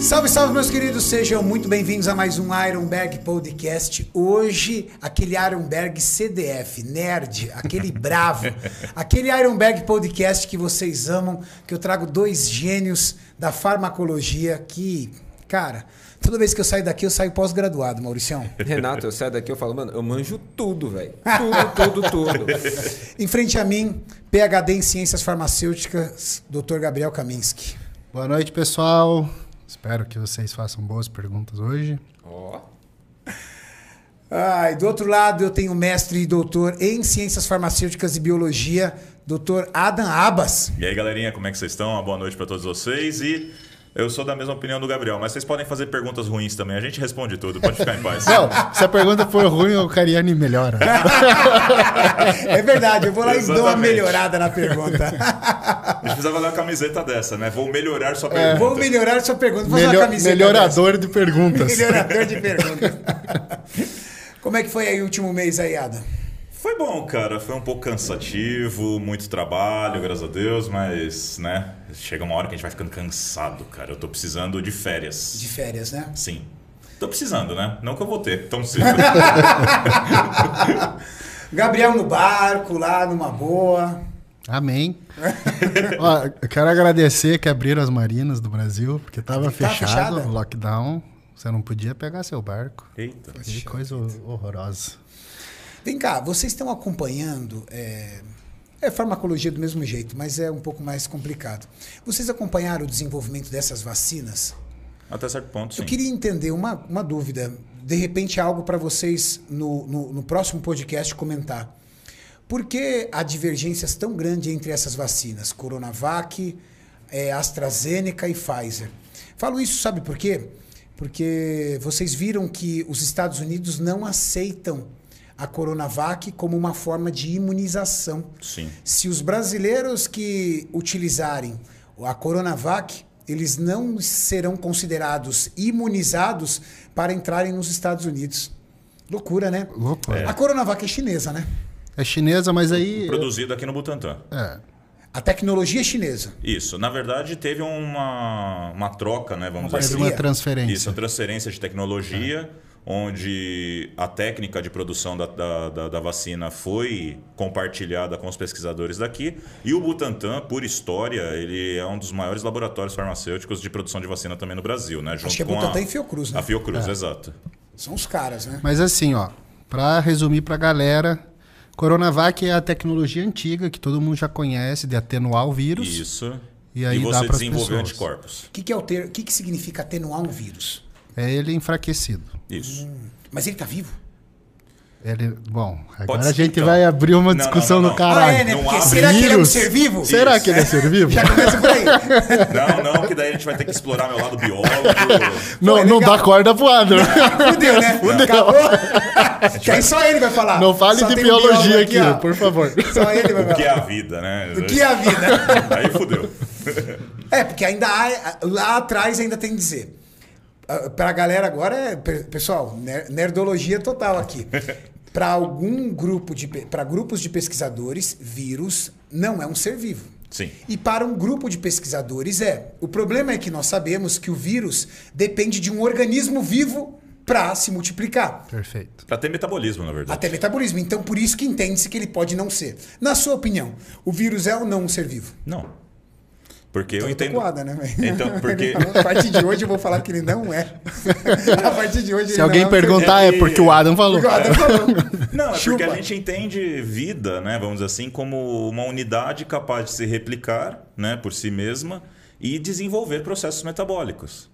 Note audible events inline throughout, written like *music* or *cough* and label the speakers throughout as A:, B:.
A: Salve, salve, meus queridos! Sejam muito bem-vindos a mais um Ironberg Podcast. Hoje, aquele Ironberg CDF, nerd, aquele bravo, aquele Ironberg Podcast que vocês amam, que eu trago dois gênios da farmacologia que, cara, toda vez que eu saio daqui, eu saio pós-graduado, Mauricião.
B: Renato, eu saio daqui eu falo, mano, eu manjo tudo, velho. Tudo, tudo,
C: *laughs*
B: tudo.
A: Em frente a mim, PHD em Ciências Farmacêuticas, Dr. Gabriel Kaminski.
D: Boa noite, pessoal. Espero que vocês façam boas perguntas hoje.
A: *laughs*
B: Ó.
A: Ai, do outro lado, eu tenho o mestre e doutor em Ciências Farmacêuticas e Biologia, Dr. Adam Abbas.
C: E aí, galerinha, como é que vocês estão? Uma boa noite pra todos vocês e eu sou da mesma opinião do Gabriel, mas vocês podem fazer perguntas ruins também, a gente responde tudo, pode ficar
A: *laughs*
C: em paz.
D: Não, se a pergunta for ruim, o Cariani melhora.
A: É verdade, eu vou lá e dou uma
C: Exatamente.
A: melhorada na pergunta.
C: A gente precisava dar uma camiseta dessa, né? Vou melhorar sua pergunta.
A: É. Vou melhorar sua pergunta. Vou fazer uma
D: Melho-
A: camiseta dessa.
D: melhorador de
A: *laughs*
D: perguntas.
A: Melhorador de perguntas. *laughs* Como é que foi aí o último mês aí, Adam?
C: Foi bom, cara. Foi um pouco cansativo, muito trabalho, graças a Deus, mas, né? Chega uma hora que a gente vai ficando cansado, cara. Eu tô precisando de férias.
A: De férias, né?
C: Sim. Tô precisando, né? Não que eu vou ter tão
A: *laughs*
C: cedo.
A: Gabriel no barco, lá numa boa. *laughs*
D: Amém. Ó, eu quero agradecer que abriram as marinas do Brasil, porque tava
A: Tá
D: fechado,
A: fechada?
D: lockdown. Você não podia pegar seu barco.
C: Eita.
D: Que coisa horrorosa.
A: Vem cá, vocês estão acompanhando. É, é farmacologia do mesmo jeito, mas é um pouco mais complicado. Vocês acompanharam o desenvolvimento dessas vacinas?
C: Até certo ponto, sim.
A: Eu queria entender uma, uma dúvida. De repente, é algo para vocês no, no, no próximo podcast comentar. Por que há divergências tão grandes entre essas vacinas? Coronavac, eh, AstraZeneca e Pfizer. Falo isso, sabe por quê? Porque vocês viram que os Estados Unidos não aceitam a Coronavac como uma forma de imunização.
C: Sim.
A: Se os brasileiros que utilizarem a Coronavac, eles não serão considerados imunizados para entrarem nos Estados Unidos. Loucura, né?
D: Loucura.
A: A Coronavac é chinesa, né?
D: É chinesa, mas aí.
C: Produzido aqui no Butantã.
D: É,
A: A tecnologia é chinesa.
C: Isso. Na verdade, teve uma, uma troca, né? Vamos
A: Uma É.
D: teve
C: dizer
D: uma
A: Seria.
D: transferência.
C: Isso, a transferência de tecnologia, onde a técnica de produção da, da, da- da vacina foi compartilhada com os pesquisadores daqui. E o Butantan, por história, ele é um dos maiores laboratórios farmacêuticos de produção de vacina também no Brasil, né? Junto
A: Acho que é
C: com
A: Butantan
C: a,
A: e Fiocruz, né?
C: A Fiocruz, exato.
A: São os caras, né?
D: Mas assim, ó, para resumir para a galera, Coronavac é a tecnologia antiga que todo mundo já conhece de atenuar o vírus.
C: Isso.
D: E aí dá
C: você
D: pras
C: desenvolveu
D: pessoas.
C: anticorpos.
A: O que, que, é o ter... o que, que significa atenuar um vírus?
D: É ele enfraquecido.
C: Isso.
A: Mas ele tá vivo?
D: Ele, bom, agora
C: ser,
D: a gente
C: então.
D: vai abrir uma
C: Não,
D: discussão
C: não, não,
D: do
C: não.
D: caralho.
A: ah, é, né?
C: não
A: Porque
C: abre
A: será que ele é um
D: Vírus?
A: ser vivo?
D: Será
C: Isso.
D: que ele é ser vivo?
A: Já começa por aí.
C: Não, não, que daí a gente vai ter que explorar meu
A: *laughs*
C: lado biólogo.
D: não,
A: Pô, é
D: não
A: legal.
D: dá corda pro Adam.
A: Fudeu, né? Acabou. Que aí só ele vai falar.
D: *laughs* Não fale
A: Só
D: de
A: tem um biólogo
D: biologia aqui, né?
A: ó.
D: por favor.
A: Só ele vai
C: O que é
A: falar.
C: a vida, né?
A: O que é a vida?
C: *laughs* Aí fudeu.
A: É, porque ainda há, lá atrás ainda tem que dizer. Ah, Pra galera agora, é, pe- pessoal, ner- nerdologia total aqui. Para algum grupo de para grupos de pesquisadores, vírus não é um ser vivo.
C: Sim.
A: E para um grupo de pesquisadores é. O problema é que nós sabemos que o vírus depende de um organismo vivo para se multiplicar.
D: Perfeito.
C: Pra ter metabolismo, na verdade.
A: Até metabolismo. Então, por isso que entende-se que ele pode não ser. Na sua opinião, o vírus é ou não um ser vivo?
C: Não. Porque eu
A: tô
C: entendo.
A: coada, né, velho? *laughs*
C: Então, porque.
A: A partir de hoje eu vou falar que ele não é.
C: *laughs*
A: A partir de hoje ele
D: Se alguém
A: não é um
D: perguntar, é
C: que-
D: porque o Adam falou.
A: ser vivo. Agora, falou.
D: *laughs*
C: Não, é porque
A: Chupa.
C: a gente entende vida, né? Vamos dizer assim, como uma unidade capaz de se replicar, né, por si mesma e desenvolver processos metabólicos.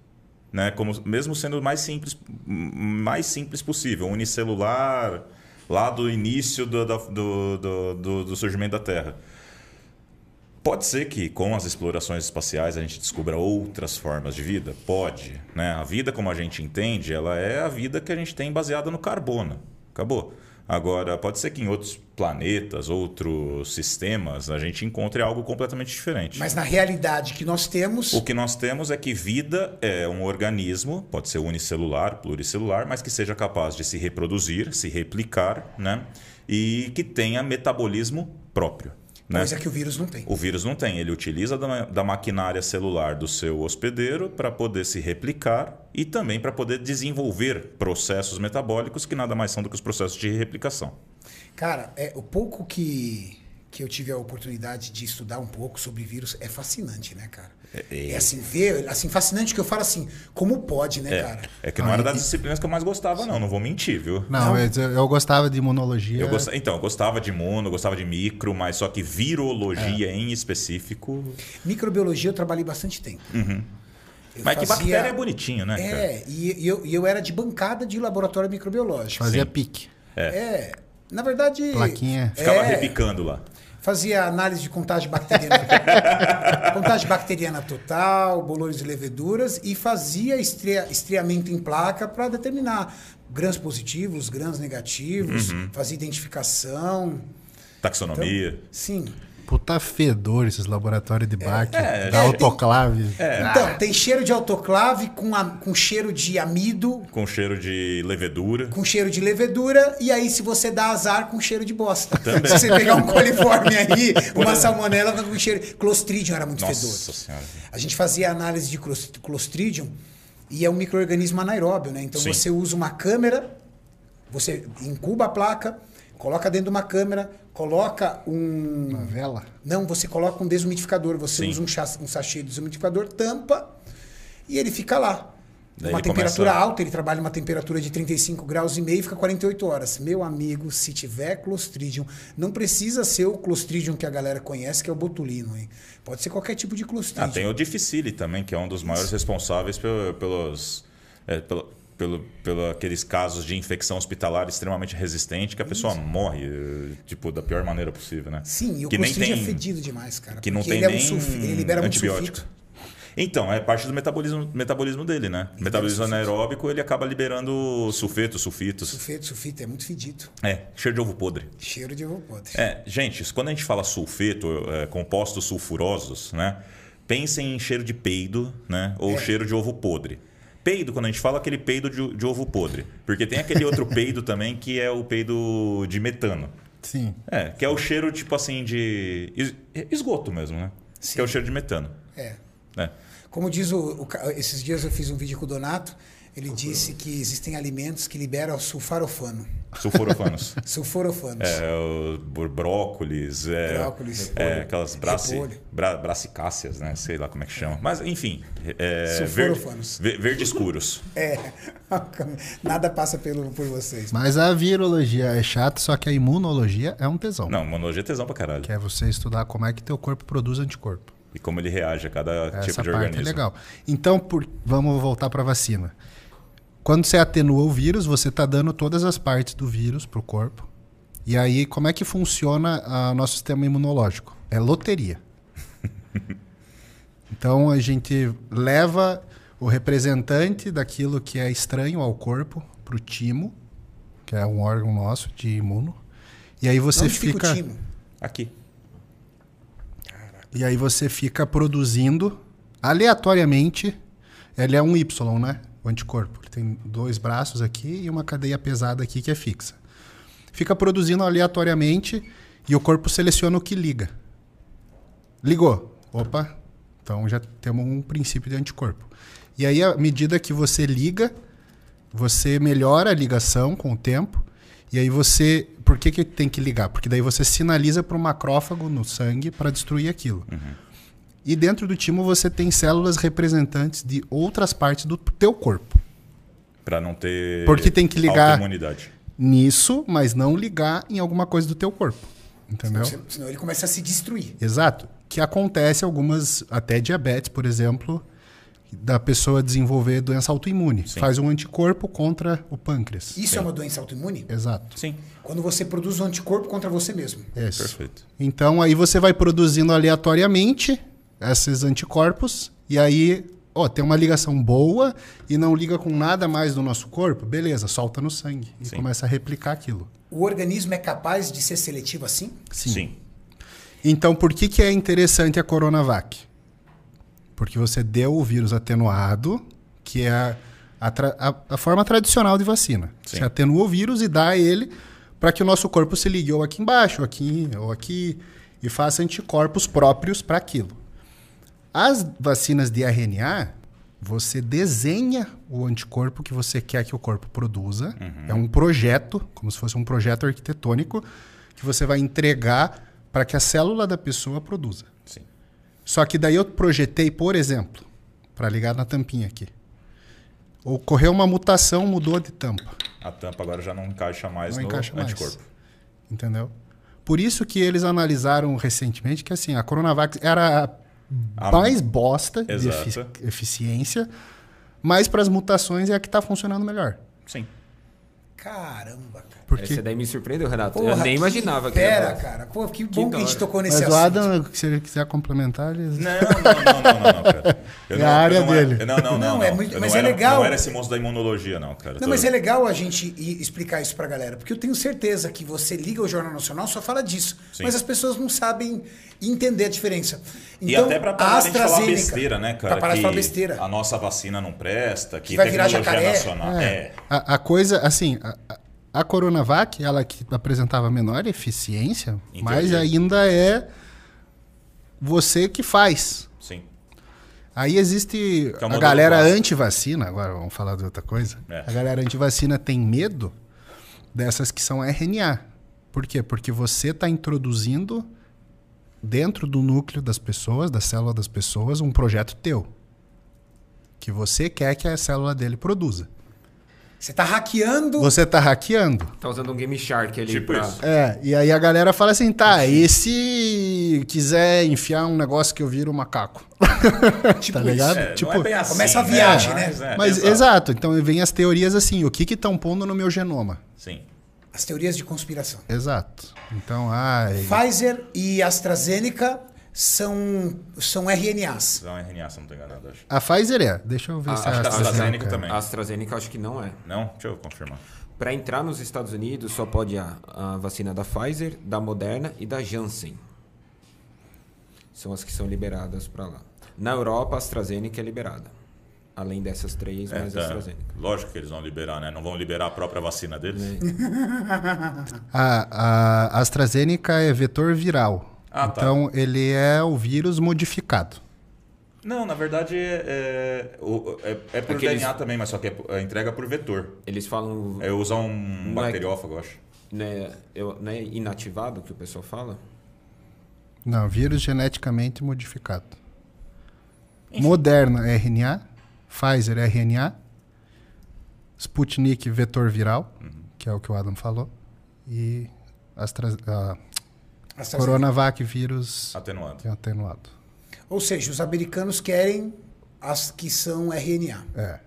C: Né? Como, mesmo sendo o mais simples, m- mais simples possível, unicelular, lá do início do, da- do, do, do- do surgimento da Terra. Pode ser que com as explorações espaciais a gente descubra outras formas de vida? Pode. Né? A vida, como a gente entende, ela é a vida que a gente tem baseada no carbono. Acabou. Agora, pode ser que em outros planetas, outros sistemas, a gente encontre algo completamente diferente.
A: Mas na realidade que nós temos,
C: O que nós temos é que vida é um organismo, pode ser unicelular, pluricelular, mas que seja capaz de se reproduzir, se replicar, né? E que tenha metabolismo próprio. né?
A: Coisa é, que o vírus não tem.
C: O vírus não tem, ele utiliza da, da maquinária celular do seu hospedeiro para poder se replicar e também para poder desenvolver processos metabólicos que nada mais são do que os processos de replicação.
A: Cara, é, o pouco que, que eu tive a oportunidade de estudar um pouco sobre vírus é fascinante, né, cara? É, assim, ver, assim, fascinante que eu falo assim, como pode, né,
C: É,
A: cara?
C: é que não
D: Ah,
C: era
D: e-
C: das disciplinas que eu mais gostava, não, não vou mentir, viu?
D: Não, eu, eu gostava de imunologia.
A: é.
C: Eu gosta- Então, eu gostava de imuno, eu gostava de micro, mas só que
A: É.
C: virologia em específico.
A: Microbiologia eu trabalhei bastante tempo. Eu
C: Uhum. mas que
A: fazia-
C: bactéria é bonitinho, né, cara?
A: É, e, e eu, e eu era de bancada de laboratório microbiológico.
D: Fazia pique.
A: É. Na verdade.
D: Plaquinha.
C: Ficava
A: é,
C: repicando lá.
A: Fazia análise de contagem bacteriana.
C: *laughs*
A: contagem bacteriana total, bolores e leveduras e fazia estria, estriamento em placa para determinar grãos positivos, grãos negativos,
C: Uhum.
A: fazia identificação.
C: Taxonomia.
A: Sim.
D: Puta fedor esses laboratórios de baque.
C: é,
D: da
C: é,
D: autoclave.
A: Então, tem cheiro de autoclave com, a- com cheiro de amido,
C: com cheiro de levedura.
A: com cheiro de levedura, e aí se você dá azar, com cheiro de bosta.
C: Também.
A: Se você pegar
C: *laughs*
A: um coliforme aí, uma salmonela com cheiro... Clostridium era muito
C: Nossa
A: fedor.
C: senhora.
A: A gente fazia análise de clos- Clostridium e é um microorganismo anaeróbio, né? Então
C: Sim.
A: você usa uma câmera, você incuba a placa, coloca dentro de uma câmera, coloca um...
D: Uma vela.
A: Não, você coloca um desumidificador, você
C: Sim.
A: usa um, chá, um sachê de desumidificador, tampa e ele fica lá.
C: Daí
A: uma
C: ele
A: temperatura
C: começa-
A: alta, ele trabalha uma temperatura de 35 graus e meio e fica 48 horas. Meu amigo, se tiver clostridium, não precisa ser o clostridium que a galera conhece, que é o botulino, hein? Pode ser qualquer tipo de
C: Ah,
A: clostridium.
C: tem o Difficile também, que é um dos maiores responsáveis pelo- pelos. É, pelo, pelo, pelo aqueles casos de infecção hospitalar extremamente resistente que a pessoa morre, eh, tipo, da pior maneira possível, né?
A: Sim, e o
C: que nem
A: clostridium
C: tem-
A: é fedido demais, cara.
C: que não
A: porque
C: tem
A: ele é um
C: nem
A: sulfi- ele libera muito
C: antibiótico.
A: sulfito.
C: Então, é parte do metabolismo, metabolismo dele, né? metabolismo anaeróbico, ele acaba liberando sulfeto, sulfitos.
A: Sulfeto, sulfito, é muito fedido.
C: É, cheiro de ovo podre.
A: Cheiro de ovo podre.
C: É, gente, isso- quando a gente fala sulfeto, é, compostos sulfurosos, né? Pensem em cheiro de peido, né? Ou cheiro de ovo podre. Peido, quando a gente fala é aquele peido de, de ovo podre. Porque tem aquele outro peido também que é o peido de metano.
D: Sim.
C: É, que é o cheiro tipo assim de es- esgoto mesmo, né? Que é o cheiro de metano.
A: É.
C: né?
A: Como diz o, o ca- Esses dias eu fiz um vídeo com o Donato. Ele disse que existem alimentos que liberam sulfarofano.
C: Sulfurofanos.
A: Sulforofanos.
C: É, o br- brócolis, é,
A: Brócolis.
C: é, aquelas braci,
A: Repolho.
C: bra, bracicáceas, né? Sei lá como é que chama. Mas, enfim, é, verde,
A: Sulfurofanos.
C: ve- verdes escuros.
A: É. *laughs* Nada passa pelo, por vocês.
D: Mas a virologia é chata, só que a imunologia é um tesão.
C: Não, monologia é tesão pra caralho.
D: Que é você estudar como é que teu corpo produz anticorpo.
C: E como ele reage a cada
D: Essa
C: tipo de
D: parte
C: organismo.
D: é legal. Então, por- vamos voltar para a vacina. Quando você atenua o vírus, você está dando todas as partes do vírus para o corpo. E aí, como é que funciona ah, o nosso sistema imunológico? É
C: *laughs*
D: loteria. então, a gente leva o representante daquilo que é estranho ao corpo para o timo, que é um órgão nosso de imuno. E aí você
A: Onde fica o timo?
C: Aqui.
D: e aí você fica produzindo aleatoriamente. Ele é um Y, né? O anticorpo. Ele tem dois braços aqui e uma cadeia pesada aqui que é fixa. Fica produzindo aleatoriamente e o corpo seleciona o que liga. Ligou. Opa. Então já temos um princípio de anticorpo. E aí, à medida que você liga, você melhora a ligação com o tempo. E aí você. Por que, que tem que ligar? Porque daí você sinaliza para o macrófago no sangue para destruir aquilo. E dentro do timo você tem células representantes de outras partes do teu corpo.
C: Pra não ter.
D: Porque tem que ligar-
C: autoimunidade.
D: Nisso, mas não ligar em alguma coisa do teu corpo. Entendeu?
A: Senão- Senão ele começa a se destruir.
D: Exato. Que acontece algumas, até diabetes, por exemplo, da pessoa desenvolver doença autoimune. Faz um anticorpo contra o pâncreas.
A: Isso é uma doença autoimune?
D: Exato.
C: Sim.
A: Quando você produz um anticorpo contra você mesmo.
D: Isso.
C: Perfeito.
D: Então aí você vai produzindo aleatoriamente esses anticorpos e aí, ó, tem uma ligação boa e não liga com nada mais do nosso corpo, beleza, solta no sangue e começa a replicar aquilo.
A: O organismo é capaz de ser seletivo assim?
C: Sim.
D: Então por que que é interessante a Coronavac? Porque você deu o vírus atenuado, que é a, a tra- a- a forma tradicional de vacina.
C: Sim.
D: Você atenua o vírus e dá ele para que o nosso corpo se ligue ou aqui embaixo, ou aqui, ou aqui. e faça anticorpos próprios para aquilo. As vacinas de RNA, você desenha o anticorpo que você quer que o corpo produza. É um projeto, como se fosse um projeto arquitetônico, que você vai entregar para que a célula da pessoa produza.
C: Sim.
D: Só que daí eu projetei, por exemplo, para ligar na tampinha aqui. Ocorreu uma mutação, mudou de tampa.
C: A tampa agora já não encaixa mais
D: Não
C: no
D: encaixa mais.
C: anticorpo.
D: Entendeu? Por isso que eles analisaram recentemente que assim, a Coronavac era a
C: A-
D: mais bosta de
C: Exato.
D: efici- eficiência, mas para as mutações é a que está funcionando melhor.
C: Sim.
A: Caramba, cara.
D: Porque
B: Essa daí me surpreendeu, Renato.
A: Porra,
B: eu nem
A: que
B: imaginava que era
A: Pera,
B: dessa.
A: cara. Pô, que bom que,
B: da
A: a gente
B: hora.
A: tocou nesse
D: mas o
A: assunto.
D: Adam, se ele quiser complementar, eles...
C: Não, não, não, não, não, cara.
D: *laughs*
C: Eu
D: É
C: não-
D: a
C: eu
D: área
C: não era-
D: dele.
C: Não, não, não.
A: Não,
C: não.
A: é muito-
C: Eu
A: mas
C: não
A: é
C: era-
A: legal.
C: Não era esse moço da imunologia, não, cara.
A: Não,
C: Tô-
A: mas é legal a gente ir explicar isso pra galera, porque eu tenho certeza que você liga o Jornal Nacional só fala disso,
C: Sim.
A: mas as pessoas não sabem entender a diferença.
C: E
A: Então,
C: até pra
A: a
C: parar de falar
A: AstraZeneca,
C: besteira, né, cara?
A: Pra parar de
C: que
A: falar besteira.
C: A nossa vacina não presta, que,
A: Que vai virar
C: tecnologia
A: jacaré.
C: nacional. É.
D: A, a coisa, assim, a, a- a Coronavac, ela que apresentava menor eficiência, mas
C: Entendi.
D: ainda é você que faz.
C: Sim.
D: Aí existe
C: Que é o
D: a
C: modelo
D: galera
C: clássico.
D: antivacina, agora vamos falar de outra coisa.
C: É.
D: A galera antivacina tem medo dessas que são RNA. Por quê? Porque você está introduzindo dentro do núcleo das pessoas, da célula das pessoas, um projeto teu. Que você quer que a célula dele produza.
A: Você tá hackeando.
D: Você está hackeando.
B: Tá usando um Game Shark ali
C: Tipo
B: pra...
C: isso.
D: É, e aí a galera fala assim, tá, e se quiser enfiar um negócio que eu viro macaco? *laughs*
A: Tipo
D: tá ligado?
C: É,
D: tipo,
C: não é bem assim,
A: começa a viagem, né?
C: Mas, é,
D: mas exato. então vem as teorias assim, o que que estão pondo no meu genoma?
C: Sim.
A: As teorias de conspiração.
D: Exato. Então, ai,
A: Pfizer e AstraZeneca são, são RNAs.
C: Não, RNA, se eu não tô enganado, acho.
D: a Pfizer é, deixa eu ver
B: Ah,
D: se é
B: acho que a
C: AstraZeneca também.
B: A AstraZeneca eu acho que não é.
C: Não? Deixa eu confirmar.
B: Para entrar nos Estados Unidos só pode a, a vacina da Pfizer, da Moderna e da Janssen. São as que são liberadas para lá. Na Europa, a AstraZeneca é liberada. Além dessas três,
C: É,
B: mais a
C: tá.
B: AstraZeneca. Né?
C: Lógico que eles vão liberar, né? Não vão liberar a própria vacina deles?
D: A, a AstraZeneca é vetor viral.
C: Ah, tá.
D: então, ele é o vírus modificado.
C: Não, na verdade é, é, o- é, é por
B: Aqueles-
C: DNA também, mas só que é, por- é entrega por vetor.
B: Eles falam.
C: É usar um
B: Não é-
C: bacteriófago, eu acho.
B: Né, eu, né, inativado que o pessoal fala?
D: Não, vírus geneticamente modificado. Moderna RNA, Pfizer RNA, Sputnik vetor viral,
C: Uhum.
D: que é o que o Adam falou, e Astra, a
A: AstraZeneca.
D: Coronavac vírus
C: Atenuado.
D: atenuado.
A: Ou seja, os americanos querem as que são RNA.
D: É.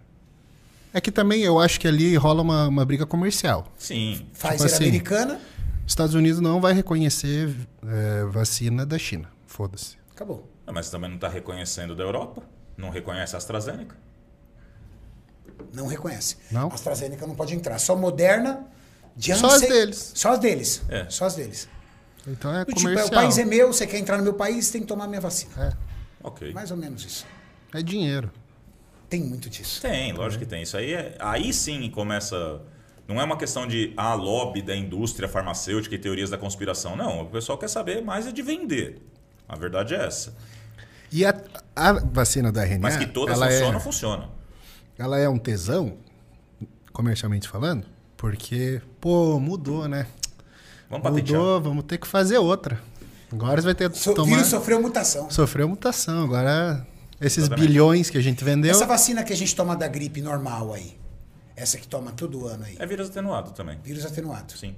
D: É que também eu acho que ali rola uma, uma briga comercial.
C: Sim.
A: Pfizer
D: assim,
A: americana,
D: Estados Unidos não vai reconhecer eh, vacina da China. Foda-se.
A: acabou.
C: Ah, Mas também não está reconhecendo da Europa? Não reconhece a AstraZeneca?
A: Não reconhece.
D: Não?
A: AstraZeneca não pode entrar. Só Moderna, Janssen...
D: Só as deles.
A: Só as deles.
C: É.
A: Só as deles.
D: Então é
A: Do tipo, é,
D: comercial.
A: o país é meu, você quer entrar no meu país, tem que tomar minha vacina.
C: Ok.
A: Mais ou menos isso.
D: é dinheiro.
A: Tem muito disso.
C: Tem, lógico que tem. Isso aí, é, aí sim começa. Não é uma questão de ah, lobby da indústria farmacêutica e teorias da conspiração. Não, o pessoal quer saber mais é de vender. A verdade é essa.
D: E a, a vacina da RNA,
C: Mas que todas
D: ela,
C: funcionam,
D: é,
C: funciona.
D: ela é um tesão, comercialmente falando, porque, pô, mudou, né?
C: Vamos patentear.
D: Mudou, vamos ter que fazer outra. Agora você vai ter que
A: So,
D: tomar...
A: Vírus sofreu mutação.
D: Sofreu mutação, agora esses
C: Exatamente.
D: bilhões que a gente vendeu...
A: Essa vacina que a gente toma da gripe normal aí. Essa que toma todo ano aí.
C: É vírus atenuado também.
A: Vírus atenuado.
C: Sim.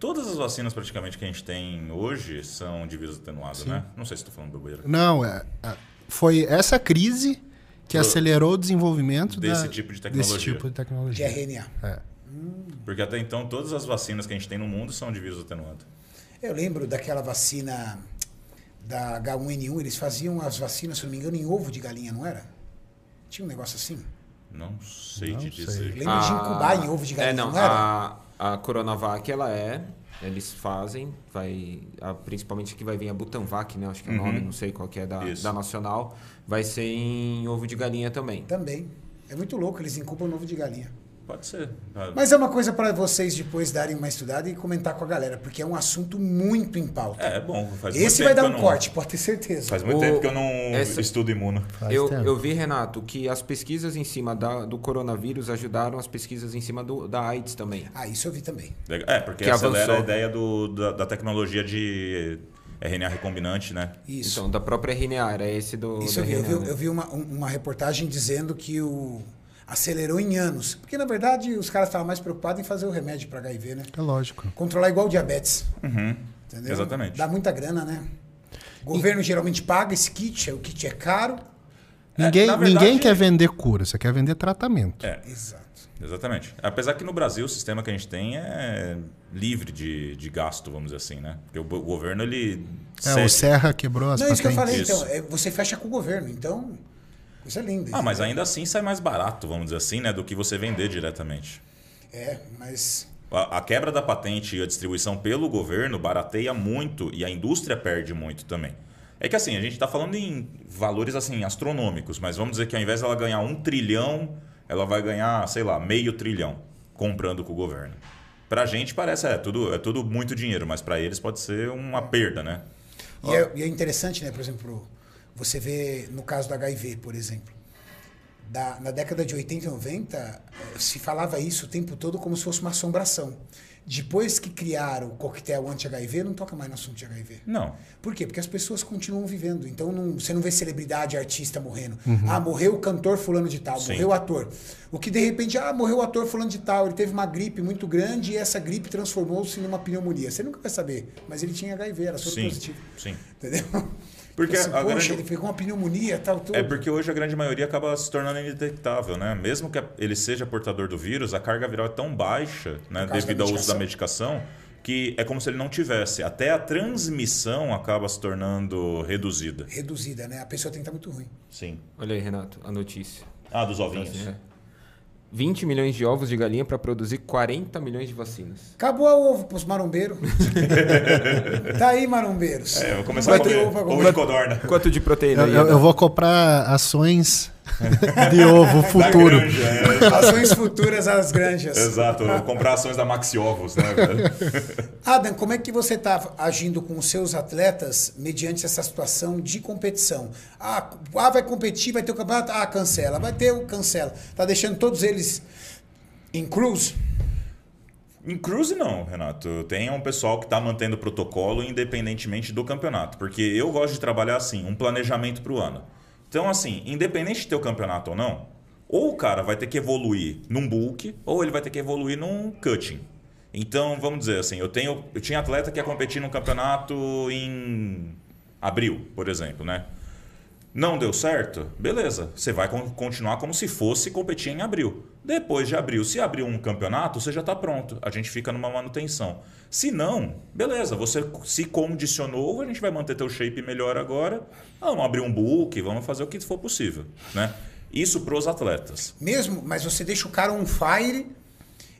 C: Todas as vacinas praticamente que a gente tem hoje são de vírus atenuado, né? Não sei se estou falando bobeira.
D: Não, é- é- foi essa crise que acelerou o desenvolvimento
C: Desse
D: da-
C: tipo de
D: Desse
C: tecnologia.
D: tipo de
A: De
D: tecnologia.
A: RNA.
D: É.
C: Porque até então todas as vacinas que a gente tem no mundo são de vírus atenuado.
A: Eu lembro daquela vacina da H1N1, eles faziam as vacinas, se não me engano, em ovo de galinha, não era? Tinha um negócio assim?
C: Não sei
D: Não
C: de
D: sei.
C: dizer.
A: Eu lembro de incubar em ovo de galinha,
B: É,
A: não,
B: não.
A: era?
B: a, a Coronavac, ela é. Eles fazem, vai. a- principalmente que vai vir a Butanvac, né? Acho que é o nome, não sei qual que é da,
C: Isso.
B: da Nacional. Vai ser em ovo de galinha também.
A: Também. É muito louco, eles incubam ovo de galinha.
C: Pode ser. Ah,
A: Mas é uma coisa para vocês depois darem uma estudada e comentar com a galera, porque é um assunto muito em pauta.
C: É, é bom. Faz muito
A: Esse
C: tempo
A: vai dar
C: que
A: um
C: eu não-
A: corte, pode ter certeza.
C: Faz muito
B: O-
C: tempo que eu não
B: essa-
C: estudo imuno.
D: Faz
B: Eu,
D: tempo.
B: eu vi, Renato, que as pesquisas em cima da- do coronavírus ajudaram as pesquisas em cima do- da AIDS também.
A: Ah, isso eu vi também.
C: Legal. É, porque
B: Que avançou.
C: acelera a ideia do- da, da tecnologia de RNA recombinante, né?
A: Isso.
B: Então, da própria RNA, era esse do.
A: Isso
B: da
A: eu vi. Eu
B: RNA,
A: vi,
B: né?
A: eu vi uma, um- uma reportagem dizendo que o acelerou em anos. Porque, na verdade, os caras estavam mais preocupados em fazer o remédio para HIV, né?
D: É lógico.
A: Controlar igual o diabetes. Entendeu?
C: Uhum. Exatamente.
A: Dá muita grana, né? O governo geralmente paga esse kit, o kit é caro.
D: Ninguém,
C: na verdade-
D: ninguém quer vender cura, você quer vender tratamento.
C: É,
A: Exato.
C: exatamente. Apesar que no Brasil o sistema que a gente tem é livre de, de gasto, vamos dizer assim, né? Porque o, bo- o governo, ele...
D: É,
C: cede.
D: o Serra quebrou as
A: Não, é isso que eu
D: patentes.
A: falei,
C: Isso.
A: então. é, você fecha com o governo, então. Coisa linda.
C: Ah, mas ainda assim sai mais barato, vamos dizer assim, né? Do que você vender diretamente.
A: É, mas.
C: A, a quebra da patente e a distribuição pelo governo barateia muito e a indústria perde muito também. É que assim, a gente está falando em valores assim astronômicos, mas vamos dizer que ao invés dela ganhar um trilhão, ela vai ganhar, sei lá, meio trilhão comprando com o governo. Pra gente parece, é tudo, é tudo muito dinheiro, mas pra eles pode ser uma perda, né?
A: E é, e é interessante, né? Por exemplo, você vê no caso do HIV, por exemplo. Da- na década de 80 e 90, eh, se falava isso o tempo todo como se fosse uma assombração. Depois que criaram o coquetel anti-HIV, não toca mais no assunto de HIV.
C: Não.
A: Por quê? Porque as pessoas continuam vivendo. Então não- você não vê celebridade, artista morrendo. Ah, morreu o cantor fulano de tal,
C: Uhum. Sim.
A: morreu o ator. O que de repente, ah, morreu o ator fulano de tal, ele teve uma gripe muito grande e essa gripe transformou-se numa pneumonia. Você nunca vai saber, mas ele tinha HIV, era soro
C: Sim.
A: positivo.
C: Sim.
A: Entendeu?
C: *laughs* Porque
A: Assim,
C: a
A: poxa,
C: grande-
A: ele pegou uma pneumonia e tal, tudo.
C: É porque hoje a grande maioria acaba se tornando indetectável, né? Mesmo que ele seja portador do vírus, a carga viral é tão baixa, né,
A: Por causa
C: devido
A: da
C: ao uso da medicação, que é como se ele não tivesse. Até a transmissão acaba se tornando reduzida.
A: Reduzida, né? A pessoa tem que estar muito ruim.
C: Sim.
B: Olha aí, Renato, a notícia.
C: Ah, dos ovinhos.
B: É. 20 milhões de ovos de galinha para produzir 40 milhões de
C: *laughs*
B: vacinas.
A: Acabou o ovo pros marombeiros. tá aí, marombeiros.
C: É, eu vou começar
A: Vai
C: a
A: ter
C: comer
A: ovo agora.
C: ovo de então? codorna.
B: Quanto de proteína?
D: Eu,
B: aí,
D: eu-
B: Adão?
D: eu vou comprar ações
C: É.
D: de
C: *laughs*
D: ovo
C: Da
A: um
D: futuro.
C: granja, é.
A: Ações futuras às granjas.
C: Exato, eu vou comprar ações da Maxi Ovos, né? cara?
A: Adam, como é que você está agindo com os seus atletas mediante essa situação de competição? Ah, ah, vai competir, vai ter o campeonato? Ah, cancela. Vai ter o cancela. Tá deixando todos eles em cruz?
C: Em cruze não, Renato. Tem um pessoal que está mantendo o protocolo independentemente do campeonato. Porque eu gosto de trabalhar assim, um planejamento para o ano. Então, assim, independente de ter o campeonato ou não, ou o cara vai ter que evoluir num bulk, ou ele vai ter que evoluir num cutting. Então, vamos dizer assim, eu, tenho, eu tinha atleta que ia competir num campeonato em abril, por exemplo, né? Não deu certo? Beleza, você vai con- continuar como se fosse competir em abril. Depois de abril, se abrir um campeonato, você já está pronto. A gente fica numa manutenção. Se não, beleza, você se condicionou, a gente vai manter teu shape melhor agora. Vamos abrir um book, vamos fazer o que for possível. Né? Isso pros atletas.
A: Mesmo, mas você deixa o cara on fire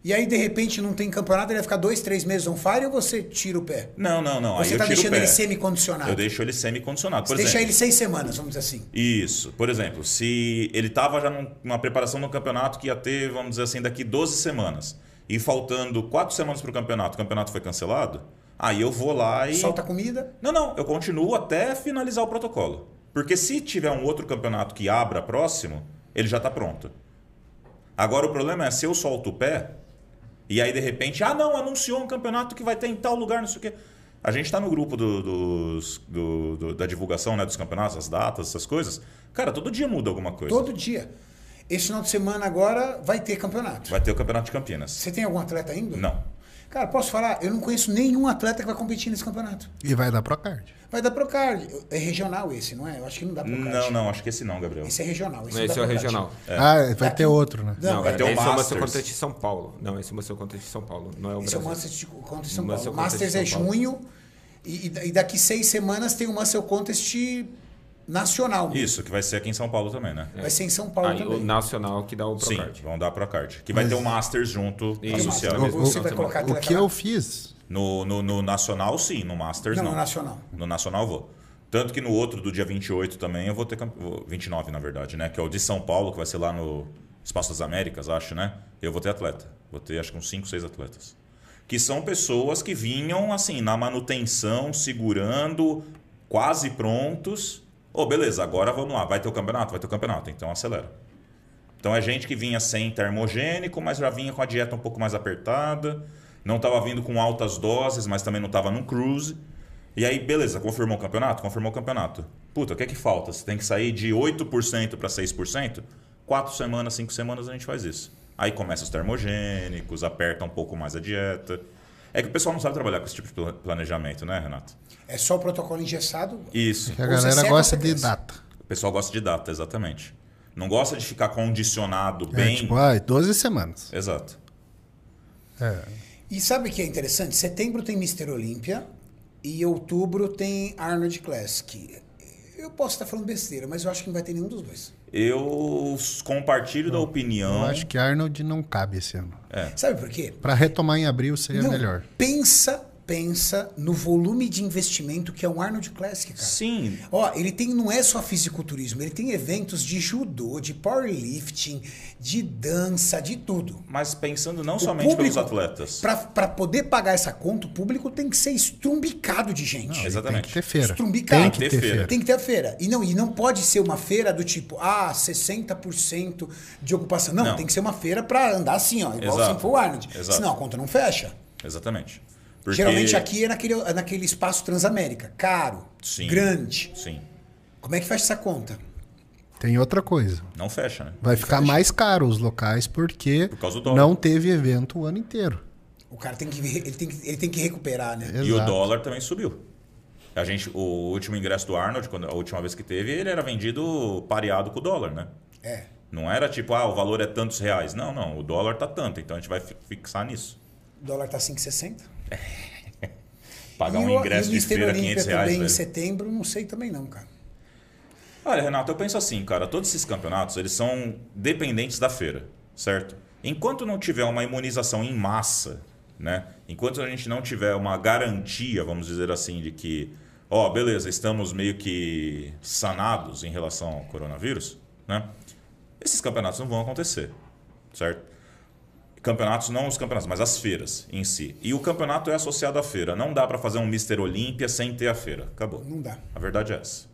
A: e aí de repente não tem campeonato, ele vai ficar dois, três meses on fire ou você tira o pé?
C: Não, não, não. Aí
A: Você
C: eu
A: tá
C: tiro o
A: deixando
C: pé.
A: ele semi-condicionado.
C: Eu deixo ele semi-condicionado. Por
A: Deixa
C: exemplo,
A: ele seis semanas, vamos dizer assim.
C: Isso. Por exemplo, se ele estava já num- numa preparação no campeonato que ia ter, vamos dizer assim, daqui 12 semanas, e faltando quatro semanas para o campeonato, o campeonato foi cancelado, aí eu vou lá e.
A: Solta a comida.
C: Não, não, eu continuo até finalizar o protocolo. Porque se tiver um outro campeonato que abra próximo, ele já está pronto. Agora o problema é se eu solto o pé e aí de repente, ah não, anunciou um campeonato que vai ter em tal lugar, não sei o quê. A gente está no grupo do- dos- do- do- da divulgação né, dos campeonatos, as datas, essas coisas. Cara, todo dia muda alguma coisa.
A: Todo dia. Esse final de semana agora vai ter campeonato.
C: Vai ter o campeonato de Campinas.
A: Você tem algum atleta ainda?
C: Não.
A: Cara, posso falar? Eu não conheço nenhum atleta que vai competir nesse campeonato.
D: E vai dar Procard.
A: Vai dar Procard. É regional esse, não é? Eu acho que não dá Procard.
C: Não, não, acho que esse não, Gabriel.
A: Esse é regional. Esse,
B: Não,
A: não
B: esse
A: dá
B: é o
A: Procard.
B: regional.
D: Ah, vai ter outro, né?
A: Não,
C: vai
A: é-
C: ter o
B: esse é o
C: Masters.
B: Master contra de São Paulo. Não, esse é o Master contra de São Paulo. Não é o
A: esse é o
B: Brasil.
A: Masters de- contra de São
B: Masters
A: Paulo. O
B: contra
A: Masters
B: de
A: é
B: São Paulo.
A: junho e, e da- e daqui seis semanas tem o Muscle Contest nacional.
C: Isso, que vai ser aqui em São Paulo também, né?
A: Vai ser em São Paulo
B: Aí, o
A: também.
B: nacional que dá o
C: Sim,
B: Procard.
C: vão dar pro card. Que vai ter o Masters junto
B: Isso.
C: associado.
A: Você
D: O- o-
C: assim,
A: vai colocar
D: O
A: atleta
D: que
A: lá.
D: eu fiz,
C: No, no, no Nacional, sim. No Masters,
A: Não,
C: não.
A: no Nacional.
C: No Nacional, vou. Tanto que no outro, do dia 28 também, eu vou ter... campe- vou- 29, na verdade, né? Que é o de São Paulo, que vai ser lá no Espaço das Américas, acho, né? Eu vou ter atleta. Vou ter, acho que uns 5, 6 atletas. Que são pessoas que vinham, assim, na manutenção, segurando, quase prontos. Ô, beleza, agora vamos lá. Vai ter o campeonato? Vai ter o campeonato. Então acelera. Então é gente que vinha sem termogênico, mas já vinha com a dieta um pouco mais apertada. Não estava vindo com altas doses, mas também não estava num cruise. E aí, beleza, confirmou o campeonato? Confirmou o campeonato. Puta, o que é que falta? Você tem que sair de 8% para 6%? Quatro semanas, cinco semanas a gente faz isso. Aí começa os termogênicos, aperta um pouco mais a dieta. É que o pessoal não sabe trabalhar com esse tipo de pla- planejamento, né, Renato?
A: É só o protocolo engessado?
C: Isso.
D: É Que a
A: Ou você
D: galera
A: segue
D: gosta
A: a
D: de
A: cabeça.
D: data.
C: O pessoal gosta de data, exatamente. Não gosta de ficar condicionado
D: É,
C: bem.
D: tipo, ah, 12 semanas.
C: Exato.
D: É.
A: E sabe o que é interessante? Setembro tem Mr. Olímpia e outubro tem Arnold Classic. Eu posso estar falando besteira, mas eu acho que não vai ter nenhum dos dois.
C: Eu s- compartilho da
D: Eu
C: opinião.
D: acho que Arnold não cabe esse ano.
B: É.
A: Sabe por quê?
D: Pra retomar em abril seria
A: Não,
D: É melhor.
A: Pensa, pensa no volume de investimento que é um Arnold Classic, cara.
C: Sim.
A: Ó, ele tem não é só fisiculturismo, ele tem eventos de judô, de powerlifting, de dança, de tudo.
C: Mas pensando não
A: O
C: somente pelos
A: público,
C: atletas.
A: Pra pra poder pagar essa conta, o público tem que ser estrumbicado de gente.
D: Tem que
C: Exatamente.
D: ter feira.
A: Estrumbicado.
D: Tem que ter
C: Tem
D: feira.
A: Tem que ter a feira. E não, e não pode ser uma feira do tipo, ah, 60% de ocupação. Não,
C: Não.
A: tem que ser uma feira pra andar assim, ó, igual
C: Exato.
A: sempre foi o Arnold.
C: Exato.
A: Senão a conta não fecha.
C: Exatamente. Porque-
A: Geralmente aqui é naquele, é naquele espaço Transamérica. Caro,
C: Sim.
A: grande.
C: Sim.
A: Como é que fecha essa conta?
D: Tem outra coisa.
C: Não fecha, né?
D: Vai ficar mais caro os locais porque
C: Por causa do dólar.
D: não teve evento o ano inteiro.
A: O cara tem que, ele tem que, ele tem que recuperar, né?
C: E o
D: Exato.
C: dólar também subiu. A gente, o último ingresso do Arnold, quando, a última vez que teve, ele era vendido pareado com o dólar, né?
A: É.
C: Não era tipo, ah, o valor é tantos reais. Não, não, o dólar tá tanto, então a gente vai fi- fixar nisso.
A: O dólar tá 5,60.
C: Pagar
A: e
C: um
A: o-
C: ingresso
A: e o
C: de feira 500 reais.
A: também em
C: velho.
A: setembro, não sei também não, cara.
C: Olha, Renato, eu penso assim, cara, todos esses campeonatos, eles são dependentes da feira, certo? Enquanto não tiver uma imunização em massa, né? Enquanto a gente não tiver uma garantia, vamos dizer assim, de que, ó, beleza, estamos meio que sanados em relação ao coronavírus, né? Esses campeonatos não vão acontecer, certo? Campeonatos, não os campeonatos, mas as feiras em si. E o campeonato é associado à feira. Não dá pra fazer um Mister Olímpia sem ter a feira. Acabou.
A: Não dá.
C: A verdade é essa.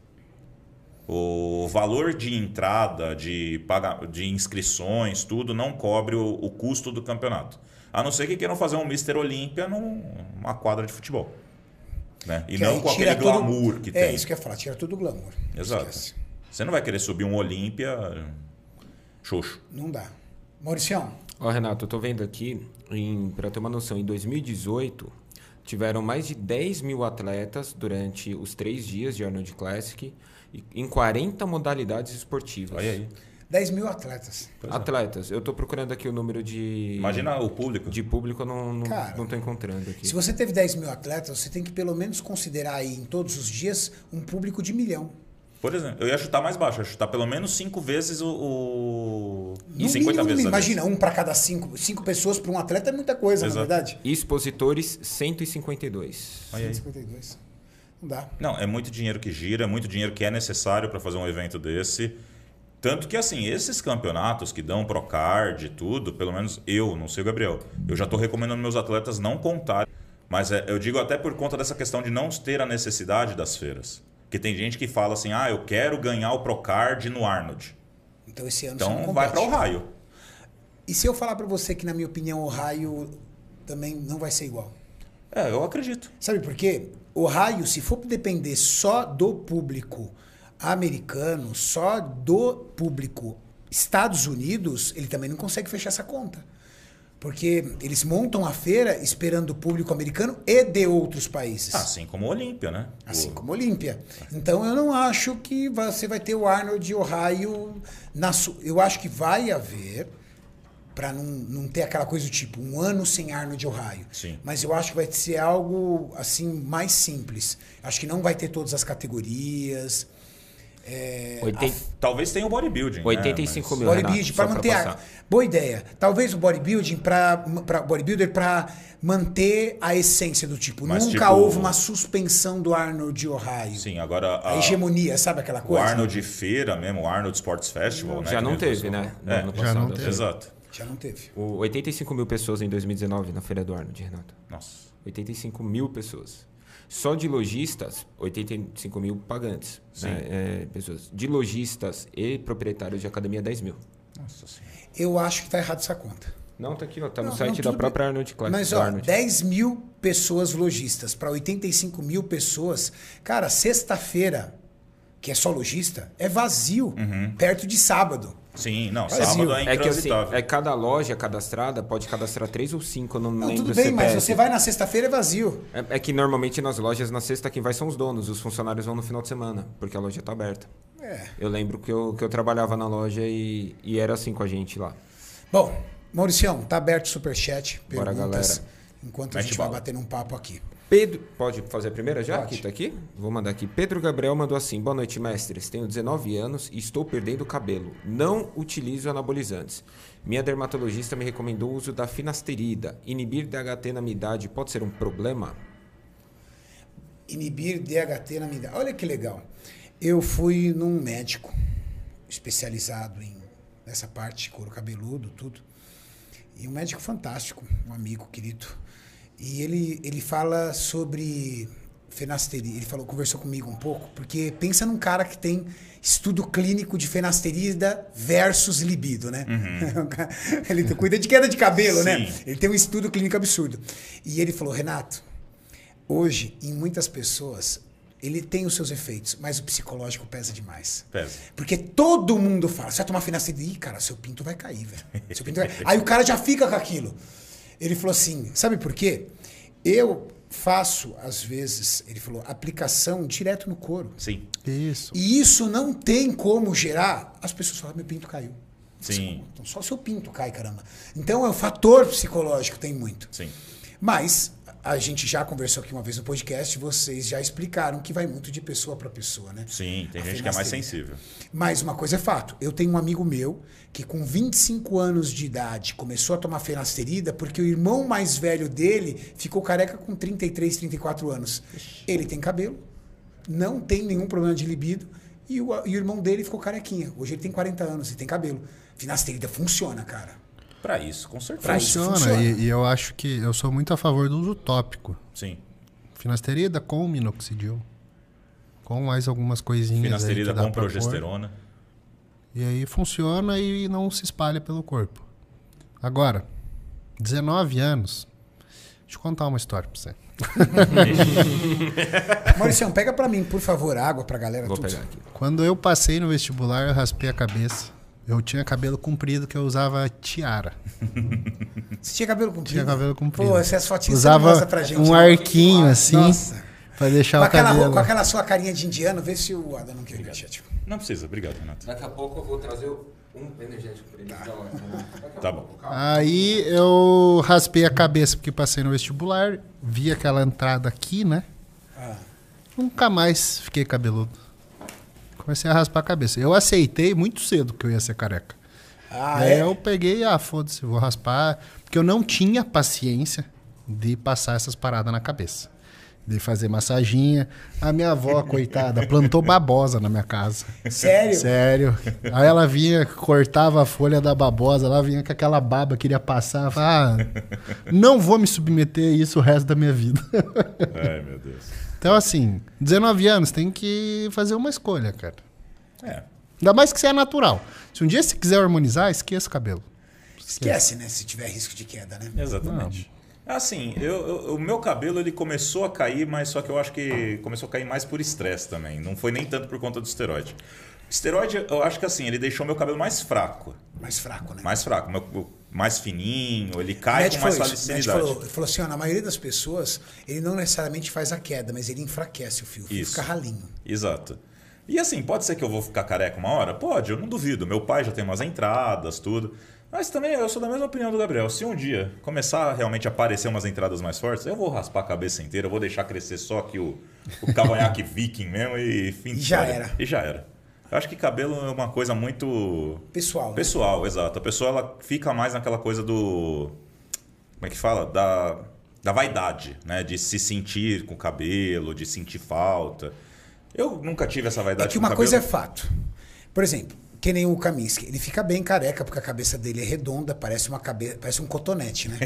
C: O valor de entrada, de, paga... de inscrições, tudo, não cobre o, o custo do campeonato. A não ser que queiram fazer um Mr. Olímpia numa quadra de futebol. Né? E
A: Que
C: não
A: aí
C: com
A: tira
C: aquele
A: todo-
C: glamour que
A: É,
C: tem.
A: isso que eu ia falar, tira todo o glamour.
C: Exato.
A: Esquece.
C: Você não vai querer subir um Olímpia xoxo.
A: Não dá. Mauricião,
B: Ó, Renato, eu tô vendo aqui, em, pra ter uma noção, em 2018 tiveram mais de 10 mil atletas durante os três dias de Arnold Classic e- em 40 modalidades esportivas.
C: Olha aí. é.
A: 10 mil atletas.
B: Atletas, eu tô procurando aqui o número de.
C: Imagina o público.
B: De público eu não, não,
A: Cara,
B: não tô encontrando aqui.
A: Se você teve 10 mil atletas, você tem que pelo menos considerar aí em todos os dias um público de milhão.
C: Por exemplo, eu ia chutar mais baixo, eu ia chutar pelo menos 5 vezes o. o...
A: No
C: E 50
A: mínimo, no
C: vezes.
A: mínimo.
C: a vez.
A: Imagina, um para cada cinco. Cinco pessoas para um atleta é muita coisa,
C: Exato.
A: na verdade.
B: Expositores, 152.
C: Olha aí.
A: 152. Não dá.
C: Não, é muito dinheiro que gira, é muito dinheiro que é necessário para fazer um evento desse. Tanto que, assim, esses campeonatos que dão Procard e tudo, pelo menos eu, não sei o Gabriel, eu já estou recomendando meus atletas não contarem. Mas é, eu digo até por conta dessa questão de não ter a necessidade das feiras. Que tem gente que fala assim, ah, eu quero ganhar o Procard no Arnold.
A: Então esse ano você não
C: Então vai
A: compete.
C: para o raio.
A: E se eu falar para você que, na minha opinião, o raio também não vai ser igual?
C: É, eu acredito.
A: Sabe por quê? O raio, se for depender só do público americano, só do público Estados Unidos, ele também não consegue fechar essa conta. Porque eles montam a feira esperando o público americano e de outros países.
C: Assim como o Olímpia, né?
A: Assim
C: O-
A: como a Olímpia. Então eu não acho que você vai ter o Arnold e o Raio na su... Eu acho que vai haver, para não, não ter aquela coisa do tipo, um ano sem Arnold e o Raio.
C: Sim.
A: Mas eu acho que vai ser algo assim mais simples. Acho que não vai ter todas as categorias. É,
B: Oitenta-
C: Talvez tenha o bodybuilding. né?
B: 85
C: Mas-
B: mil.
A: Bodybuilding,
B: Renato,
A: para
B: só pra
A: manter a.
B: passar.
A: Boa ideia. Talvez o bodybuilding para bodybuilder para manter a essência do tipo.
C: Mas,
A: Nunca
C: tipo,
A: houve uma suspensão do Arnold Ohio.
C: Sim, agora a-
A: A hegemonia, sabe aquela
C: o
A: coisa?
C: Arnold de feira mesmo, o Arnold Sports Festival. né,
B: Já
C: que
B: não
C: nem
B: teve,
C: vocês
B: né?
C: falam. É,
D: já não teve.
C: Exato.
A: Já não teve.
B: O 85 mil pessoas em 2019 na Feira do Arnold, Renato.
C: Nossa.
B: 85 mil pessoas. Só de lojistas, 85 mil pagantes. Né? É, pessoas. De lojistas e proprietários de academia, 10 mil.
C: Nossa senhora.
A: Eu acho que tá errado essa conta.
B: Não, tá aqui, ó. Tá no
A: Não, não,
B: site
A: tudo
B: da
A: bem.
B: própria Arnold Classic.
A: Mas,
B: da
A: ó,
B: Arnold.
A: 10 mil pessoas lojistas para 85 mil pessoas. Cara, sexta-feira, que é só lojista, é vazio. Perto de sábado.
C: Sim, não,
A: Brasil.
C: sábado é
B: É que assim,
C: intransitável.
B: é cada loja cadastrada pode cadastrar três ou cinco, eu não,
A: Não,
B: lembro
A: tudo
B: o
A: bem, mas
B: CPF.
A: você vai na sexta-feira é vazio.
B: É, é que normalmente nas lojas, na sexta, quem vai são os donos, os funcionários vão no final de semana, porque a loja tá aberta.
A: É.
B: Eu lembro que eu, que eu trabalhava na loja e, e era assim com a gente lá.
A: Bom, Mauricião, tá aberto o superchat.
B: Bora,
A: Perguntas.
B: galera.
A: Enquanto a
C: Mete
A: gente
C: bala.
A: vai bater um papo aqui.
B: Pedro, pode fazer a primeira já?
A: Pode.
B: Que tá aqui? Vou mandar aqui. Pedro Gabriel mandou assim: Boa noite, mestres. Tenho 19 anos e estou perdendo o cabelo. Não utilizo anabolizantes. Minha dermatologista me recomendou o uso da finasterida. Inibir DHT na minha idade pode ser um problema?
A: Inibir DHT na minha idade. Olha que legal. Eu fui num médico especializado em nessa parte de couro cabeludo, tudo. E um médico fantástico, um amigo querido. E ele, ele fala sobre fenasterida. Ele falou, conversou comigo um pouco, porque pensa num cara que tem estudo clínico de fenasterida versus libido, né? *laughs* ele cuida de queda de cabelo, né?
C: Sim.
A: Ele tem um estudo clínico absurdo. E ele falou, Renato, hoje, em muitas pessoas, ele tem os seus efeitos, mas o psicológico pesa demais.
C: Pesa.
A: Porque todo mundo fala, você vai tomar finasterida, ih, cara, seu pinto vai cair, velho. Seu pinto vai... Aí o cara já fica com aquilo. Ele falou assim, sabe por quê? Eu faço, às vezes, ele falou, aplicação direto no couro.
C: Sim,
D: Isso.
A: E isso não tem como gerar. As pessoas falam, meu pinto caiu.
C: sim,
A: Então, só seu pinto cai, caramba. Então, é o fator psicológico, tem muito.
C: sim.
A: Mas a gente já conversou aqui uma vez no podcast, vocês já explicaram que vai muito de pessoa para pessoa, né?
C: Sim, tem
A: A
C: gente que é mais
A: finasterida.
C: sensível.
A: Mas uma coisa é fato. Eu tenho um amigo meu que com 25 anos de idade começou a tomar fenasterida porque o irmão mais velho dele ficou careca com 33, 34 anos. Ele tem cabelo, não tem nenhum problema de libido e o, e o irmão dele ficou carequinha. Hoje ele tem 40 anos e tem cabelo. Finasterida funciona,
B: *laughs*
A: cara.
C: Pra isso, com certeza.
A: Pra isso.
D: Funciona,
A: funciona.
D: E, e eu acho que eu sou muito a favor do uso tópico.
C: Sim.
D: Finasterida com minoxidil. Com mais algumas coisinhas.
C: Finasterida
D: aí que dá
C: com
D: pra pôr.
C: é progesterona.
D: E aí funciona e não se espalha pelo corpo. Agora, 19 anos. Deixa eu contar uma história pra você.
A: Mauricião, pega para mim, por favor, água pra galera.
B: Vou
A: tudo.
B: pegar aqui.
D: Quando eu passei no vestibular, eu raspei a cabeça. Eu tinha cabelo comprido que eu usava tiara.
A: Você tinha cabelo comprido?
D: Tinha cabelo comprido.
A: Uhum. Pô, essas fotinhas você não
D: usava
A: mostra pra gente. né?
D: um arquinho assim
A: Nossa.
D: pra
A: Com
D: deixar o
A: aquela,
D: cabelo.
A: roupa- com aquela sua carinha de indiano, vê se o Adam não quer ver. Tipo.
C: Não precisa, obrigado, Renato.
B: Daqui a pouco eu vou trazer um energético pra ele. então,
C: *laughs* Tá bom.
D: Aí eu raspei a cabeça porque passei no vestibular, vi aquela entrada aqui, né?
A: Ah.
D: Nunca mais fiquei cabeludo. Comecei a raspar a cabeça. Eu aceitei muito cedo que eu ia ser careca.
A: Ah,
D: Aí
A: é?
D: eu peguei, ah, foda-se, vou raspar. Porque eu não tinha paciência de passar essas paradas na cabeça. De fazer massaginha. A
A: *laughs*
D: minha avó, coitada, plantou babosa na minha casa.
A: Sério?
D: Sério. Aí ela vinha, cortava a folha da babosa, ela vinha com aquela baba, queria passar. Eu falava, Ah, não vou me submeter a isso o resto da minha vida. *laughs*
C: Ai, meu Deus.
D: Então, assim, 19 anos, tem que fazer uma escolha, cara.
C: É.
D: Ainda mais que você é natural. Se um dia você quiser harmonizar, esqueça o cabelo.
A: Esquece, né? Se tiver risco de queda, né?
C: Exatamente. Assim, eu, eu- o meu cabelo ele começou a cair, mas só que eu acho que começou a cair mais por estresse também. Não foi nem tanto por conta do esteroide. Esteroide, eu acho que assim, ele deixou meu cabelo mais fraco.
A: Mais fraco, né?
C: Mais fraco, meu- mais fininho, ele
A: O
C: cai
A: médico
C: com mais
A: falou isso. O médico
C: facilidade.
A: falou, ele falou assim, ó, na maioria das pessoas, ele não necessariamente faz a queda, mas ele enfraquece o fio. O fio
C: Isso.
A: fica ralinho.
C: Exato. E assim, pode ser que eu vou ficar careca uma hora? Pode, eu não duvido. Meu pai já tem umas entradas, tudo. Mas também eu sou da mesma opinião do Gabriel. Se um dia começar a realmente aparecer umas entradas mais fortes, eu vou raspar a cabeça inteira, eu vou deixar crescer só aqui o, o cavanhaque *laughs* viking mesmo e fim
A: E
C: de
A: já
C: história.
A: era.
C: E já era. Acho que cabelo é uma coisa muito
A: Pessoal. né?
C: pessoal, exato. A pessoa ela fica mais naquela coisa do. Como é que fala? Da, da vaidade, né? De se sentir com o cabelo, de sentir falta. Eu nunca tive essa
A: É
C: vaidade
A: que
C: com o
A: uma coisa é
C: tipo um cabelo.
A: fato. Por exemplo, que nem o Kaminsky. Ele fica bem careca porque a cabeça dele é redonda, parece, uma cabe... parece um cotonete, né?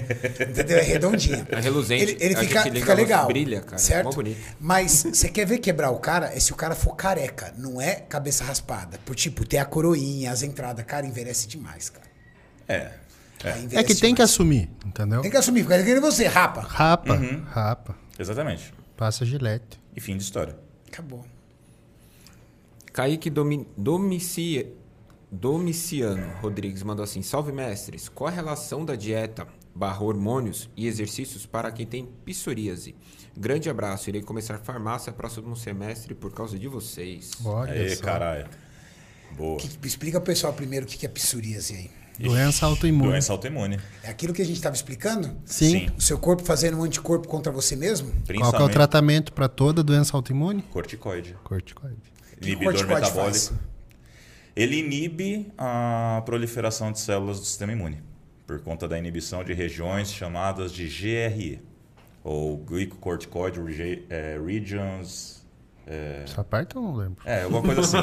A: Entendeu? É redondinha.
B: É reluzente.
A: Ele, ele
B: A
A: fica,
B: gente liga
A: fica
B: a luz,
A: legal.
B: brilha, cara.
A: Certo?
B: Mó bonito.
A: Mas você quer ver quebrar o cara? É se o cara for careca, não é cabeça raspada. Por tipo, ter a coroinha, as entradas. Cara, envelhece demais, cara.
C: É.
A: Aí
D: É
A: envelhece
D: que tem que
A: demais.
D: assumir, entendeu?
A: Tem Uhum. que assumir, porque ele você, rapa.
D: Rapa, rapa.
C: Exatamente.
D: Passa gilete.
C: E fim de história.
A: Acabou.
B: Kaique Domi, Domici- Domiciano Rodrigues mandou assim: Salve mestres, qual a relação da dieta barra hormônios e exercícios para quem tem psoríase? Grande abraço, irei começar farmácia próximo semestre por causa de vocês.
D: Olha
C: Aê,
D: só.
C: caralho. Boa.
A: Que- explica pro pessoal primeiro o que que é psoríase aí.
D: Doença autoimune.
C: Doença autoimune.
A: É aquilo que a gente estava explicando?
D: Sim.
A: O seu corpo fazendo um anticorpo contra você mesmo?
D: Qual que é o
C: Principalmente
D: tratamento para toda doença autoimune?
C: corticoide.
D: Corticoide.
A: que
C: Inibidor
A: corticoide
C: metabólico.
A: faz?
C: Ele inibe a proliferação de células do sistema imune, por conta da inibição de regiões chamadas de GRE, ou glicocorticoid rege- eh, regions.
D: Essa parte eu não lembro.
C: É, alguma coisa assim.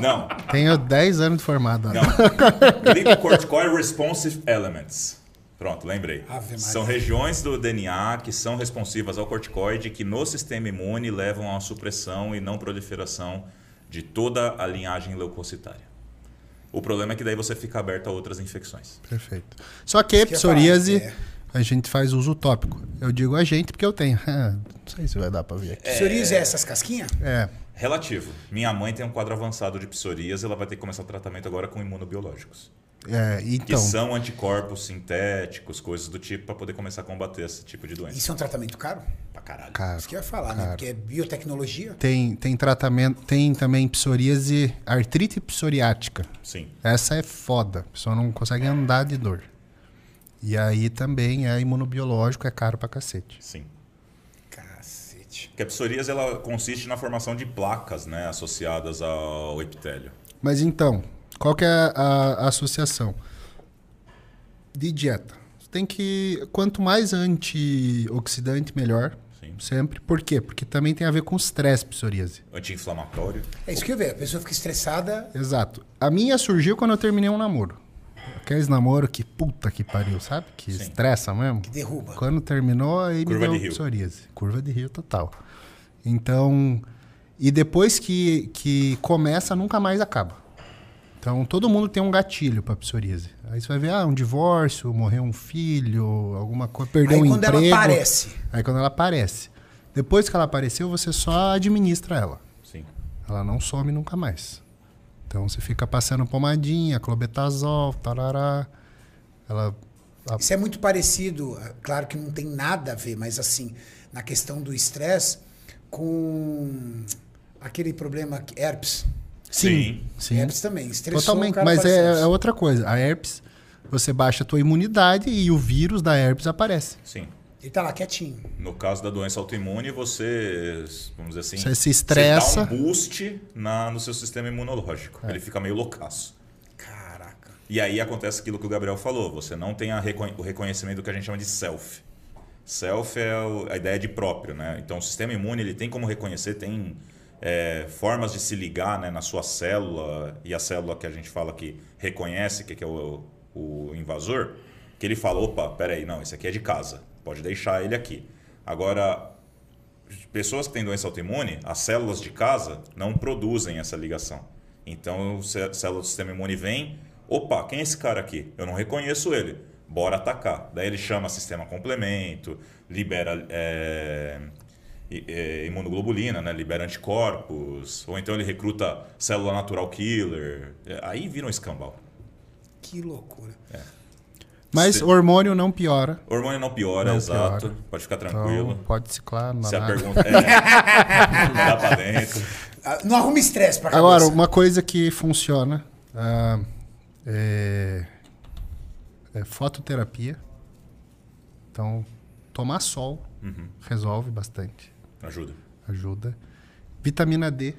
C: não,
D: Tenho 10 anos de formado. né?
C: não. Glicocorticoid é responsive elements. Pronto, lembrei.
A: Ave Maria.
C: São regiões do DNA que são responsivas ao corticoide que no sistema imune levam à supressão e não proliferação de toda a linhagem leucocitária. O problema é que daí você fica aberto a outras infecções.
D: Perfeito. Só que
A: que eu ia
D: psoríase,
A: falar, é.
D: a gente faz uso tópico. Eu digo a gente porque eu tenho. *laughs* Ah, não sei se vai dar pra ver aqui.
A: Psoríase é essas casquinhas?
D: É.
C: Relativo. Minha mãe tem um quadro avançado de psorias, ela vai ter que começar o tratamento agora com imunobiológicos.
D: é,
C: Que
D: então,
C: são anticorpos sintéticos, coisas do tipo, para poder começar a combater esse tipo de doença.
A: Isso é um tratamento caro?
C: Pra caralho.
D: cara,
A: Isso que eu ia falar, né? Porque é um biotecnologia.
D: tem, tem tratamento, tem também psoríase, artrite psoriática.
C: Sim.
D: Essa é foda. A pessoa não consegue andar de dor. E aí também é imunobiológico, é caro pra cacete.
C: Sim.
A: Cacete.
C: Porque a psorias ela consiste na formação de placas, né, associadas ao epitélio.
D: Mas então, qual que é a, a associação? De dieta. Você tem que. Quanto mais antioxidante, melhor.
C: Sim.
D: Sempre. Por quê? Porque também tem a ver com estresse, psoríase.
C: Anti-inflamatório.
A: É isso que eu vejo. A pessoa fica estressada.
D: Exato. A minha surgiu quando eu terminei um namoro. Aqueles namoro que puta que pariu, sabe? Que
C: Sim.
D: estressa mesmo.
A: Que derruba.
D: Quando terminou, aí
C: Curva
D: me
C: de
D: deu
C: rio.
D: psoríase. Curva de rio total. Então, e depois que, que começa, nunca mais acaba. Então, todo mundo tem um gatilho pra psoríase. Aí você vai ver, ah, um divórcio, morreu um filho, alguma coisa, perdeu
A: Aí
D: um
A: quando ela
D: emprego.
A: aparece.
D: Aí quando ela aparece. Depois que ela apareceu, você só administra ela.
C: Sim.
D: Ela não some nunca mais. Então você fica passando pomadinha, clobetazol, tarará. Ela Tá.
A: Isso é muito parecido, ah, claro que não tem nada a ver, mas assim, na questão do estresse, com aquele problema que- herpes.
C: Sim.
D: Sim.
A: Herpes também. Estressou, o
C: um
D: Totalmente,
A: cara
D: mas
A: faz
D: é,
A: herpes.
D: é outra coisa. A herpes, você baixa a tua imunidade e o vírus da herpes aparece.
C: Sim.
A: Ele tá lá quietinho.
C: No caso da doença autoimune, você, vamos dizer assim,
D: Você se estressa. É.
C: você dá um boost na, no seu sistema imunológico. Ele fica meio loucaço.
A: Caraca.
C: E aí acontece aquilo que o Gabriel falou, você não tem a recon- o reconhecimento do que a gente chama de self. Self é o- a ideia de próprio, né? Então o sistema imune ele tem como reconhecer, tem é, formas de se ligar né, na sua célula, e a célula que a gente fala que reconhece, que, que é o, o invasor, que ele fala, opa, peraí, não, esse aqui é de casa, pode deixar ele aqui. Agora, pessoas que têm doença autoimune, as células de casa não produzem essa ligação. Então, o cé- célula do sistema imune vem, opa, quem é esse cara aqui? Eu não reconheço ele, bora atacar. Daí ele chama sistema complemento, libera é, i- é, imunoglobulina, né? libera anticorpos, ou então ele recruta célula natural killer. É, Aí vira um escambau.
A: Que loucura.
D: Mas
C: Sim.
D: o hormônio não piora.
C: O hormônio não piora,
D: Não
C: exato,
D: piora.
C: pode ficar tranquilo.
D: Então, pode ciclar. não
C: Se a
D: nada.
C: pergunta é, *laughs* dá pra
D: *laughs*
C: dentro.
A: Ah, Não arruma estresse pra cabeça.
D: Agora, uma coisa que funciona ah, é, é fototerapia. Então, tomar sol
C: Uhum.
D: resolve bastante,
C: Ajuda.
D: ajuda. Vitamina D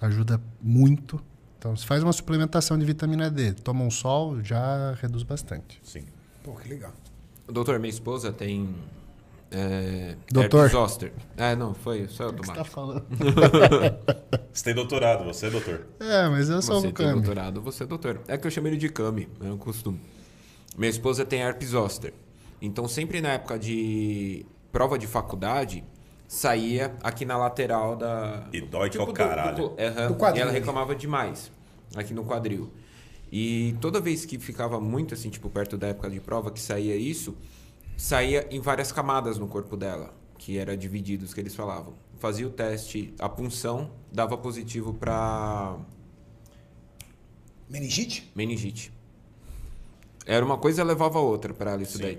D: ajuda muito. Então, se faz uma suplementação de vitamina D, toma um sol, já reduz bastante.
C: Sim.
A: Pô, que legal.
B: Doutor, minha esposa tem. É,
D: Doutor.
B: herpes zoster. É, não, foi, só
A: Tá
B: automático.
D: falando?
C: Você tem doutorado, você é doutor.
D: É, mas eu sou
B: Você
D: o
B: tem
D: Cami.
B: doutorado, você é doutor. É que eu chamo ele de Cami, é um costume. Minha esposa tem herpes zoster. Então, sempre na época de prova de faculdade, saía aqui na lateral da... Tipo,
C: E dói que é o
B: do-
C: caralho.
B: Do, aham,
A: Do quadril. né?
B: E ela reclamava demais, aqui no quadril. E toda vez que ficava muito, assim, tipo, perto da época de prova, que saía isso, saía em várias camadas no corpo dela, que era divididos, que eles falavam. Fazia o teste, a punção, dava positivo para
A: Meningite?
B: meningite. Era uma coisa levava a outra para ela isso daí.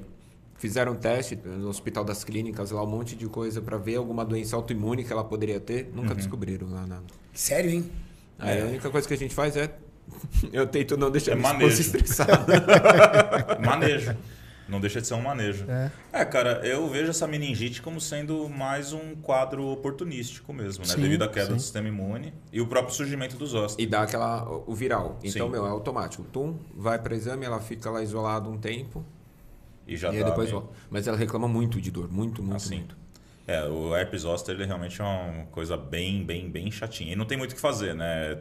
B: Fizeram teste no Hospital das Clínicas, lá um monte de coisa para ver alguma doença autoimune que ela poderia ter. Nunca
C: Uhum.
B: descobriram lá nada.
A: Sério, hein?
B: Aí a única coisa que a gente faz é. *laughs* Eu tento não deixar
C: É
B: minha esposa *laughs*
C: manejo. *laughs*
B: estressada.
C: Manejo. Não deixa de ser um manejo. É. cara, eu vejo essa meningite como sendo mais um quadro oportunístico mesmo, né?
D: Sim,
C: Devido à queda
D: sim.
C: do sistema imune e o próprio surgimento dos ossos.
B: e dá aquela. o viral. Então,
C: Sim.
B: meu, é automático. Tum, vai para exame, ela fica lá isolada um tempo.
C: E já tá
B: e aí
C: dá
B: depois
C: meio-
B: volta. Mas ela reclama muito de dor, muito, muito,
C: Assim.
B: muito.
C: É, o herpes zoster ele realmente é uma coisa bem, bem, bem chatinha. E não tem muito o que fazer, né?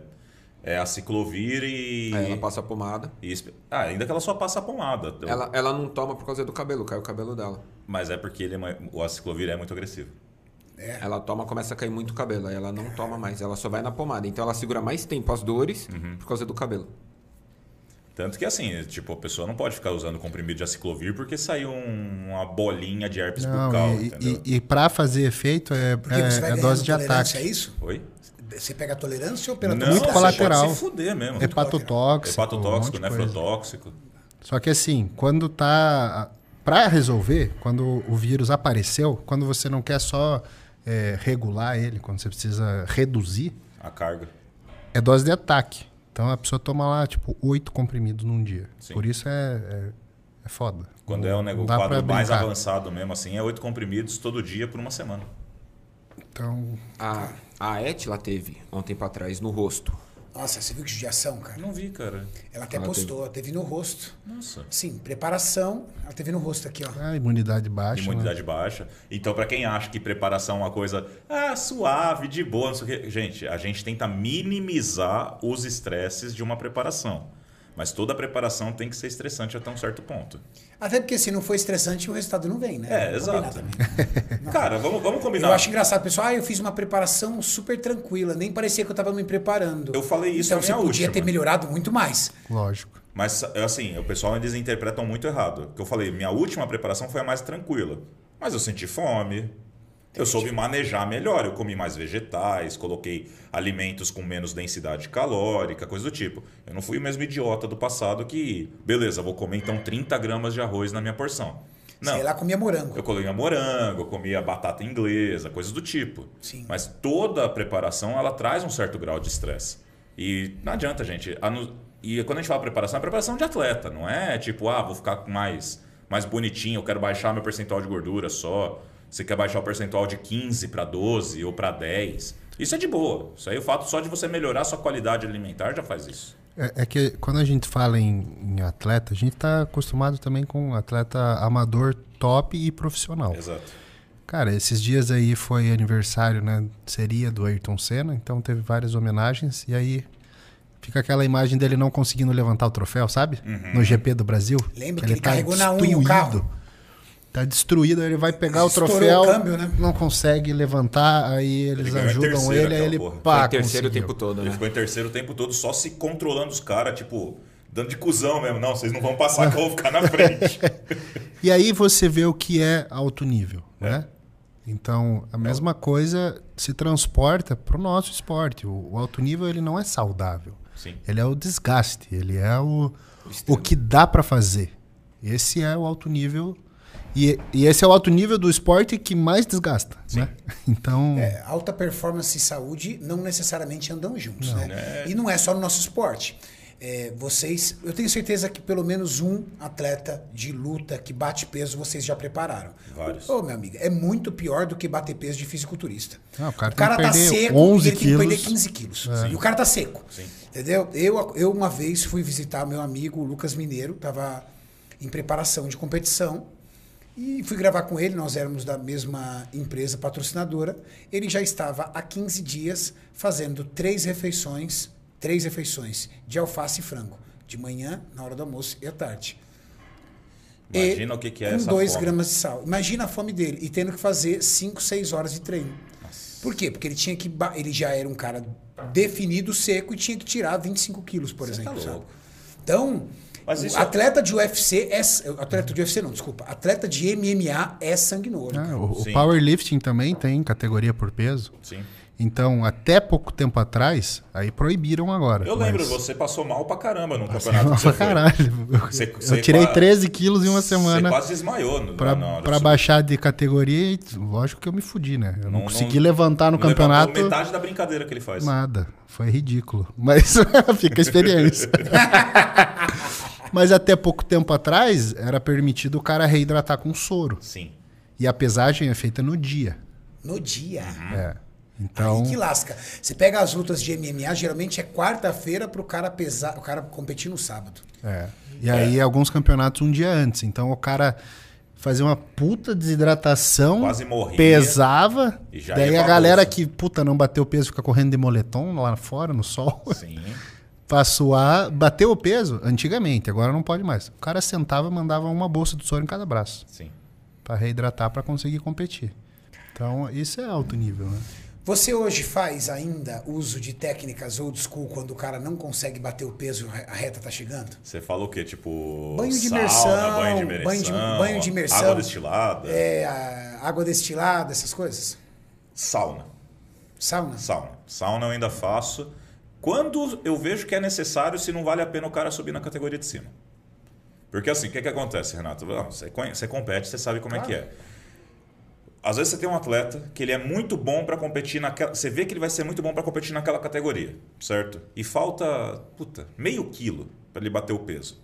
C: É a ciclovir e...
B: Aí É, ela passa a pomada.
C: e esp- Ah, ainda que ela só passa a pomada. Eu-
B: Ela, ela não toma por causa do cabelo, cai o cabelo dela.
C: Mas é porque ele é... ma- o aciclovir é muito agressivo.
B: É. Ela toma, começa a cair muito cabelo. Aí ela não toma mais, ela só vai na pomada. Então ela segura mais tempo as dores por causa do cabelo.
C: Tanto que assim, tipo, a pessoa não pode ficar usando comprimido de aciclovir porque saiu um- uma bolinha de herpes bucal,
D: Não, e,
C: entendeu?
D: e, para fazer efeito é,
A: Porque você vai
D: é, é
A: ganhando
D: dose de
A: tolerância, é
D: ataque.
A: isso?
C: Oi?
A: Você pega a tolerância ou pela
C: Não,
D: Muito
C: você
D: colateral.
C: pode se fuder mesmo.
D: Hepatotóxico.
C: É Hepatotóxico,
D: É um monte de coisa.
C: nefrotóxico.
D: Só que assim, quando tá. Pra resolver, quando o vírus apareceu, quando você não quer só é, regular ele, quando você precisa reduzir,
C: A carga.
D: é dose de ataque. Então a pessoa toma lá, tipo, oito comprimidos num dia.
C: Sim.
D: Por isso é, é, é foda.
C: Quando
D: Não-
C: é o nego-
D: não
C: o
D: dá pra
C: quadro mais
D: brincar.
C: avançado mesmo, assim, é oito comprimidos todo dia por uma semana.
D: Então,
B: A, a Et, ela teve ontem pra trás no rosto.
A: Nossa, você viu que judiação, cara?
C: Não vi, cara.
A: Ela até
B: Ela
A: postou, ela teve no rosto.
C: Nossa.
A: Sim, preparação, ela teve no rosto aqui, ó.
D: a é, imunidade baixa. né?
C: Imunidade baixa. Então, pra quem acha que preparação é uma coisa ah, suave, de boa, não sei o quê. Gente, a gente tenta minimizar os estresses de uma preparação. Mas toda preparação tem que ser estressante até um certo ponto.
A: Até porque se não for estressante, o resultado não vem, né?
C: É,
A: Vamos
C: exato.
A: combinar também.
C: Cara, vamos, vamos combinar.
A: Eu acho engraçado, pessoal. Ah, eu fiz uma preparação super tranquila, nem parecia que eu tava me preparando.
C: Eu falei isso
A: então,
C: na minha
A: você podia
C: última.
A: ter melhorado muito mais.
D: Né? Lógico.
C: Mas, assim, o pessoal eles interpretam muito errado. Que eu falei, minha última preparação foi a mais tranquila. Mas eu senti fome. Eu soube manejar melhor. Eu comi mais vegetais, coloquei alimentos com menos densidade calórica, coisa do tipo. Eu não fui o mesmo idiota do passado que, beleza, vou comer então 30 gramas de arroz na minha porção. Não.
A: Sei lá, comia morango.
C: Eu comia morango, eu comia batata inglesa, coisas do tipo.
A: Sim.
C: Mas toda a preparação, ela traz um certo grau de estresse. E não adianta, gente. A no- E quando a gente fala preparação, é preparação de atleta. Não é tipo, ah, vou ficar mais, mais bonitinho, eu quero baixar meu percentual de gordura só. Você quer baixar o percentual de 15 para 12 ou para 10. Isso é de boa. Isso aí, o fato só de você melhorar a sua qualidade alimentar já faz isso.
D: É, é que quando a gente fala em, em atleta, a gente está acostumado também com atleta amador top e profissional.
C: Exato.
D: Cara, esses dias aí foi aniversário, né? Seria do Ayrton Senna, então teve várias homenagens. E aí fica aquela imagem dele não conseguindo levantar o troféu, sabe? No GP do Brasil.
A: Uhum. Lembra que ele carregou na unha o carro?
D: Tá destruído, aí ele vai pegar
A: Estourou
D: o troféu,
A: o câmbio, né?
D: não consegue levantar, aí eles
C: Ele ganhou em
D: ajudam
C: terceiro
D: ele, aí
C: aquela
D: ele
C: porra.
D: pá,
B: Foi terceiro o
D: conseguiu.
B: tempo todo,
C: Ele
B: né?
C: ficou em terceiro o tempo todo só se controlando os caras, tipo, dando de cuzão mesmo. Não, vocês não vão passar que eu vou ficar na frente.
D: E aí você vê o que é alto nível, né? Então, a mesma coisa se transporta para o nosso esporte. O, o alto nível ele não é saudável.
C: Sim.
D: Ele é o desgaste, ele é o, o
B: extremo.
D: que dá para fazer. Esse é o alto nível e, e esse é o alto nível do esporte que mais desgasta, né? *laughs* Então,
A: É, alta performance e saúde não necessariamente andam juntos, né? E não é só no nosso esporte. é, vocês, eu tenho certeza que pelo menos um atleta de luta que bate peso vocês já prepararam.
C: Vários.
A: Ô, minha amiga, é muito pior do que bater peso de fisiculturista.
D: Ah, o cara
A: o
D: tem
A: cara
D: que
A: tá
D: perder
A: seco
D: 11
A: e ele tem que perder
D: quilos. É.
A: 15 quilos. E o cara tá seco. Entendeu? Eu, eu uma vez fui visitar meu amigo Lucas Mineiro, tava em preparação de competição. E fui gravar com ele, nós éramos da mesma empresa patrocinadora. Ele já estava há 15 dias fazendo três refeições, três refeições de alface e frango, de manhã, na hora do almoço e à tarde. *laughs* E
C: Imagina o que, que é
A: com
C: essa
A: 2
C: fome.
A: gramas de sal. Imagina a fome dele e tendo que fazer 5, 6 horas de treino. Por quê? Porque ele tinha que. ba- Ele já era um cara definido, seco, e tinha que tirar 25 quilos, por exemplo.
C: tá
A: sabe?
C: louco.
A: Então,
C: Mas
A: o
C: isso é-
A: atleta de UFC é. s- Atleta de UFC não, desculpa. Atleta de MMA é sanguinoso.
D: Ah,
A: cara.
D: o, o
C: Sim.
D: powerlifting também tem categoria por peso.
C: Sim.
D: Então, até pouco tempo atrás, aí proibiram agora.
C: Eu lembro,
D: mas-
C: você passou mal pra caramba num campeonato
D: Nossa,
C: que você foi.
D: caralho. Eu,
C: Você-
D: eu
C: você
D: tirei
C: qua-
D: 13 quilos em uma semana
C: Você quase desmaiou no,
D: pra,
C: na hora.
D: pra
C: Você
D: baixar de categoria e lógico que eu me fudi, né? Eu não,
C: não-
D: consegui levantar no
C: não levantou
D: campeonato
C: metade da brincadeira que ele faz.
D: nada. Foi ridículo. *laughs* Mas fica a
C: *laughs*
D: experiência. Mas até pouco tempo atrás, era permitido o cara reidratar com soro.
C: Sim.
D: E a pesagem é feita no dia.
A: No dia.
C: Uhum.
D: É. Então,
A: Aí que lasca. Você pega as lutas de MMA, geralmente é quarta-feira pro cara pesar, o cara competir no sábado.
D: É. E aí, alguns campeonatos um dia antes. Então, o cara fazia uma puta desidratação.
C: Quase morria.
D: Pesava.
C: E já ia
D: daí,
C: pra
D: a galera
C: bolsa.
D: que, puta, não bateu o peso, fica correndo de moletom lá fora, no sol. *laughs*
C: Sim.
D: pra suar. Bateu o peso antigamente, agora não pode mais. O cara sentava e mandava uma bolsa de soro em cada braço.
C: Sim.
D: Pra reidratar, pra conseguir competir. Então, isso é alto nível, né?
A: Você hoje faz ainda uso de técnicas old school quando o cara não consegue bater o peso, a reta tá chegando?
C: Você fala o quê? Tipo.
A: Banho de
C: sauna,
A: imersão,
C: banho de
A: banho de-
C: imersão.
A: banho de imersão.
C: Água destilada.
A: É, a água destilada, essas coisas?
C: Sauna.
A: Sauna?
C: Sauna. Sauna eu ainda faço. Quando eu vejo que é necessário, se não vale a pena o cara subir na categoria de cima. Porque assim, o que, que acontece, Renato? Não, você, conhe- você compete, você sabe como é que é. Às vezes você tem um atleta que ele é muito bom para competir naquela. Você vê que ele vai ser muito bom para competir naquela categoria, certo? E falta, puta, meio quilo para ele bater o peso.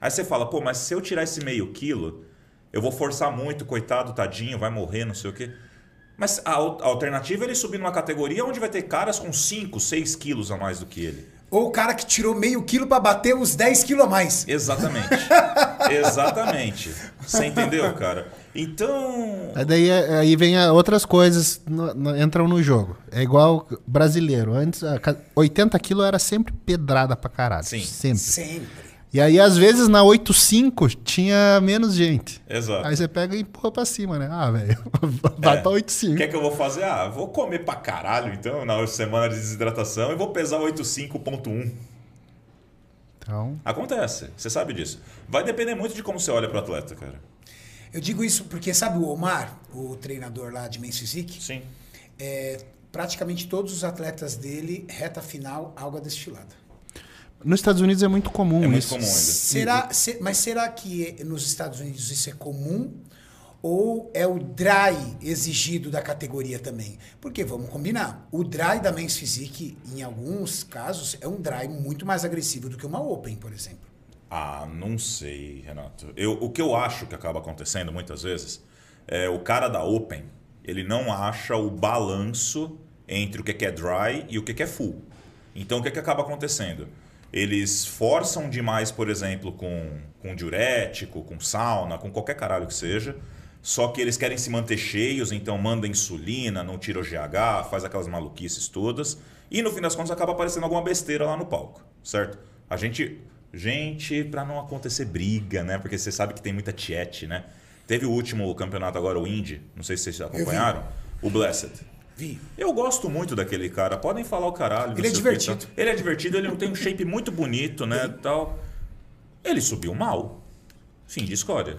C: Aí você fala, pô, mas se eu tirar esse meio quilo, eu vou forçar muito, coitado, tadinho, vai morrer, não sei o quê. Mas a, al- a alternativa é ele subir numa categoria onde vai ter caras com 5, 6 quilos a mais do que ele.
A: Ou o cara que tirou meio quilo pra bater uns 10 quilos a mais.
D: *laughs*
C: Exatamente. Exatamente. Você entendeu, cara? Então.
D: Aí, daí, é- aí vem a- outras coisas no- no- entram no jogo. É igual brasileiro. Antes, a ca- 80 quilos era sempre pedrada pra caralho.
C: Sim.
D: Sempre.
A: Sempre.
D: E aí, às vezes, na 8.5 tinha menos gente.
C: Exato.
D: Aí você pega e empurra pra cima, né? Ah, velho, *laughs* vai pra
C: O que é
D: 8.5.
C: que eu vou fazer? Ah, vou comer pra caralho, então, na semana de desidratação e vou pesar 85.1.
D: Então,
C: Acontece, você sabe disso. Vai depender muito de como você olha pro atleta, cara.
A: Eu digo isso porque, sabe o Omar, o treinador lá de Men's Physique?
C: Sim.
A: É, praticamente todos os atletas dele, reta final, água destilada.
D: nos Estados Unidos é muito comum
C: É muito
D: isso.
C: comum ainda.
A: Será, se- mas será que nos Estados Unidos isso é comum? Ou é o dry exigido da categoria também? Porque vamos combinar, o dry da Men's Physique, em alguns casos, é um dry muito mais agressivo do que uma Open, por exemplo.
C: Ah, não sei, Renato. Eu, o que eu acho que acaba acontecendo muitas vezes é o cara da Open, ele não acha o balanço entre o que que é dry e o que que é full. Então, o que que acaba acontecendo? Eles forçam demais, por exemplo, com, com diurético, com sauna, com qualquer caralho que seja, só que eles querem se manter cheios, então manda insulina, não tira o GH, faz aquelas maluquices todas. E no fim das contas acaba aparecendo alguma besteira lá no palco, certo? A gente. Gente, pra não acontecer briga, né? Porque você sabe que tem muita tiete, né? Teve o último campeonato agora, o Indy, não sei se vocês acompanharam, o Blessed.
A: Vi.
C: Eu gosto muito daquele cara. Podem falar o caralho. não
A: Ele é
C: sei o que,
A: divertido.
C: tal. Ele é divertido, ele não tem um shape muito bonito, né? Tal. Ele subiu mal. Fim de escória.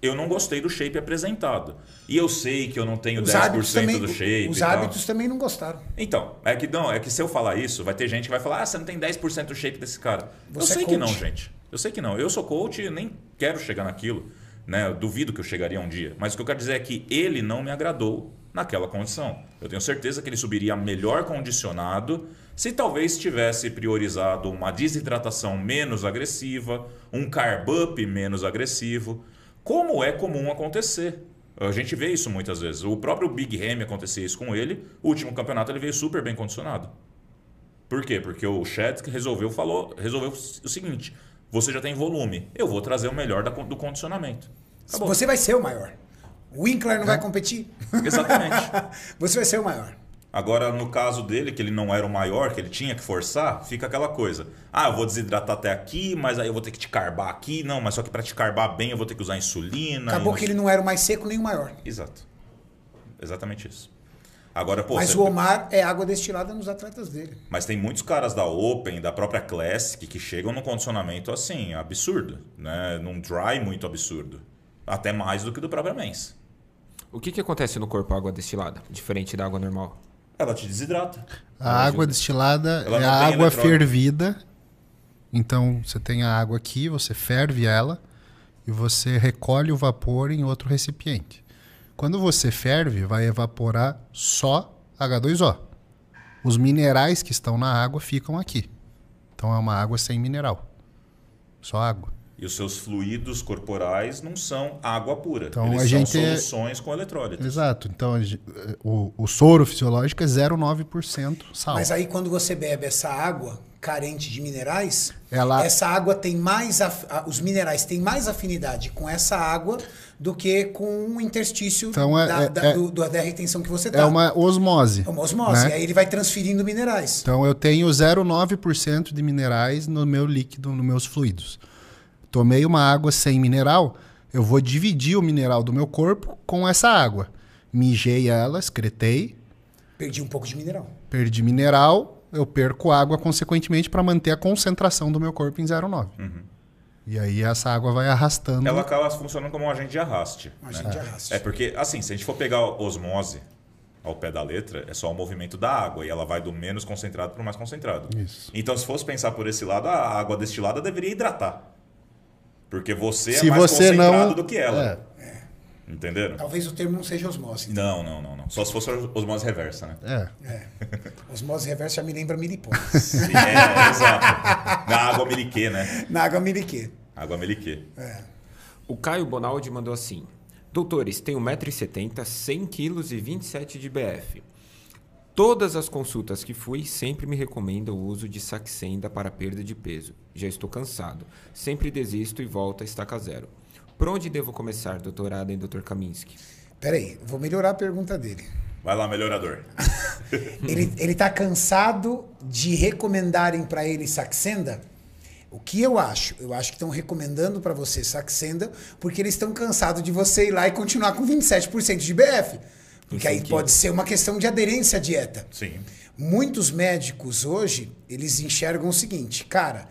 C: Eu não gostei do shape apresentado. E eu sei que eu não tenho 10% do shape. e
A: os
C: tal.
A: hábitos também não gostaram.
C: Então, é que não, é que se eu falar isso, vai ter gente que vai falar: "Ah, você não tem 10% do shape desse cara". eu
A: Você é
C: sei
A: coach.
C: que não, gente. Eu sei que não. Eu sou coach e nem quero chegar naquilo, né? Eu duvido que eu chegaria um dia, mas o que eu quero dizer é que ele não me agradou naquela condição. Eu tenho certeza que ele subiria melhor condicionado Se talvez tivesse priorizado uma desidratação menos agressiva, um carb up menos agressivo, como é comum acontecer. A gente vê isso muitas vezes. O próprio Big Ham acontecia isso com ele. O último campeonato ele veio super bem condicionado. Por quê? Porque o Chet resolveu, falou, resolveu o seguinte: você já tem volume, eu vou trazer o melhor da- do condicionamento. Acabou.
A: Você *laughs* vai ser o maior. O Winkler não vai competir.
C: Exatamente.
A: *laughs* Você vai ser o maior.
C: Agora, no caso dele, que ele não era o maior, que ele tinha que forçar, fica aquela coisa. Ah, eu vou desidratar até aqui, mas aí eu vou ter que te carbar aqui. Não, mas só que para te carbar bem eu vou ter que usar insulina.
A: Acabou
C: e-
A: que ele não era o mais seco nem o maior.
C: Exato. Exatamente isso. Agora, pô,
A: Mas
C: você-
A: o Omar é água destilada nos atletas dele.
C: mas tem muitos caras da Open, da própria Classic, que chegam num condicionamento assim, absurdo, né? Num dry muito absurdo. Até mais do que do próprio Men's.
B: O que, que acontece no corpo água destilada, diferente da água normal?
C: Ela te desidrata.
D: A água destilada
C: Ela
D: é
C: não
D: a
C: tem
D: água
C: eletrólito.
D: fervida. Então você tem a água aqui, você ferve ela e você recolhe o vapor em outro recipiente. Quando você ferve, vai evaporar só H2O. Os minerais que estão na água ficam aqui. Então é uma água sem mineral. Só água.
C: E os seus fluidos corporais não são água pura.
D: Então,
C: Eles
D: a
C: são
D: gente é-
C: soluções com eletrólito.
D: Exato. Então a gen- o, o soro fisiológico é 0,9% sal.
A: Mas aí quando você bebe essa água carente de minerais,
D: Ela-
A: essa água tem mais af- a- os minerais têm mais afinidade com essa água do que com o interstício
D: Então é-
A: da,
D: é-
A: da,
D: é-
A: do- da- da retenção que você tá.
D: É uma osmose.
A: É uma osmose.
D: né?
A: E aí ele vai transferindo minerais.
D: Então eu tenho 0,9% de minerais no meu líquido, nos meus fluidos. Tomei uma água sem mineral, eu vou dividir o mineral do meu corpo com essa água. Mijei ela, excretei, Então-
A: Perdi um pouco de mineral.
D: perdi mineral, eu perco água consequentemente para manter a concentração do meu corpo em 0,9. E aí essa água vai arrastando.
C: Uhum. Ela acaba funcionando como um agente de arraste.
A: Um
C: né?
A: agente de arraste.
C: É porque, assim, se a gente for pegar a osmose ao pé da letra, é só o movimento da água e ela vai do menos concentrado para o mais concentrado.
D: Isso.
C: Então, se fosse pensar por esse lado, a água destilada deveria hidratar. Porque você
D: Se
C: é mais
D: você
C: concentrado
D: não
C: do que ela.
D: É,
C: Entenderam?
A: Talvez o termo não seja osmose.
C: Não, não, não, não. Só se fosse a osmose reversa,
D: *laughs*
C: né?
D: é.
A: É. Osmose reversa já me lembra miliponas.
C: Sim, é, exato. Na água meliquê, né?
A: Na água É. miliquê.
C: Água meliquê.
B: O Caio Bonaldi mandou assim: Doutores, tenho 1,70m, 100 kg e 27 de BF. Todas as consultas que fui sempre me recomendam o uso de Saxenda para perda de peso. Já estou cansado. Sempre desisto e volto a estaca zero. Por onde devo começar, doutorado em Dr. Kaminski?
A: Peraí, vou melhorar a pergunta dele.
C: Vai lá, melhorador.
A: Ele, ele tá cansado de recomendarem para ele Saxenda? O que eu acho? Eu acho que estão recomendando para você Saxenda porque eles estão cansados de você ir lá e continuar com 27% de BF. Porque aí pode ser uma questão de aderência à dieta.
C: Sim.
A: Muitos médicos hoje, eles enxergam o seguinte, cara,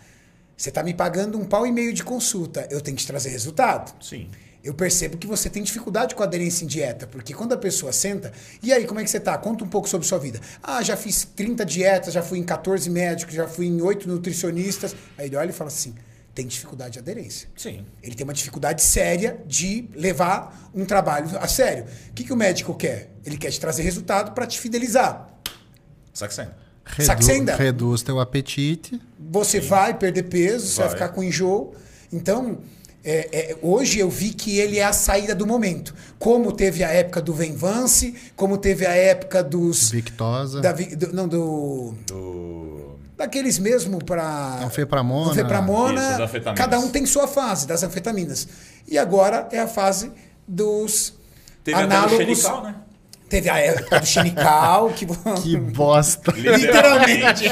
A: você tá me pagando um pau e meio de consulta, eu tenho que te trazer resultado.
C: Sim.
A: Eu percebo que você tem dificuldade com aderência em dieta, porque quando a pessoa senta, e aí, como é que você tá? Conta um pouco sobre sua vida. Ah, já fiz 30 dietas, já fui em 14 médicos, já fui em 8 nutricionistas. Aí ele olha e fala assim: tem dificuldade de aderência.
C: Sim.
A: Ele tem uma dificuldade séria de levar um trabalho a sério. O que, que o médico quer? Ele quer te trazer resultado para te fidelizar.
C: Saxena.
D: Redu-
A: Saxenda.
D: Reduz teu apetite.
A: Você vai perder peso, você vai
C: Vai.
A: ficar com enjoo. Então, é, é, hoje eu vi que ele é a saída do momento. Como teve a época do Venvance, como teve a época dos.
D: Victosa.
A: da vi- do- não, do.
C: Do...
A: Daqueles mesmo para.
D: Anfepramona.
A: Anfepramona.
C: Isso, as anfetaminas.
A: cada um tem sua fase das anfetaminas. E agora é a fase dos.
C: Teve
A: análogos.
C: até do xerical,
D: *laughs*
C: né?
A: Teve a época do Xenical,
C: *laughs*
A: que.
D: Que bosta.
A: Literalmente.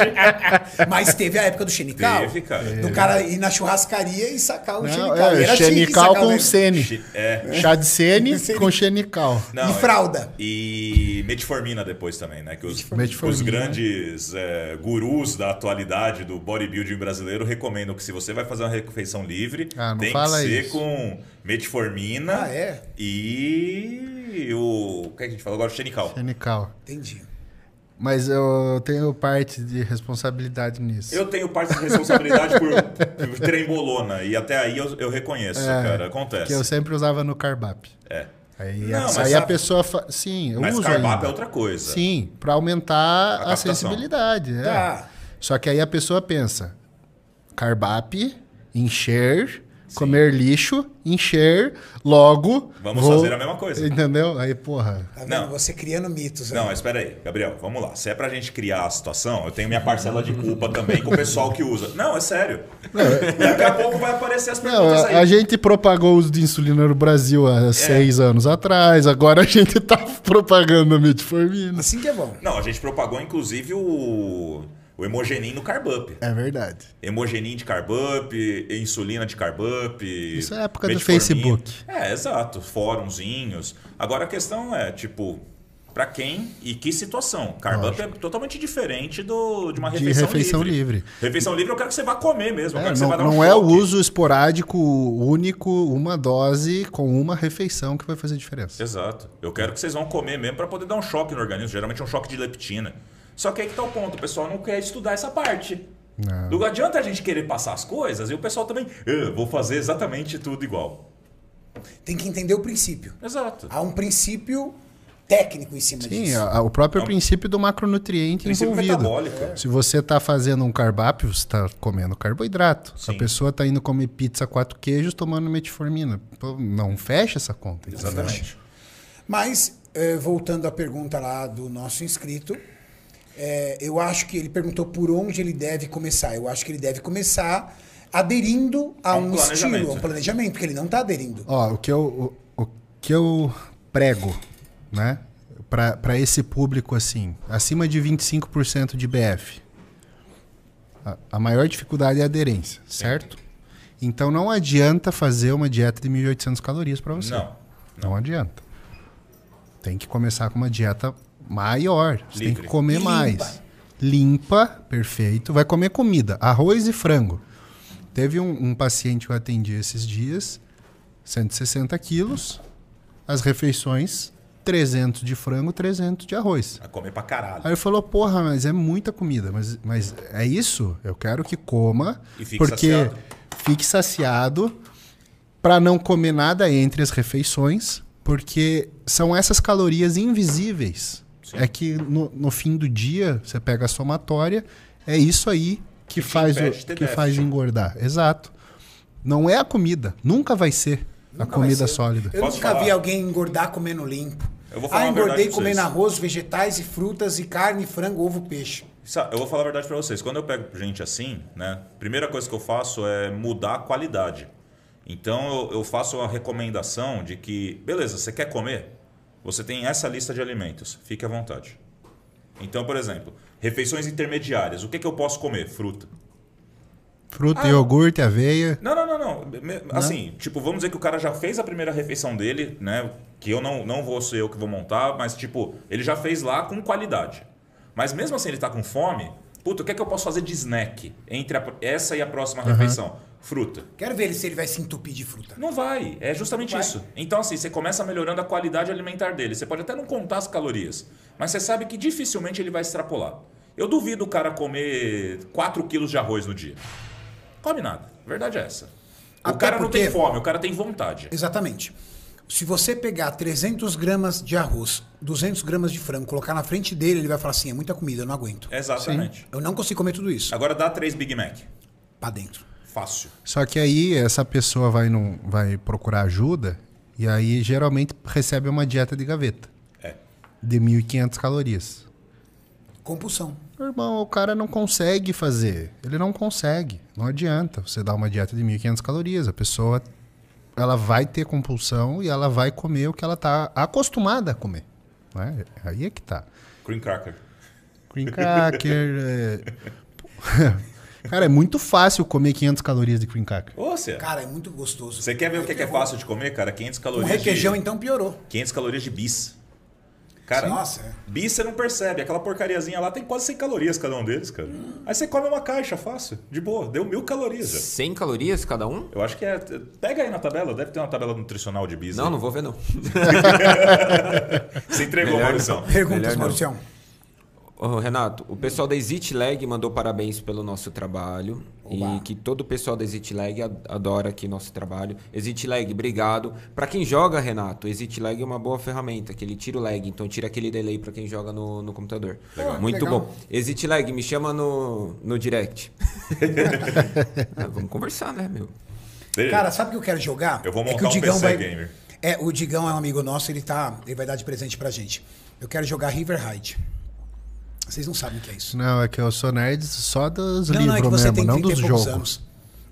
A: Mas teve a época do Xenical.
C: Teve,
D: É.
C: cara.
A: Do cara ir na churrascaria e sacar o
D: Não,
A: xenical.
D: é,
A: Era assim chique
D: xenical
A: sacar o
D: com
A: negócio.
D: sene.
C: É.
D: Chá de sene com xenical.
C: Não, é.
A: E fralda.
C: E metformina depois também, né? Que os,
D: Metformina.
C: os grandes é, gurus da atualidade do bodybuilding brasileiro recomendam que se você vai fazer uma refeição livre,
D: Ah, não
C: tem
D: fala
C: que ser
D: isso.
C: com metformina
A: Ah, é?
C: e o... O que, é que a gente falou agora? Xenical.
D: Xenical.
A: Entendi.
D: Mas eu tenho parte de responsabilidade nisso.
C: Eu tenho parte de responsabilidade por,
D: *laughs*
C: por
D: É,
C: trembolona e até aí eu, eu reconheço, cara. Acontece.
D: Que eu sempre usava no carbap.
C: É.
D: Aí,
C: Não,
D: a,
C: mas
D: aí
C: sabe-
D: a pessoa fala. Sim, eu
C: Mas
D: uso.
C: carbapo
D: ainda.
C: é outra coisa.
D: Sim, para aumentar a,
C: captação.
D: sensibilidade. é.
A: Tá.
D: Só que aí a pessoa pensa: carbap, encher, comer lixo, encher, logo.
C: Vamos fazer a mesma coisa.
D: Entendeu? Aí, porra.
A: Tá vendo?
C: Não.
A: Você criando mitos.
C: Não,
A: né?
C: mas espera aí, Gabriel, vamos lá. Se é pra gente criar a situação, eu tenho minha parcela de culpa também com o pessoal que usa. Não, é sério. Daqui a pouco vai aparecer as
D: Não,
C: perguntas
D: a,
C: aí. É.
D: a gente propagou o uso de insulina no Brasil há seis anos atrás, agora a gente tá *laughs* propagando a metformina.
A: Assim que é bom.
C: Não, a gente propagou inclusive o, o hemogenin no carbup.
D: É verdade.
C: Hemogenin de carbup, insulina de carbup. Isso
D: é época do Facebook.
C: É, exato. Fórumzinhos. Agora a questão é, tipo, pra quem e que situação? Carbup é totalmente diferente do, de uma
D: De
C: refeição,
D: refeição
C: livre.
D: livre.
C: Refeição livre eu quero que você vá comer mesmo. eu
D: É,
C: quero que você
D: não
C: vá dar um
D: não é o
C: choque.
D: uso esporádico único, uma dose com uma refeição que vai fazer diferença.
C: Exato. Eu quero que vocês vão comer mesmo para poder dar um choque no organismo. Geralmente é um choque de leptina. Só que aí que tá o ponto. O pessoal não quer estudar essa parte.
D: Não.
C: Não adianta a gente querer passar as coisas e o pessoal também... "Ah, vou fazer exatamente tudo igual.
A: Tem que entender o princípio.
C: Exato.
D: Ah,
A: Há um princípio técnico em cima
D: Sim,
A: disso.
D: a- a- o próprio princípio do macronutriente
C: É um Princípio é.
D: envolvido. É,
C: metabólico.
D: Se você está fazendo um cardápio, você está comendo carboidrato. Se
C: Sim.
D: a pessoa está indo comer pizza quatro queijos tomando metformina. Pô, Não fecha essa conta. entendeu?
C: Exatamente.
A: Mas, eh, voltando à pergunta lá do nosso inscrito, eh, eu acho que ele perguntou por onde ele deve começar. Eu acho que ele deve começar aderindo a,
C: A um
A: um,
C: planejamento,
A: estilo, a um
C: né?
A: planejamento, que ele não está aderindo.
D: Ó, o que eu, o, o que eu prego, né? Para esse público assim, acima de 25% de BF. A, a maior dificuldade é a aderência, certo? Então não adianta fazer uma dieta de 1.800 calorias para você.
C: Não.
D: Não adianta. Tem que começar com uma dieta maior. Você tem
C: Livre.
D: que comer
A: E
D: mais. Limpa, perfeito. Vai comer comida, arroz e frango. Teve um, um paciente que eu atendi esses dias, 160 quilos, as refeições, 300 de frango, 300 de arroz.
C: A comer pra caralho.
D: Aí ele falou, porra, mas é muita comida, mas, mas é isso? Eu quero que coma,
C: E fique
D: porque
C: saciado.
D: fique saciado, para não comer nada entre as refeições, porque são essas calorias invisíveis. É que no, no fim do dia, você pega a somatória, é isso aí que,
C: te
D: faz, o-
C: impede de ter
D: que faz
C: déficit.
D: engordar. Exato. Não é a comida, nunca vai ser a
A: Nunca vai ser.
D: comida sólida.
A: Eu
C: Posso
A: nunca
C: falar?
A: vi alguém engordar comendo limpo.
C: Eu vou falar
A: ah,
C: uma verdade
A: engordei
C: pra vocês.
A: comendo arroz, vegetais e frutas e carne, frango, ovo, peixe.
C: Sa- Eu vou falar a verdade pra vocês. Quando eu pego gente assim, né? Primeira coisa que eu faço é mudar a qualidade. Então eu, eu faço uma recomendação de que, beleza, você quer comer? Você tem essa lista de alimentos. Fique à vontade. Então, por exemplo, refeições intermediárias. O que, que eu posso comer? Fruta.
D: Fruta,
C: Ah,
D: iogurte, aveia.
C: Não, não, não, não. Me- Assim, tipo, vamos dizer que o cara já fez a primeira refeição dele, né? Que eu não, não vou ser eu que vou montar, mas tipo, ele já fez lá com qualidade. Mas mesmo assim ele tá com fome, puta, o que é que eu posso fazer de snack entre a- essa e a próxima refeição? Fruta.
A: Quero ver ele se ele vai se entupir de fruta.
C: Não vai, é justamente isso. Então, assim, você começa melhorando a qualidade alimentar dele. Você pode até não contar as calorias, mas você sabe que dificilmente ele vai extrapolar. Eu duvido o cara comer 4 quilos de arroz no dia. Come nada. A verdade é essa. O
A: Até
C: cara não
A: porque-
C: tem fome, o cara tem vontade.
A: Exatamente. Se você pegar 300 gramas de arroz, 200 gramas de frango, colocar na frente dele, ele vai falar assim: é muita comida, eu não aguento.
C: Exatamente.
A: Eu não consigo comer tudo isso.
C: Agora dá 3 Big Mac.
A: Pra dentro.
C: Fácil.
D: Só que aí essa pessoa vai, num, vai procurar ajuda e aí geralmente recebe uma dieta de gaveta.
C: É.
D: De 1.500 calorias.
A: Compulsão.
D: Meu irmão, o cara não consegue fazer. Ele não consegue. Não adianta você dar uma dieta de 1.500 calorias. A pessoa ela vai ter compulsão e ela vai comer o que ela está acostumada a comer. né? Aí é que tá.
C: Cream cracker.
D: Cream cracker. *laughs* é- Cara, é muito fácil comer 500 calorias de cream cracker.
C: Ô, você.
A: Cara, é muito gostoso.
C: Você quer ver o que é, que é fácil de comer, cara? 500
A: O
C: calorias.
A: requeijão,
C: de...
A: então, piorou.
C: 500 calorias de bis. Cara,
A: Nossa, é.
C: bis você não percebe. Aquela porcariazinha lá tem quase 100 calorias cada um deles, cara.
A: Hum.
C: Aí você come uma caixa fácil, de boa. Deu mil calorias. já.
B: 100 calorias cada um?
C: Eu acho que é. Pega aí na tabela, deve ter uma tabela nutricional de bis.
B: Não,
C: aí.
B: não vou ver não.
C: Você entregou,
B: Melhor
C: Mauríção.
A: Perguntas,
B: Melhor não.
A: Mauricião.
B: Ô, Renato, o pessoal da Exit Lag mandou parabéns pelo nosso trabalho e que todo o pessoal da Exit Lag ad- adora aqui nosso trabalho. Exit Lag, obrigado. Para quem joga, Renato, Exit Lag é uma boa ferramenta, que ele tira o lag, então tira aquele delay para quem joga no, no computador.
A: Legal.
B: Muito
A: Legal.
B: bom. Exit Lag, me chama no,
A: *laughs*
B: no direct. Ah, vamos conversar, né, meu?
C: Beleza.
A: Cara, sabe o que eu quero jogar?
C: Eu vou
A: é
C: montar
A: que o
C: um
A: Digão
C: PC
A: vai...
C: gamer.
A: É, o Digão é um amigo nosso, ele, tá... ele vai dar de presente pra gente. Eu quero jogar River Raid. Vocês não sabem o que é isso.
D: Não, é que eu sou nerd só dos
A: não, não, é que
D: livros
A: você
D: mesmo,
A: tem
D: não
A: 30 e
D: dos
A: poucos
D: jogos.
A: anos.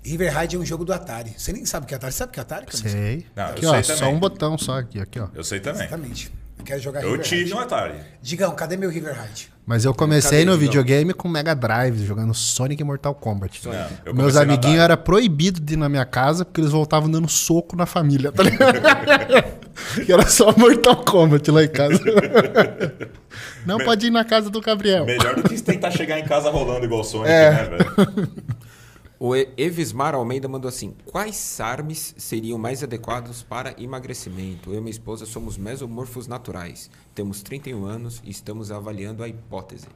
A: River Raid é um jogo do Atari. Você nem sabe o que é Atari. Sabe o que é Atari? Camisa?
D: Sei.
C: Não, eu
D: aqui, ó,
C: sei
D: só
C: também.
D: um botão só aqui, aqui, ó.
C: Eu sei também.
A: Exatamente. Eu quero jogar
C: Eu
A: River
C: tive um
A: Raid.
C: Atari.
A: Digão, cadê meu River Raid?
D: Mas eu comecei
B: Cadê,
D: no
B: Digão?
D: videogame com Mega Drive, jogando Sonic e Mortal Kombat.
C: Não, eu
D: Meus
C: comecei na
D: amiguinhos
C: Atari.
D: era proibido de ir na minha casa porque eles voltavam dando soco na família, tá
C: *laughs*
D: ligado? que era só Mortal Kombat lá em
C: *laughs*
D: casa. Não pode ir na casa do Gabriel.
C: Melhor do que tentar chegar em casa rolando igual o Sonic,
A: É.
C: né, velho?
B: O E- Evismar Almeida mandou assim: Quais SARMs seriam mais adequados para emagrecimento? Eu e minha esposa somos mesomorfos naturais, temos 31 anos e estamos avaliando a hipótese.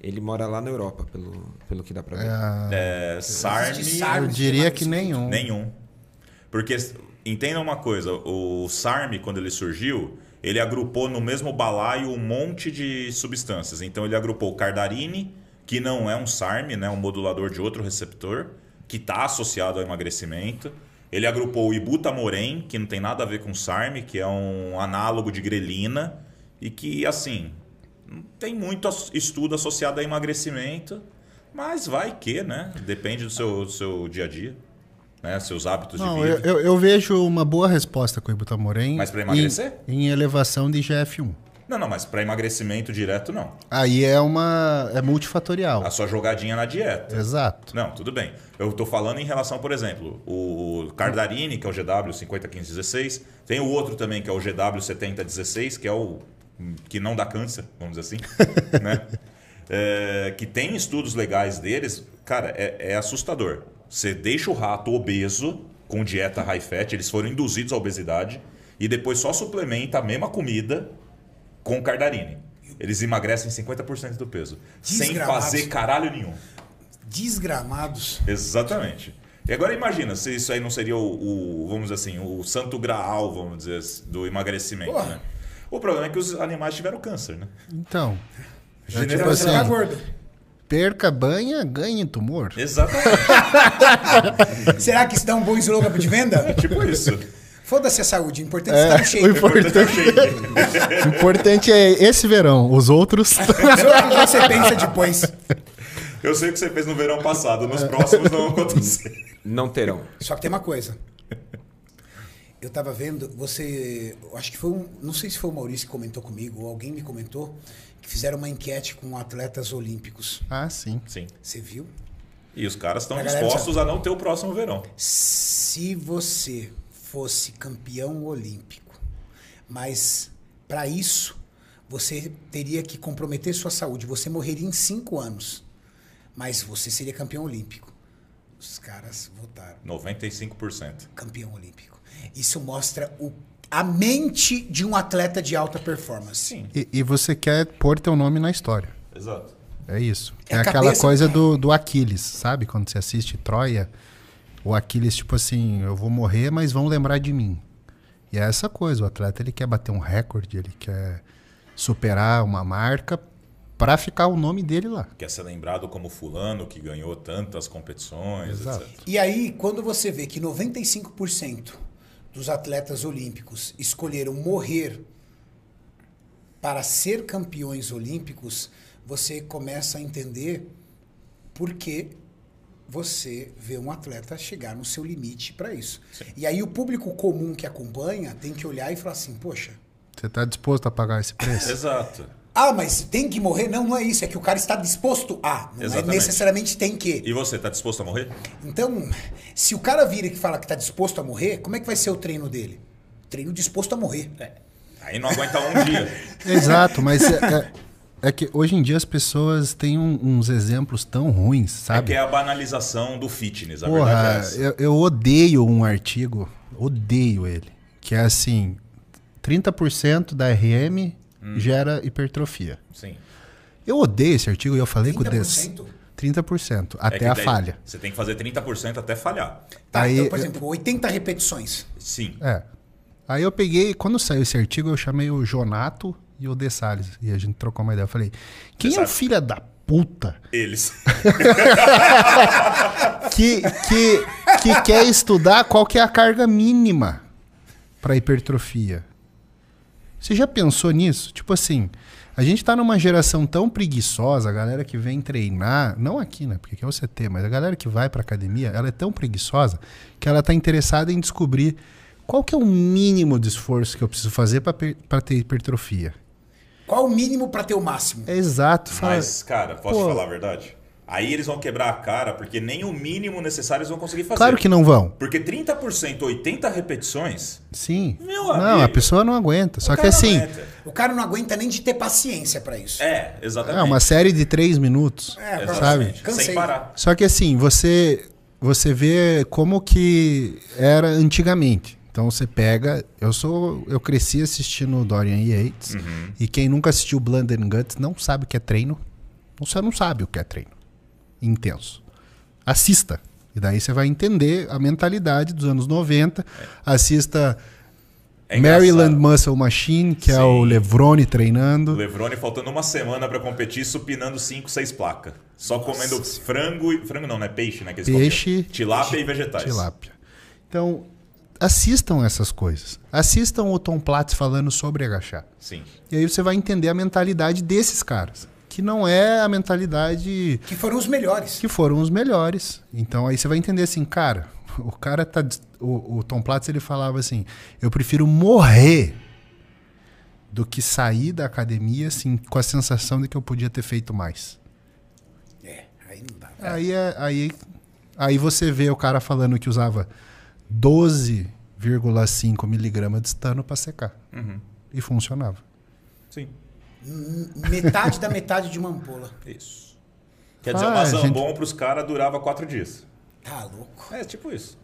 B: Ele mora lá na Europa, pelo, pelo que dá pra ver.
C: É, Sarni,
A: Existe Sarni.
D: Ah, Eu diria que nenhum.
C: nenhum. Porque, entenda uma coisa, o SARM, quando ele surgiu, ele agrupou no mesmo balaio um monte de substâncias. Então, ele agrupou o cardarine, que não é um SARM, né? um modulador de outro receptor, que está associado ao emagrecimento. Ele agrupou o ibutamoren, que não tem nada a ver com SARM, que é um análogo de grelina, e que, assim, não tem muito as- estudo associado a emagrecimento, mas vai que, né? Depende do seu, do seu dia a dia, né? Seus hábitos
D: Não,
C: de vida.
D: eu, eu- eu vejo uma boa resposta com o Ibutamoren.
C: Mas pra
D: em-
C: emagrecer?
D: Em, elevação de GF1.
C: Não, não, mas para emagrecimento direto, não.
D: Aí é uma. é multifatorial.
C: A sua jogadinha na dieta.
D: Exato.
C: Não, tudo bem. Eu tô falando em relação, por exemplo, o Cardarine, que é o GW501516, tem o outro também, que é o GW7016, que é o que não dá câncer, vamos dizer assim, *laughs* né? É, que tem estudos legais deles, cara, é, é assustador. Você deixa o rato obeso com dieta high fat, eles foram induzidos à obesidade, e depois só suplementa a mesma comida com cardarine. Eles emagrecem 50% do peso, sem
A: Desgramados.
C: fazer caralho nenhum.
A: Desgramados.
C: Exatamente. E agora imagina se isso aí não seria o, o, vamos dizer assim, o santo graal, vamos dizer, assim, do emagrecimento,
A: Porra.
C: né? O problema é que os animais tiveram câncer, né?
D: Então. É tipo
C: Generalizar
A: Você tá
D: assim,
A: gordo.
D: perca banha, ganhe tumor.
C: É. Exatamente. *laughs*
A: Será que isso dá um bom slogan de venda?
C: tipo isso.
A: Foda-se a saúde, o importante é estar no shape.
D: o O importante é esse verão, os outros. *laughs*
A: Só que você pensa depois.
C: Eu sei o que você fez no verão passado,
A: É.
C: nos próximos não vai
A: *laughs*
C: acontecer.
B: Não terão.
A: Só que tem uma coisa. Eu tava vendo, você. eu Acho que foi um. Não sei se foi o Maurício que comentou comigo, ou alguém me comentou, que fizeram uma enquete com atletas olímpicos.
D: ah, sim.
C: Sim.
A: Você viu?
C: E os caras estão
A: A galera
C: dispostos a não ter o próximo verão.
A: Se você fosse campeão olímpico, mas para isso você teria que comprometer sua saúde, você morreria em cinco anos, mas você seria campeão olímpico. Os caras votaram
C: 95%.
A: campeão olímpico. Isso mostra o- a mente de um atleta de alta performance.
C: Sim.
D: E, e você quer pôr teu nome na história.
C: Exato.
D: É isso.
A: É
D: É,
A: a
D: aquela
A: cabeça-
D: coisa do, do Aquiles, sabe? Quando você assiste Troia, o Aquiles, tipo assim, eu vou morrer, mas vão lembrar de mim. E é essa coisa, o atleta ele quer bater um recorde, ele quer superar uma marca pra ficar o nome dele lá.
C: Quer ser lembrado é como fulano que ganhou tantas competições,
D: Exato.
C: etc.
A: E aí, quando você vê que 95% dos atletas olímpicos escolheram morrer para ser campeões olímpicos, você começa a entender por que você vê um atleta chegar no seu limite para isso. E aí o público comum que acompanha tem que olhar e falar assim: "Poxa,
D: Você tá disposto a pagar esse preço? *laughs*
C: *laughs* Exato.
A: ah, mas tem que morrer? Não, não é isso. É que o cara está disposto a. Não é
C: Exatamente.
A: necessariamente tem que.
C: E você, tá disposto a morrer?
A: Então, se o cara vira e fala que está disposto a morrer, como é que vai ser o treino dele? Treino disposto a morrer.
C: Aí não aguenta um dia.
A: *laughs*
D: Exato, mas é, é- é que hoje em dia as pessoas têm um- uns exemplos tão ruins,
C: É
D: sabe?
C: que é a banalização do fitness, a verdade é
D: Porra,
C: essa.
D: eu, eu odeio um artigo, odeio ele, que é
C: Hum.
D: assim, 30% da RM gera hipertrofia.
C: Sim.
D: Eu odeio esse artigo e eu falei com o Des.
A: 30%?
D: 30%,
C: É
D: até
C: que
D: a
C: daí
D: falha.
C: Você tem que fazer 30% até falhar.
A: Tá,
D: Aí,
A: então, por
D: eu-
A: exemplo, 80 repetições.
C: Sim.
D: É. Aí eu peguei, quando saiu esse artigo, eu chamei o Jonato e o De Salles. E a gente trocou uma ideia. Eu falei, quem é o
C: Salles.
D: filho da puta *laughs*
C: Eles.
D: que, que, que quer estudar qual que é a carga mínima para hipertrofia? Você já pensou nisso? Tipo assim, a gente tá numa geração tão preguiçosa, a galera que vem treinar, não aqui, né? Porque aqui é o CT, mas a galera que vai pra academia, ela é tão preguiçosa que ela tá interessada em descobrir qual que é o mínimo de esforço que eu preciso fazer pra per- pra ter hipertrofia.
A: Qual o mínimo para ter o máximo?
D: É exato, fala.
C: Mas, cara, posso
D: Pô.
C: te falar a verdade? Aí eles vão quebrar a cara, porque nem o mínimo necessário eles vão conseguir fazer.
D: claro que não vão.
C: Porque 30%, 80 repetições, é
D: Sim.
C: Meu
D: não, a
C: amigo.
D: pessoa não aguenta. Só
C: o
D: que
C: cara não
D: assim,
C: aguenta.
A: O cara não aguenta nem de ter paciência para isso.
C: É, exatamente.
D: é uma série de três minutos.
A: É,
D: sabe?
C: Exatamente.
A: Cansei.
C: Sem parar.
D: Só que assim, você você vê como que era antigamente. Então você pega, eu sou, eu cresci assistindo Dorian Yates
C: Uhum.
D: e quem nunca assistiu Blunder and Guts não sabe o que é treino. Você não sabe o que é treino intenso. Assista e daí você vai entender a mentalidade dos anos 90. Assista
C: É engraçado.
D: Maryland Muscle Machine, que é
C: Sim.
D: o Levrone treinando.
C: O Levrone faltando uma semana pra competir, supinando 5, 6 placas. Só comendo frango e. Frango não, né? Peixe, né? Que eles
D: Peixe,
C: comiam. Tilápia e vegetais.
D: Tilápia. Então, assistam essas coisas. Assistam o Tom Platz falando sobre agachar.
C: Sim.
D: E aí você vai entender a mentalidade desses caras, que não é a mentalidade
A: Que foram os melhores.
D: que foram os melhores. Então aí você vai entender assim, cara, *laughs* o cara tá des- o, o Tom Platz ele falava assim: "Eu prefiro morrer do que sair da academia assim com a sensação de que eu podia ter feito mais".
A: É, aí não dá.
D: Aí, é- aí, aí você vê o cara falando que usava 12,5 miligramas de estano para secar.
C: Uhum.
D: E funcionava.
C: Sim.
A: Metade da metade de uma ampola.
C: Isso. Quer dizer,
D: Ah,
C: uma
D: é, gente.
C: zambon pros caras durava 4 dias.
A: Tá louco.
C: É, tipo isso.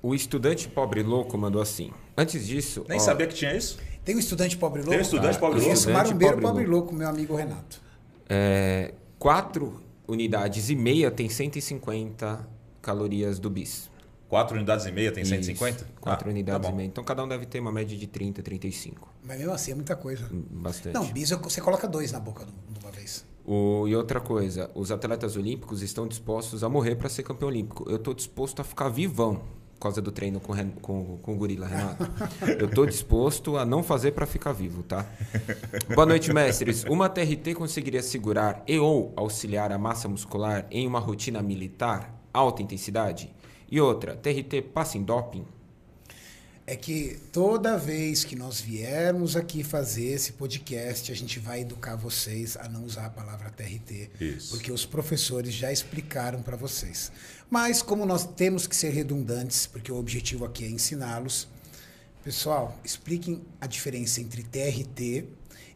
B: O estudante pobre louco mandou assim. Antes disso.
C: Nem
B: ó,
C: sabia que tinha isso.
A: Tem um estudante pobre louco?
C: Tem um estudante
A: Ah,
C: pobre
A: conheço
C: louco?
A: um marombeiro
B: Estudante
A: pobre,
B: pobre
A: louco, meu amigo Renato.
B: É, 4 unidades e meia tem 150 calorias do bis.
C: 4 unidades e meia tem 150?
B: 4
C: Ah,
B: unidades
C: tá
B: e
C: bom.
B: meia. Então cada um deve ter uma média de 30, 35.
A: Mas mesmo assim é muita coisa.
B: Hum, Bastante.
A: Não, bis você coloca dois na boca de uma vez.
B: O- e outra coisa, os atletas olímpicos estão dispostos a morrer para ser campeão olímpico. Eu estou disposto a ficar vivão por causa do treino com, o Ren- com, com o gorila, Renato. Eu estou disposto a não fazer para ficar vivo, tá? Boa noite, mestres. Uma TRT conseguiria segurar e ou auxiliar a massa muscular em uma rotina militar alta intensidade? E outra, TRT passa em doping?
A: É que toda vez que nós viermos aqui fazer esse podcast, a gente vai educar vocês a não usar a palavra TRT,
C: Isso.
A: porque os professores já explicaram para vocês. Mas como nós temos que ser redundantes, porque o objetivo aqui é ensiná-los, pessoal, expliquem a diferença entre TRT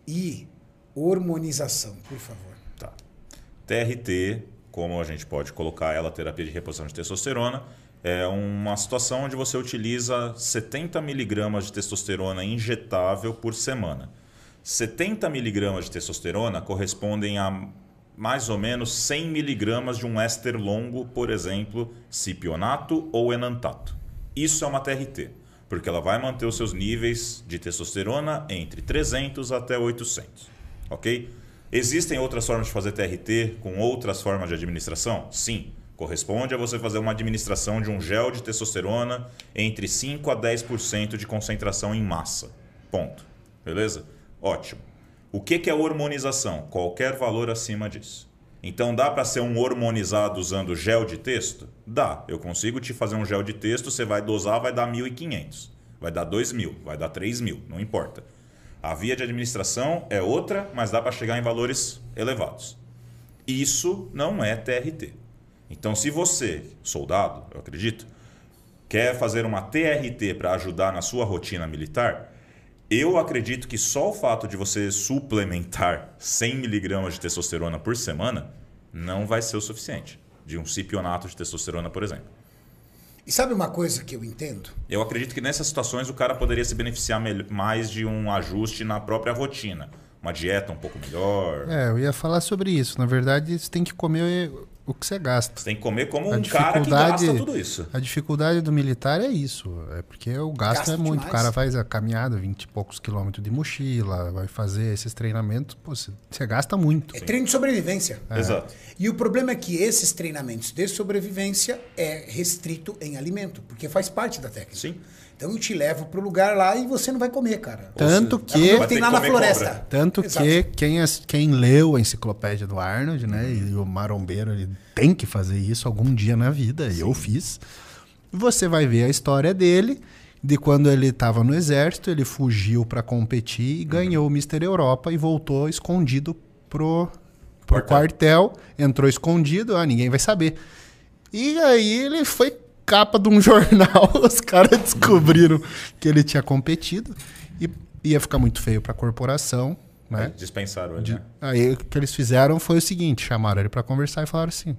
A: e hormonização, por favor.
C: Tá. TRT, como a gente pode colocar ela, terapia de reposição de testosterona, é uma situação onde você utiliza 70 miligramas de testosterona injetável por semana. 70 miligramas de testosterona correspondem a mais ou menos 100 miligramas de um éster longo, por exemplo, cipionato ou enantato. Isso é uma TRT, porque ela vai manter os seus níveis de testosterona entre 300 até 800 ok? Existem outras formas de fazer TRT com outras formas de administração? Sim. Corresponde a você fazer uma administração de um gel de testosterona entre 5 a 10% de concentração em massa. Ponto. Beleza? Ótimo. O que que é hormonização? Qualquer valor acima disso. Então dá para ser um hormonizado usando gel de texto? Dá. Eu consigo te fazer um gel de texto, você vai dosar, vai dar 1.500. Vai dar 2.000, vai dar 3.000, não importa. A via de administração é outra, mas dá para chegar em valores elevados. Isso não é TRT. Então, se você, soldado, eu acredito, quer fazer uma TRT para ajudar na sua rotina militar, eu acredito que só o fato de você suplementar 100 miligramas de testosterona por semana não vai ser o suficiente. De um cipionato de testosterona, por exemplo.
A: E sabe uma coisa que eu entendo?
C: Eu acredito que nessas situações o cara poderia se beneficiar mel- mais de um ajuste na própria rotina. uma dieta um pouco melhor.
D: É, eu ia falar sobre isso. Na verdade, você tem que comer o que você gasta.
C: Você tem que comer como
D: A
C: um cara que
D: dificuldade-
C: gasta tudo isso.
D: A dificuldade do militar é isso, é porque o gasto
A: Gasta
D: é muito.
A: demais.
D: O cara faz a caminhada, 20 e poucos quilômetros de mochila, vai fazer esses treinamentos, pô, você, você gasta muito.
A: É treino de sobrevivência.
C: Exato.
A: E o problema é que esses treinamentos de sobrevivência é restrito em alimento, porque faz parte da técnica.
C: Sim.
A: Então eu te levo pro lugar lá e você não vai comer, cara.
D: Tanto
A: É
D: que.
A: o que
C: Vai ter
A: tem
C: que
A: lá na
C: comer
A: floresta.
C: cobra.
D: Tanto
A: Exato.
D: que quem, as- quem leu a enciclopédia do Arnold, né? E o marombeiro, ele tem que fazer isso algum dia na vida, e eu fiz. Você vai ver a história dele, de quando ele estava no exército, ele fugiu para competir e ganhou o Mr. Europa e voltou escondido pro, pro quartel. Entrou escondido, ah, ninguém vai saber. E aí ele foi capa de um *laughs* jornal, os caras descobriram que ele tinha competido e ia ficar muito feio pra corporação, né?
C: Dispensaram ele. né?
D: Aí o que eles fizeram foi o seguinte, chamaram ele pra conversar e falaram assim: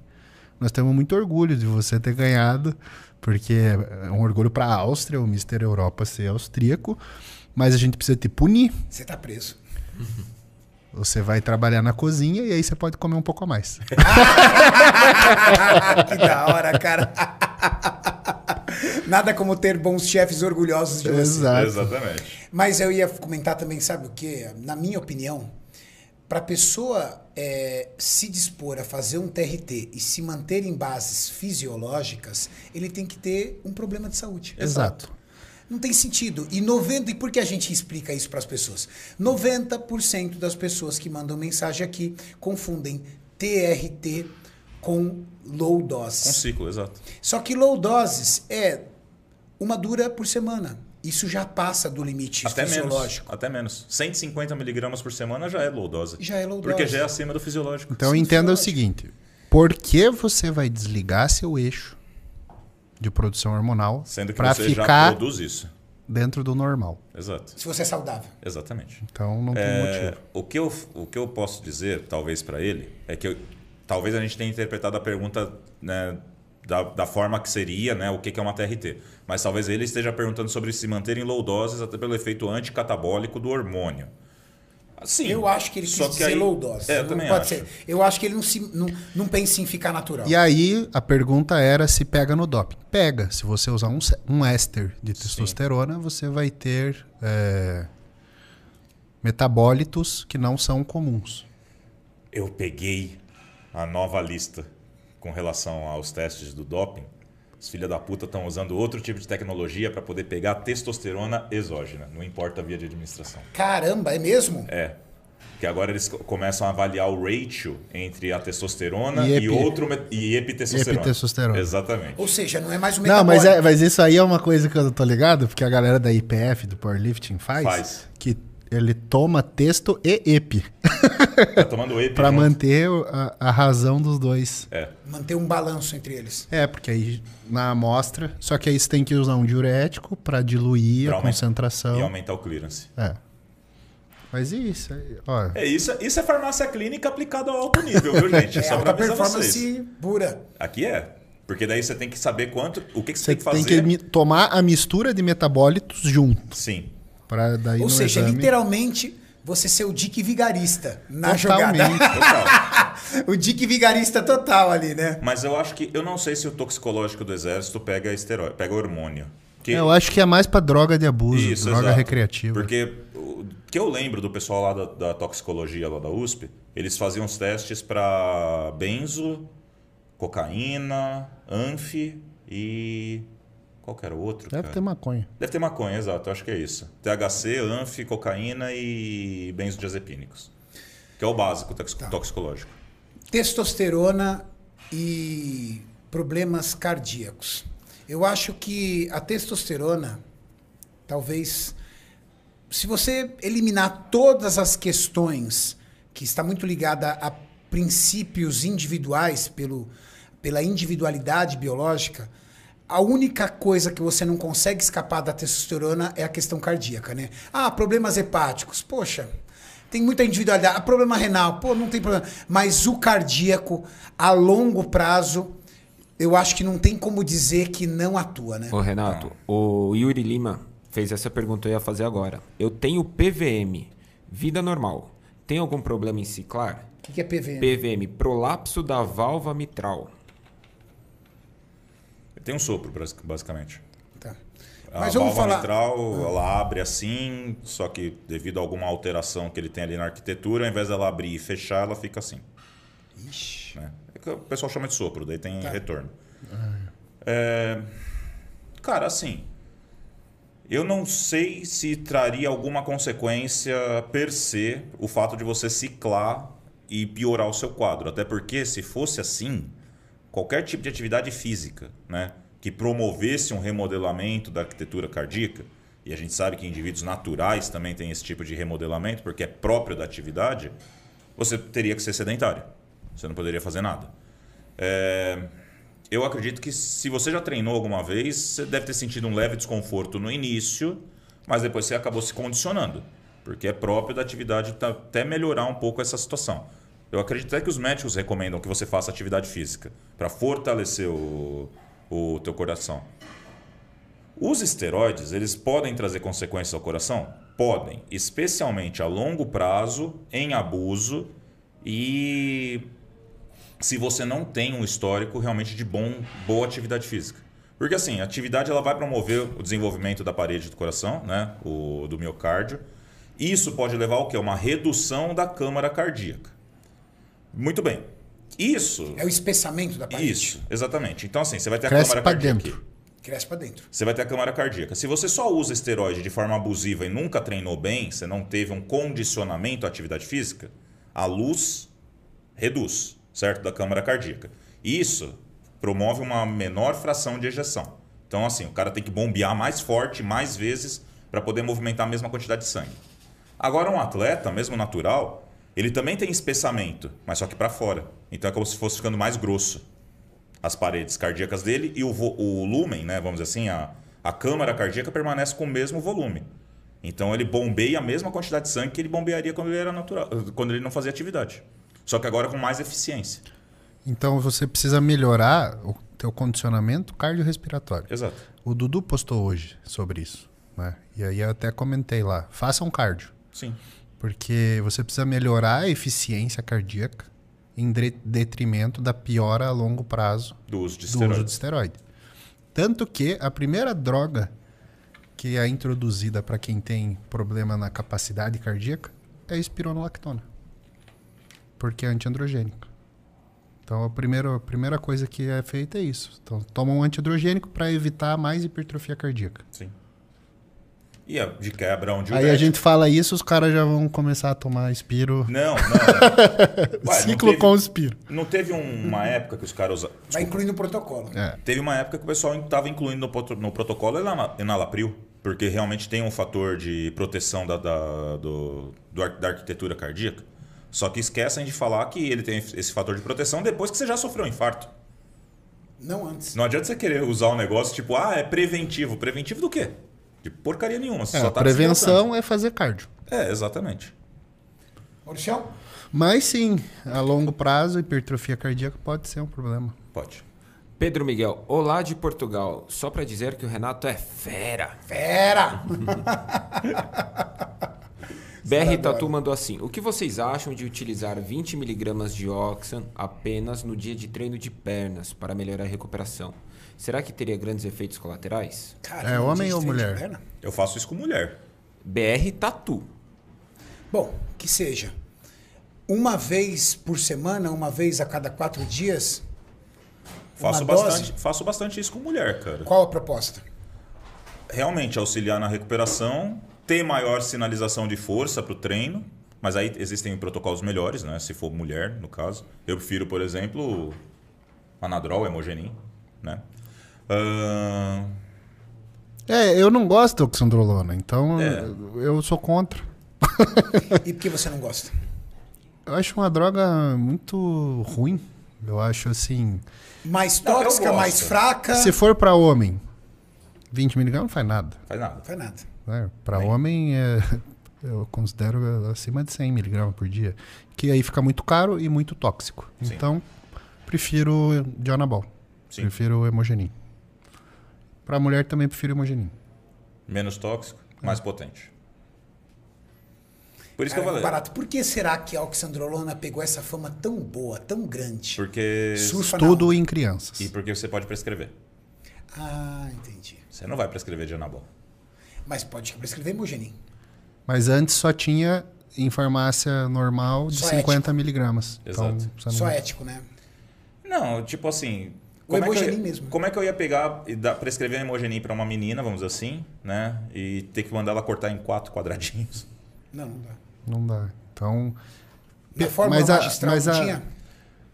D: "Nós temos muito orgulho de você ter ganhado, porque é um orgulho pra Áustria, o Mister Europa ser austríaco, mas a gente precisa te punir.
A: Você tá preso. *laughs*
D: Você vai trabalhar na cozinha e aí você pode comer um pouco a mais."
A: que da hora, cara. *laughs* Nada como ter bons chefes orgulhosos de você.
C: Exatamente.
A: Mas eu ia comentar também, sabe o que? Na minha opinião, para pessoa eh, se dispor a fazer um TRT e se manter em bases fisiológicas, ele tem que ter um problema de saúde.
D: Exato.
A: Não tem sentido. E 90, e por que a gente explica isso para as pessoas? 90% das pessoas que mandam mensagem aqui confundem TRT com low
C: Um
A: dose.
C: ciclo, exato.
A: Só que low doses é uma dura por semana. Isso já passa do limite
C: Até menos.
A: fisiológico.
C: Até menos. 150 miligramas por semana já é low dose.
A: Já é low
C: Porque
A: dose.
C: já é acima do fisiológico.
D: Então entenda o seguinte: por que você vai desligar seu eixo de produção hormonal
C: Sendo que
D: para
C: você
D: ficar
C: já produz isso.
D: dentro do normal?
C: Exato.
A: Se você é saudável.
C: Exatamente.
D: Então
A: Um
D: não tem
C: É,
D: motivo.
C: o, que eu, o que eu posso dizer, talvez para ele, é que eu- talvez a gente tenha interpretado a pergunta né, da, da forma que seria, né, o que, que é uma TRT. Mas talvez ele esteja perguntando sobre se manter em low doses até pelo efeito anticatabólico do hormônio. Sim,
A: Eu acho que ele quis
C: só
A: dizer
C: aí-
A: low dose.
C: É, eu
A: não
C: também
A: pode
C: acho.
A: ser. Eu acho que ele não, se, não, não pensa em ficar natural.
D: E aí a pergunta era se pega no doping. Pega. Se você usar um, sé- um éster de testosterona, você vai ter é, metabólitos que não são comuns.
C: Eu peguei a nova lista com relação aos testes do doping. Os filha da puta estão usando outro tipo de tecnologia para poder pegar testosterona exógena, não importa a via de administração.
A: Caramba, é mesmo?
C: É. Que agora eles co- começam a avaliar o ratio entre a testosterona
D: E
C: e,
D: epi-
C: outro met- e epitestosterona.
D: Epitestosterona.
C: Exatamente.
A: Ou seja, não é mais o
D: Não, mas, é-
A: metabólico.
D: mas isso aí é uma coisa que eu não tô ligado, porque a galera da IPF, do powerlifting, faz,
C: Faz.
D: que ele toma texto e EP
C: Tá tomando epi.
D: Pra
C: junto.
D: manter o- a, a razão dos dois.
C: É.
A: Manter um balanço entre eles.
D: É, porque aí na amostra, só que aí você tem que usar um diurético pra diluir
C: Pra
D: a
C: aumentar- E
D: concentração.
C: aumentar o clearance.
D: É. Mas e isso, aí, ó,
C: É isso, isso é farmácia clínica aplicada ao alto nível, viu,
D: *laughs*
C: gente?
A: É
C: Só
A: alta
C: pra avisar
A: performance
C: vocês.
A: pura.
C: Aqui é. Porque daí você tem que saber quanto, o que, que você
D: você
C: tem que fazer.
D: tem que mi- tomar a mistura de metabólitos junto,
C: Sim.
D: Pra daí
A: Ou
D: no
A: seja,
D: exame.
A: literalmente, você ser o Dick Vigarista na
D: Totalmente.
A: jogada. *laughs*
C: Total.
A: o Dick Vigarista total ali, né?
C: Mas eu acho que eu não sei se o toxicológico do exército pega esteroide, pega hormônio. Que
D: Eu acho que é mais pra droga de abuso, droga
C: exato.
D: recreativa.
C: Porque o que eu lembro do pessoal lá da, da toxicologia lá da USP, eles faziam os testes para benzo, cocaína, anf e qual que era o outro?
D: Deve
C: cara?
D: ter maconha.
C: Deve ter maconha, exato, eu acho que é isso. THC, anf, cocaína e benzodiazepínicos. Que é o básico toxi-
D: Tá.
C: toxicológico.
A: Testosterona e problemas cardíacos. Eu acho que a testosterona, talvez, se você eliminar todas as questões que está muito ligada a princípios individuais pelo, pela individualidade biológica, a única coisa que você não consegue escapar da testosterona é a questão cardíaca, né? Ah, problemas hepáticos. Poxa, tem muita individualidade. Ah, problema renal. Pô, não tem problema. Mas o cardíaco, a longo prazo, eu acho que não tem como dizer que não atua, né?
B: Ô, Renato, o Yuri Lima fez essa pergunta que eu ia fazer agora. Eu tenho PVM, vida normal, tem algum problema em ciclar?
A: O que, que é PVM?
B: PVM, prolapso da válvula mitral.
C: Tem um sopro, basic- basicamente.
A: Tá.
C: A
A: Mas
C: válvula
A: vamos falar.
C: mitral, ela abre assim, só que devido a alguma alteração que ele tem ali na arquitetura, ao invés dela abrir e fechar, ela fica assim.
A: Ixi.
C: né? É que o pessoal chama de sopro, daí tem
A: Tá.
C: retorno. É, Cara, assim, eu não sei se traria alguma consequência per se o fato de você ciclar e piorar o seu quadro. Até porque, se fosse assim, qualquer tipo de atividade física né, que promovesse um remodelamento da arquitetura cardíaca, e a gente sabe que indivíduos naturais também têm esse tipo de remodelamento, porque é próprio da atividade, você teria que ser sedentário. Você não poderia fazer nada. É, eu acredito que se você já treinou alguma vez, você deve ter sentido um leve desconforto no início, mas depois você acabou se condicionando, porque é próprio da atividade ta- até melhorar um pouco essa situação. Eu acredito até que os médicos recomendam que você faça atividade física para fortalecer o, o teu coração. Os esteroides, eles podem trazer consequências ao coração? Podem, especialmente a longo prazo, em abuso e se você não tem um histórico realmente de bom, boa atividade física. Porque assim, a atividade ela vai promover o desenvolvimento da parede do coração, né? O, do miocárdio. Isso pode levar ao quê? Uma redução da câmara cardíaca. Muito bem. Isso.
A: É o espessamento da parede.
C: Isso, exatamente. Então, assim, você vai ter a
D: Cresce
C: câmara
D: pra
C: cardíaca.
D: dentro.
A: Cresce pra dentro.
C: Você vai ter a câmara cardíaca. Se você só usa esteroide de forma abusiva e nunca treinou bem, você não teve um condicionamento à atividade física, a luz reduz, certo? Da câmara cardíaca. Isso promove uma menor fração de ejeção. Então, assim, o cara tem que bombear mais forte, mais vezes, para poder movimentar a mesma quantidade de sangue. Agora, um atleta, mesmo natural, ele também tem espessamento, mas só que para fora. Então, é como se fosse ficando mais grosso as paredes cardíacas dele e o, vo- o lumen, né, vamos dizer assim, a, a câmara cardíaca permanece com o mesmo volume. Então ele bombeia a mesma quantidade de sangue que ele bombearia quando ele era natural, quando ele não fazia atividade. Só que agora com mais eficiência.
D: Então você precisa melhorar o teu condicionamento cardiorrespiratório.
C: Exato.
D: O Dudu postou hoje sobre isso, né? E aí eu até comentei lá, faça um cardio,
C: Sim.
D: porque você precisa melhorar a eficiência cardíaca em dre- detrimento da piora a longo prazo
C: Do uso de
D: do uso de
C: esteroides.
D: esteroide. Tanto que a primeira droga que é introduzida para quem tem problema na capacidade cardíaca é a espironolactona, porque é antiandrogênico. Então a primeira, a primeira coisa que é feita é isso. Então toma um antiandrogênico para evitar mais hipertrofia cardíaca.
C: Sim. E a- de quebra onde
D: Aí a gente fala isso, os caras já vão começar a tomar espiro,
C: Não,
D: *laughs*
C: não. Ué,
D: ciclo
C: não
D: com
C: teve,
D: espiro.
C: não teve um- uma época que os caras usa-
A: Vai incluindo o protocolo.
D: É.
C: Teve uma época que o pessoal estava incluindo no, potro- no protocolo enala- enalapril, porque realmente tem um fator de proteção da, da, do- do ar- da arquitetura cardíaca. Só que esquecem de falar que ele tem esse fator de proteção depois que você já sofreu um infarto.
A: Não antes.
C: Não adianta você querer usar um negócio tipo, ah, é preventivo. Preventivo do quê? De porcaria nenhuma. Você
D: É,
C: só
D: a
C: tá
D: prevenção é fazer cardio.
C: descansando. É, exatamente.
A: Orchão?
D: Mas sim, a longo prazo, hipertrofia cardíaca pode ser um problema.
C: Pode.
B: Pedro Miguel, olá de Portugal. Só pra dizer que o Renato é fera.
A: *laughs* Pera!
B: BR Tatu mandou assim: O que vocês acham de utilizar 20 miligramas de Oxan apenas no dia de treino de pernas para melhorar a recuperação? Será que teria grandes efeitos colaterais?
A: Caramba,
D: É homem
A: gente,
D: ou
A: trem de
D: mulher?
A: perna.
C: Eu faço isso com mulher.
B: BR Tatu.
A: Bom, que seja. Uma vez por semana, uma vez a cada quatro dias.
C: Faço
A: dose?
C: bastante, faço bastante isso com mulher, cara.
A: Qual a proposta?
C: realmente auxiliar na recuperação, ter maior sinalização de força para o treino, mas aí existem protocolos melhores, né? Se for mulher, no caso. Eu prefiro, por exemplo, Anadrol, Hemogenin, né? Ahn,
D: É, eu não gosto da oxandrolona, então
C: É.
D: eu- eu sou contra.
A: E por que você não gosta?
D: Eu acho uma droga muito ruim. Eu acho assim.
A: Mais
C: Não, eu
A: tóxica,
C: gosto.
A: mais
C: É.
A: fraca?
D: Se for pra homem, 20 miligramas não faz nada.
C: faz nada.
A: Não faz nada.
D: Né? Para homem, é, *laughs* eu considero acima de 100 miligramas por dia, que aí fica muito caro e muito tóxico.
C: Sim.
D: Então, prefiro Jonabol.
C: Sim.
D: Prefiro hemogenin. Pra mulher também prefiro hemogenin.
C: Menos tóxico, mais potente. Por isso
A: É. Cara,
C: que eu falei.
A: barato. Por que será que a oxandrolona pegou essa fama tão boa, tão grande?
C: Porque.
A: Surfa na
D: Tudo
A: onda.
D: em crianças.
C: E porque você pode prescrever.
A: Ah, entendi.
C: Você não vai prescrever de anabol.
A: Mas pode prescrever hemogenin.
D: Tá Mas antes só tinha em farmácia normal de
A: Só
D: 50 miligramas.
C: Exato.
D: Então, você
A: Só
D: não-
A: ético, né?
C: Não, tipo assim.
A: O
C: Como é, que eu,
A: Hemogenin mesmo.
C: como é que eu ia pegar e dar, prescrever hemogenin pra uma menina, vamos dizer assim, né? E ter que mandar ela cortar em quatro quadradinhos? *laughs*
A: Não, não dá.
D: Não dá. Então,
A: Na
D: Pe-
A: fórmula
D: mas a-
A: magistral
D: mas
A: não
D: a-
A: tinha?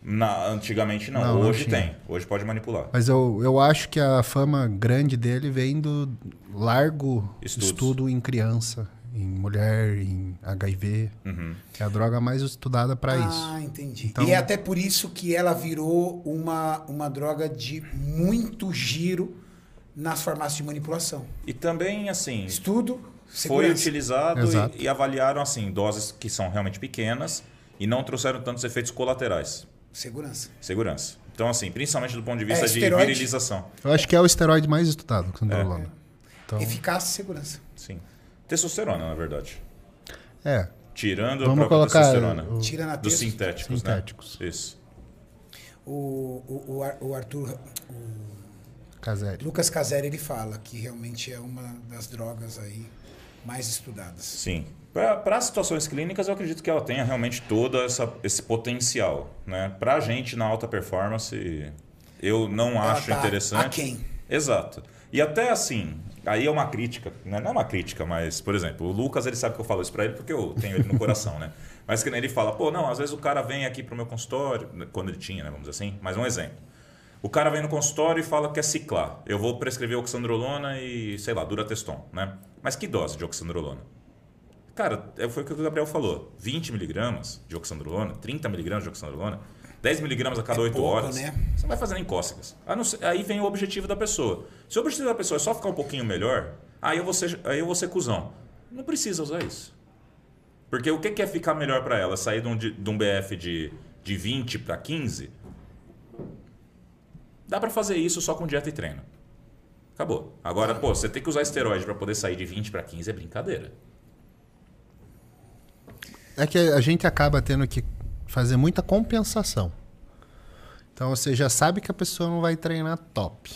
C: Na- antigamente não,
D: Não, não
C: hoje
D: tinha.
C: tem. Hoje pode manipular.
D: mas eu, eu acho que a fama grande dele vem do largo
C: Estudos.
D: estudo em criança, em mulher, em HIV.
C: Uhum.
D: É a droga mais estudada para é isso.
A: Ah, entendi.
D: Então-
A: E é até por isso que ela virou uma, uma droga de muito giro nas farmácias de manipulação.
C: E também, assim,
A: Estudo,
C: foi
A: segurança.
C: utilizado
D: Exato.
C: e, e avaliaram, assim, doses que são realmente pequenas e não trouxeram tantos efeitos colaterais.
A: Segurança.
C: Segurança. Então, assim, principalmente do ponto de vista
A: É,
C: de
A: esteroide.
C: virilização.
D: Eu acho que é o esteroide mais estudado,
C: É.
D: oxandrolona. Então,
A: Eficácia e segurança.
C: Sim. Testosterona, na verdade.
D: é,
C: Tirando a
D: Vamos
C: própria
D: colocar
C: testosterona.
D: o-
A: Tira na
C: Dos
A: testa.
C: sintéticos, né?
D: Sintéticos.
C: Isso.
A: O, o, o Ar- o Arthur, o
D: Caseri.
A: Lucas Caseri, ele fala que realmente é uma das drogas aí mais estudadas.
C: Sim. Para as situações clínicas, eu acredito que ela tenha realmente todo essa, esse potencial. Né? Para a gente, na alta performance, eu não
A: Ela
C: acho
A: tá
C: interessante.
A: aquém.
C: Exato. E até assim, aí é uma crítica, né? não é uma crítica, mas, por exemplo, o Lucas, ele sabe que eu falo isso para ele porque eu tenho ele no coração, né? *laughs* Mas que nem ele fala, pô, não, às vezes o cara vem aqui pro meu consultório, quando ele tinha, né, vamos dizer assim, mas um exemplo. O cara vem no consultório e fala que é ciclar. Eu vou prescrever oxandrolona e, sei lá, durateston, né? Mas que dose de oxandrolona? Cara, é- foi o que o Gabriel falou. 20 miligramas de oxandrolona, 30 miligramas de oxandrolona, 10 miligramas a cada
A: É
C: 8
A: pouco,
C: horas.
A: né?
C: Você não vai fazer nem cócegas. A não ser- aí vem o objetivo da pessoa. Se o objetivo da pessoa é só ficar um pouquinho melhor, aí eu vou ser, aí eu vou ser cuzão. Não precisa usar isso. Porque o que que é ficar melhor para ela? Sair de um, de, de um BF de, de 20 para 15? Dá para fazer isso só com dieta e treino. Acabou. Agora, pô, você tem que usar esteroide para poder sair de 20 para 15 é brincadeira.
D: É que a gente acaba tendo que fazer muita compensação. Então você já sabe que a pessoa não vai treinar top.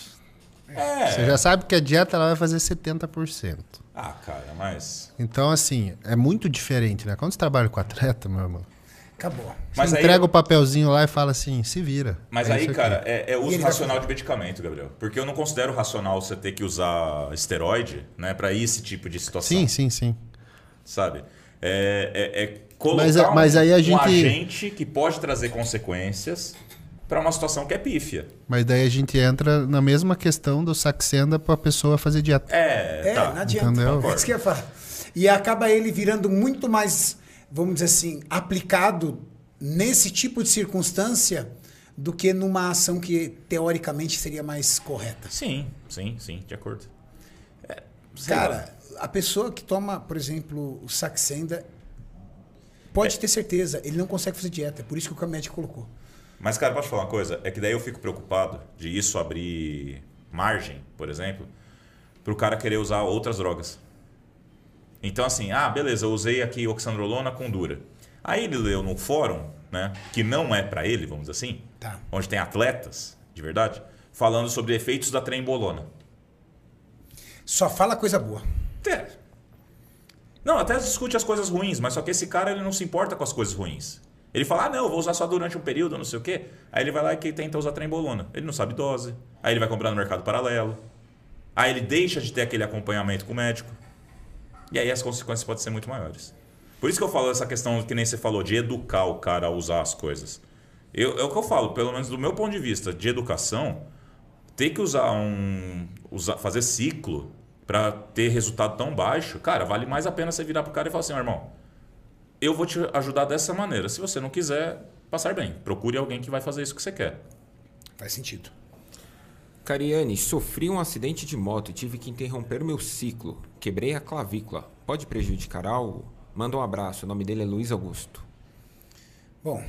C: É.
D: Você já sabe que a dieta ela vai fazer 70%.
C: Ah, cara, mas.
D: Então, assim, é muito diferente, né? Quando você trabalha com atleta, meu irmão,
A: Acabou.
D: você
C: Mas aí,
D: entrega o papelzinho lá e fala assim, se vira.
C: mas
D: É
C: aí
D: isso aqui.
C: cara, é, é
A: E
C: uso
A: ele vai
C: racional de medicamento, Gabriel. Porque eu não considero racional você ter que usar esteroide, né, pra esse tipo de situação.
D: Sim, sim, sim.
C: Sabe? É, é, é colocar
D: Mas a- mas
C: um-
D: aí a
C: um
D: gente-
C: agente que pode trazer consequências pra uma situação que é pífia.
D: Mas daí a gente entra na mesma questão do saxenda pra pessoa fazer dieta.
C: É,
A: É,
C: tá.
A: não adianta.
D: Entendeu?
A: É isso que eu ia falar. E acaba ele virando muito mais, vamos dizer assim, aplicado nesse tipo de circunstância do que numa ação que teoricamente seria mais correta.
C: Sim, sim, sim, de acordo. É, sei lá.
A: Cara, a pessoa que toma, por exemplo, o Saxenda pode
C: É.
A: ter certeza, ele não consegue fazer dieta. É por isso que o médico colocou.
C: Mas, cara, posso te falar uma coisa? É que daí eu fico preocupado de isso abrir margem, por exemplo, pro cara querer usar outras drogas. Então, assim, ah, beleza, eu usei aqui oxandrolona com dura. Aí ele leu no fórum, né, que não é pra ele, vamos dizer assim,
A: Tá.
C: onde tem atletas, de verdade, falando sobre efeitos da trembolona.
A: Só fala coisa boa.
C: Até. Não, até discute as coisas ruins, mas só que esse cara ele não se importa com as coisas ruins. Ele fala, ah, não, eu vou usar só durante um período, não sei o quê. Aí ele vai lá e que- tenta usar trembolona. Ele não sabe dose. Aí ele vai comprar no mercado paralelo. Aí ele deixa de ter aquele acompanhamento com o médico. E aí as consequências podem ser muito maiores. Por isso que eu falo essa questão que nem você falou, de educar o cara a usar as coisas. Eu, é o que eu falo, pelo menos do meu ponto de vista de educação, ter que usar um. Usar, fazer ciclo pra ter resultado tão baixo, cara, vale mais a pena você virar pro cara e falar assim, "Ó, irmão, eu vou te ajudar dessa maneira. Se você não quiser, passar bem. Procure alguém que vai fazer isso que você quer.
A: Faz sentido.
B: Cariane, sofri um acidente de moto e tive que interromper meu ciclo. Quebrei a clavícula. Pode prejudicar algo? Manda um abraço. O nome dele é Luiz Augusto.
A: Bom,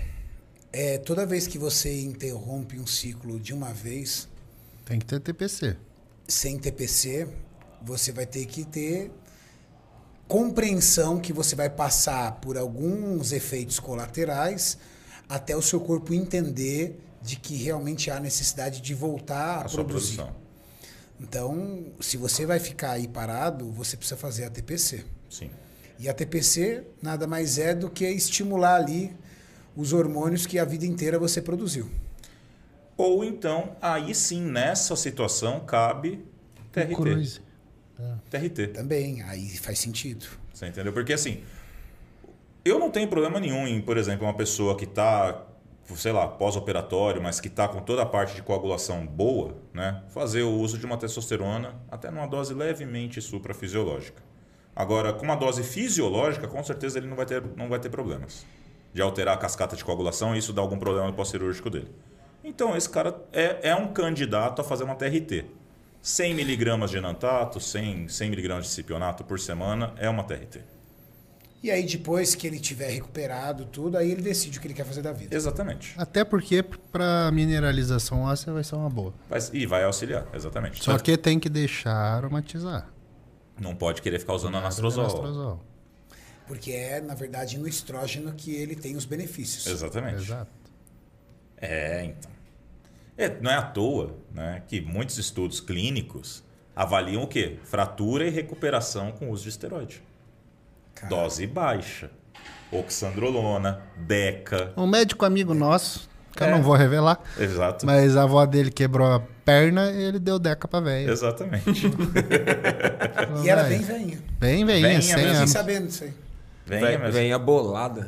A: é, toda vez que você interrompe um ciclo de uma vez,
D: Tem que ter TPC.
A: sem TPC, você vai ter que ter compreensão que você vai passar por alguns efeitos colaterais até o seu corpo entender de que realmente há necessidade de voltar a,
C: a sua
A: produzir.
C: produção.
A: Então, se você vai ficar aí parado, você precisa fazer a TPC.
C: Sim.
A: E a TPC nada mais é do que estimular ali os hormônios que a vida inteira você produziu.
C: Ou então, aí sim, nessa situação, cabe TRT.
D: Cruz.
C: TRT.
A: Também, aí faz sentido.
C: Você entendeu? Porque assim, eu não tenho problema nenhum em, por exemplo, uma pessoa que está, sei lá, pós-operatório, mas que está com toda a parte de coagulação boa, né? Fazer o uso de uma testosterona até numa dose levemente suprafisiológica. Agora, com uma dose fisiológica, com certeza ele não vai ter, não vai ter problemas de alterar a cascata de coagulação e isso dá algum problema no pós-cirúrgico dele. Então, esse cara é, é um candidato a fazer uma TRT. 100 miligramas de enantato, 100, 100 miligramas de cipionato por semana é uma TRT.
A: E aí depois que ele tiver recuperado tudo, aí ele decide o que ele quer fazer da vida.
C: Exatamente.
D: Até porque para mineralização óssea vai ser uma boa.
C: Vai- e vai auxiliar, exatamente.
D: Só que tem que deixar aromatizar.
C: Não pode querer ficar usando anastrozol.
D: Anastrozol.
A: Porque é, na verdade, no estrógeno que ele tem os benefícios.
C: Exatamente.
D: Exato.
C: É, então. É, não é à toa né, que muitos estudos clínicos avaliam o quê? Fratura e recuperação com uso de esteroide.
A: Cara,
C: Dose baixa. Oxandrolona, Deca.
D: Um médico amigo nosso, que
C: É.
D: eu não vou revelar,
C: Exato.
D: mas a avó dele quebrou a perna e ele deu deca pra velha.
C: Exatamente.
A: E era
D: É.
A: bem veinha.
D: Bem velhinha,
C: Veinha
D: 100
C: mesmo.
A: Fiquei
D: anos.
A: sabendo isso aí.
C: Venha,
B: Vem,
C: mas...
B: vem a bolada.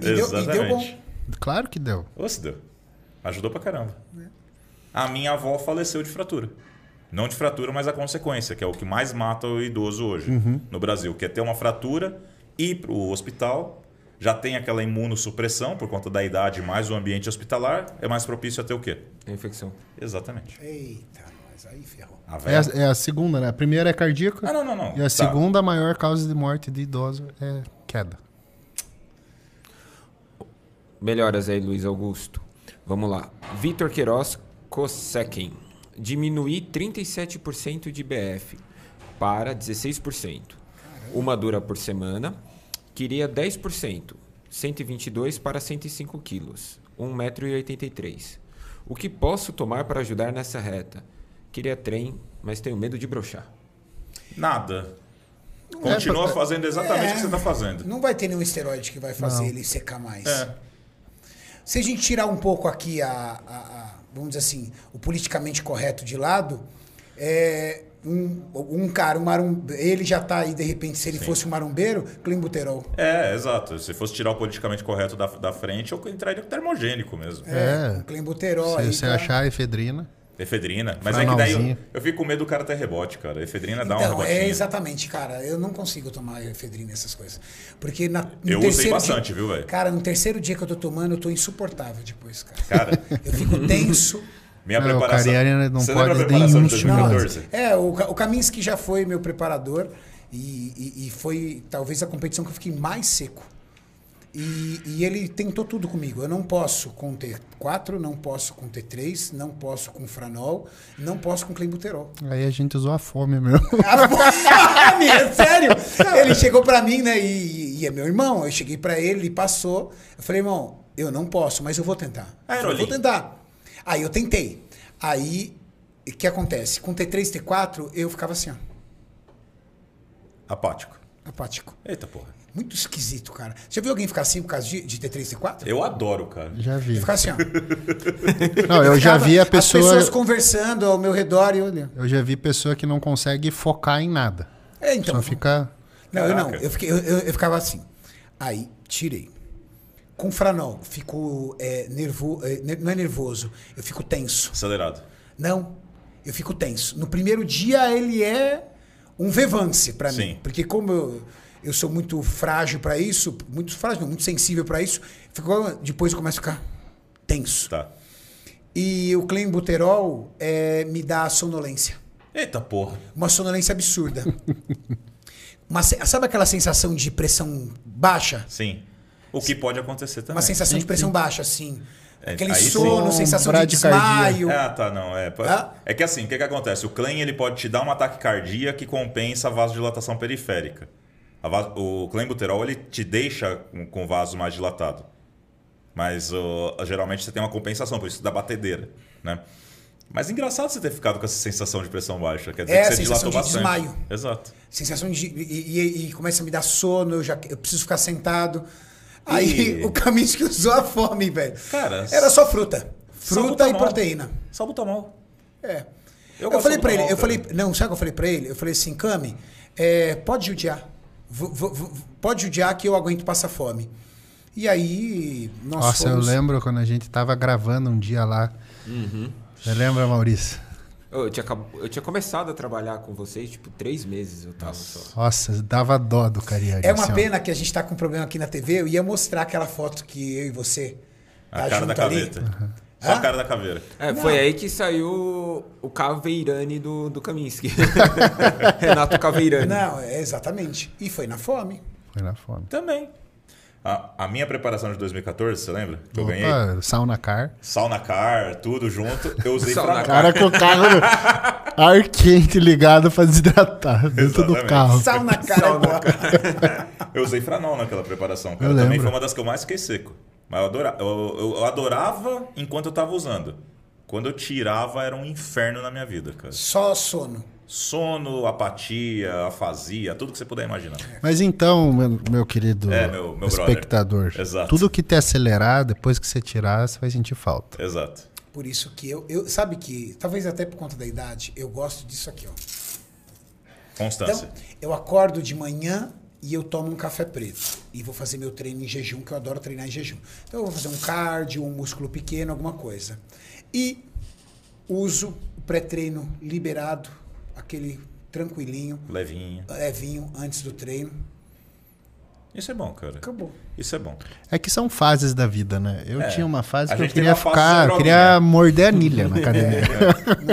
A: deu- e deu
C: Exatamente.
D: Claro que deu.
C: Ô, se deu. Ajudou pra caramba.
D: Né?
C: A minha avó faleceu de fratura. Não de fratura, mas a consequência, que é o que mais mata o idoso hoje
D: Uhum.
C: no Brasil, que é ter uma fratura, ir pro hospital, já tem aquela imunossupressão por conta da idade mais o ambiente hospitalar, é mais propício a ter o quê?
B: É infecção.
C: Exatamente.
A: Eita, mas aí ferrou.
C: A
D: É
C: véia...
D: a, é a segunda, né? A primeira é cardíaca.
C: Ah, não, não, não.
D: E a
C: Tá.
D: segunda maior causa de morte de idoso é queda.
B: Melhoras aí, Luiz Augusto. Vamos lá. Vitor Queiroz Kosekin. Diminuir 37% de BF para 16%. Uma dura por semana. Queria 10%. 122 para 105 quilos. 1,83m. O que posso tomar para ajudar nessa reta? Queria trem, mas tenho medo de brochar.
C: Nada. Continua
D: é pra-
C: fazendo
A: É.
C: exatamente o que você está fazendo.
A: Não vai ter nenhum esteroide que vai fazer
D: Não.
A: ele secar mais.
C: É.
A: Se a gente tirar um pouco aqui a, a- a- vamos dizer assim, o politicamente correto de lado, é, um, um cara, um marum, ele já tá aí, de repente, se ele fosse um marombeiro, climbuterol.
C: É, exato. Se fosse tirar o politicamente correto da, da frente, eu entraria com termogênico mesmo.
D: É.
A: Um climbuterol.
D: Se
A: aí
D: você
A: pra-
D: achar a efedrina.
C: Efedrina. Mas é que daí eu,
D: Franalzinho.
C: eu fico com medo do cara ter rebote, cara. Efedrina dá um
A: Então,
C: rebotinho.
A: é exatamente, cara. Eu não consigo tomar efedrina essas coisas. Porque na, no
C: Eu usei
A: terceiro
C: bastante,
A: dia-
C: viu, velho?
A: Cara, no terceiro dia que eu tô tomando, eu tô insuportável depois, cara.
C: Cara,
A: *laughs* Eu fico
C: *laughs*
A: tenso.
C: minha
D: Não, o
C: preparação.
D: Cariani não
C: Você lembra
D: pode
C: a preparação
D: nem
C: de
D: um estímulo.
C: 2014?
A: É, o, Ka- o Kaminski já foi meu preparador e, e- e foi talvez a competição que eu fiquei mais seco. E, e ele tentou tudo comigo. Eu não posso com T4, não posso com T3, não posso com Franol, não posso com Clenbuterol.
D: Aí a gente usou a fome mesmo.
A: Ah, *laughs* pô, é sério? Ele chegou pra mim, né? E, e é meu irmão. Eu cheguei pra ele, ele passou. Eu falei, irmão, eu não posso, mas eu vou tentar. eu
C: Aerolim.
A: vou tentar. Aí eu tentei. Aí, o que acontece? Com T3, T4, eu ficava assim, ó,
C: Apático.
A: apático.
C: Eita porra.
A: Muito esquisito, cara. Já viu alguém ficar assim por causa de, de T3, T4?
C: Eu adoro, cara.
D: Já vi.
A: Ficar assim, ó.
D: Não, eu já
A: Ficava
D: vi a
A: As
D: pessoa.
A: pessoas conversando ao meu redor e eu olhando.
D: Eu já vi pessoa que não consegue focar em nada.
A: É, então.
D: Só fica.
A: Não, eu não.
C: Caraca.
A: Eu, fiquei- eu- eu- eu ficava assim. Aí, tirei. Com franol, fico é, nervo, é, ne- não é nervoso, eu fico tenso.
C: Acelerado.
A: Não, eu fico tenso. No primeiro dia ele é um vevance pra mim,
C: Sim.
A: porque como eu, eu sou muito frágil pra isso, muito frágil, não, muito sensível pra isso, fico, depois começa a ficar tenso.
C: Tá.
A: E o clenbuterol é, me dá sonolência
C: Eita porra.
A: uma sonolência
C: *laughs*
A: absurda. Uma se- sabe aquela sensação de pressão baixa?
C: Sim. O que pode acontecer também.
A: Uma sensação de pressão baixa, assim.
C: É,
A: Aquele
C: aí sim.
A: sono,
D: Um
A: sensação de
D: bradicardia.
A: desmaio.
C: Ah, tá, não. É,
A: Ah.
C: é que assim, o que, que acontece? O Klein ele pode te dar um ataque cardíaco que compensa a vasodilatação periférica. A va- o clenbuterol ele te deixa com- com o vaso mais dilatado. Mas ó, geralmente você tem uma compensação, por isso da batedeira, né? Mas engraçado você ter ficado com essa sensação de pressão baixa. Quer dizer
A: É,
C: que
A: a
C: você
A: sensação
C: dilatou
A: de
C: bastante.
A: desmaio.
C: Exato.
A: Sensação de. E, e- e começa a me dar sono, eu já eu preciso ficar sentado. Aí *laughs*
C: E-
A: o caminho que usou a fome, velho.
C: Cara,
A: Era só fruta.
C: só
A: Fruta e
C: butanol.
A: proteína.
C: Só butanol.
A: É.
C: Eu
A: Eu,
C: gosto
A: falei
C: do né?
A: pra ele,
C: Paulo,
A: eu falei,
C: cara.
A: não, sabe o que eu falei pra ele? Eu falei assim, Cami, é, pode judiar. V- v- v- pode judiar que eu aguento passar fome. E aí, nós
D: Nossa, eu
A: fomos-
D: lembro quando a gente tava gravando um dia lá. Você lembra, Maurício?
B: Eu, eu tinha, acab- eu tinha começado a trabalhar com vocês, tipo, três meses eu tava só.
D: Nossa, dava dó do Cariani.
A: É uma
D: assim, ó.
A: pena que a gente tá com um problema aqui na TV. Eu ia mostrar aquela foto que eu e você.
C: A
A: tá
C: cara da
A: junto ali.
C: caveta. Só
A: Hã?
C: a cara da caveira.
B: É, foi aí que saiu o Caveirani do, do Kaminsky. *laughs* Renato Caveirani.
A: Não, é, exatamente. E foi na fome.
D: Foi na fome.
C: Também. A, a minha preparação de 2014, você lembra? Que eu ganhei?
D: Opa, sauna car.
C: Sauna car, tudo junto. Eu usei
B: Sauna
C: pra...
B: car.
D: Cara com o carro
C: *laughs*
D: ar quente ligado pra desidratar dentro do
C: Exatamente.
D: carro.
A: Sal
C: *laughs*
A: na cara
B: Sal na
A: agora.
C: Eu usei franol naquela preparação, cara.
D: Eu
C: Também
D: lembro.
C: foi uma das que eu mais fiquei seco. Mas eu adorava, eu, eu- eu adorava enquanto eu tava usando. Quando eu tirava, era um inferno na minha vida, cara.
A: Só sono.
C: Sono, apatia, afasia, tudo que você puder imaginar.
D: Mas então, meu, meu querido
C: É, meu- meu brother.
D: espectador,
C: Exato.
D: tudo que te acelerar, depois que você tirar, você vai sentir falta.
C: Exato.
A: Por isso que eu, eu. Sabe que, talvez até por conta da idade, eu gosto disso aqui, ó.
C: Constância.
A: Então, eu acordo de manhã e eu tomo um café preto. E vou fazer meu treino em jejum, que eu adoro treinar em jejum. Então, eu vou fazer um cardio, um músculo pequeno, alguma coisa. E uso o pré-treino liberado, aquele tranquilinho,
C: Levinha.
A: levinho, antes do treino.
C: Isso é bom, cara.
A: Acabou.
C: Isso é bom.
D: É que são fases da vida, né? Eu
C: É.
D: tinha uma fase
C: A
D: que eu
C: gente teve
D: queria
C: uma fase
D: ficar, eu
C: droguinha.
D: queria morder a anilha
C: *laughs*
D: na cadeia.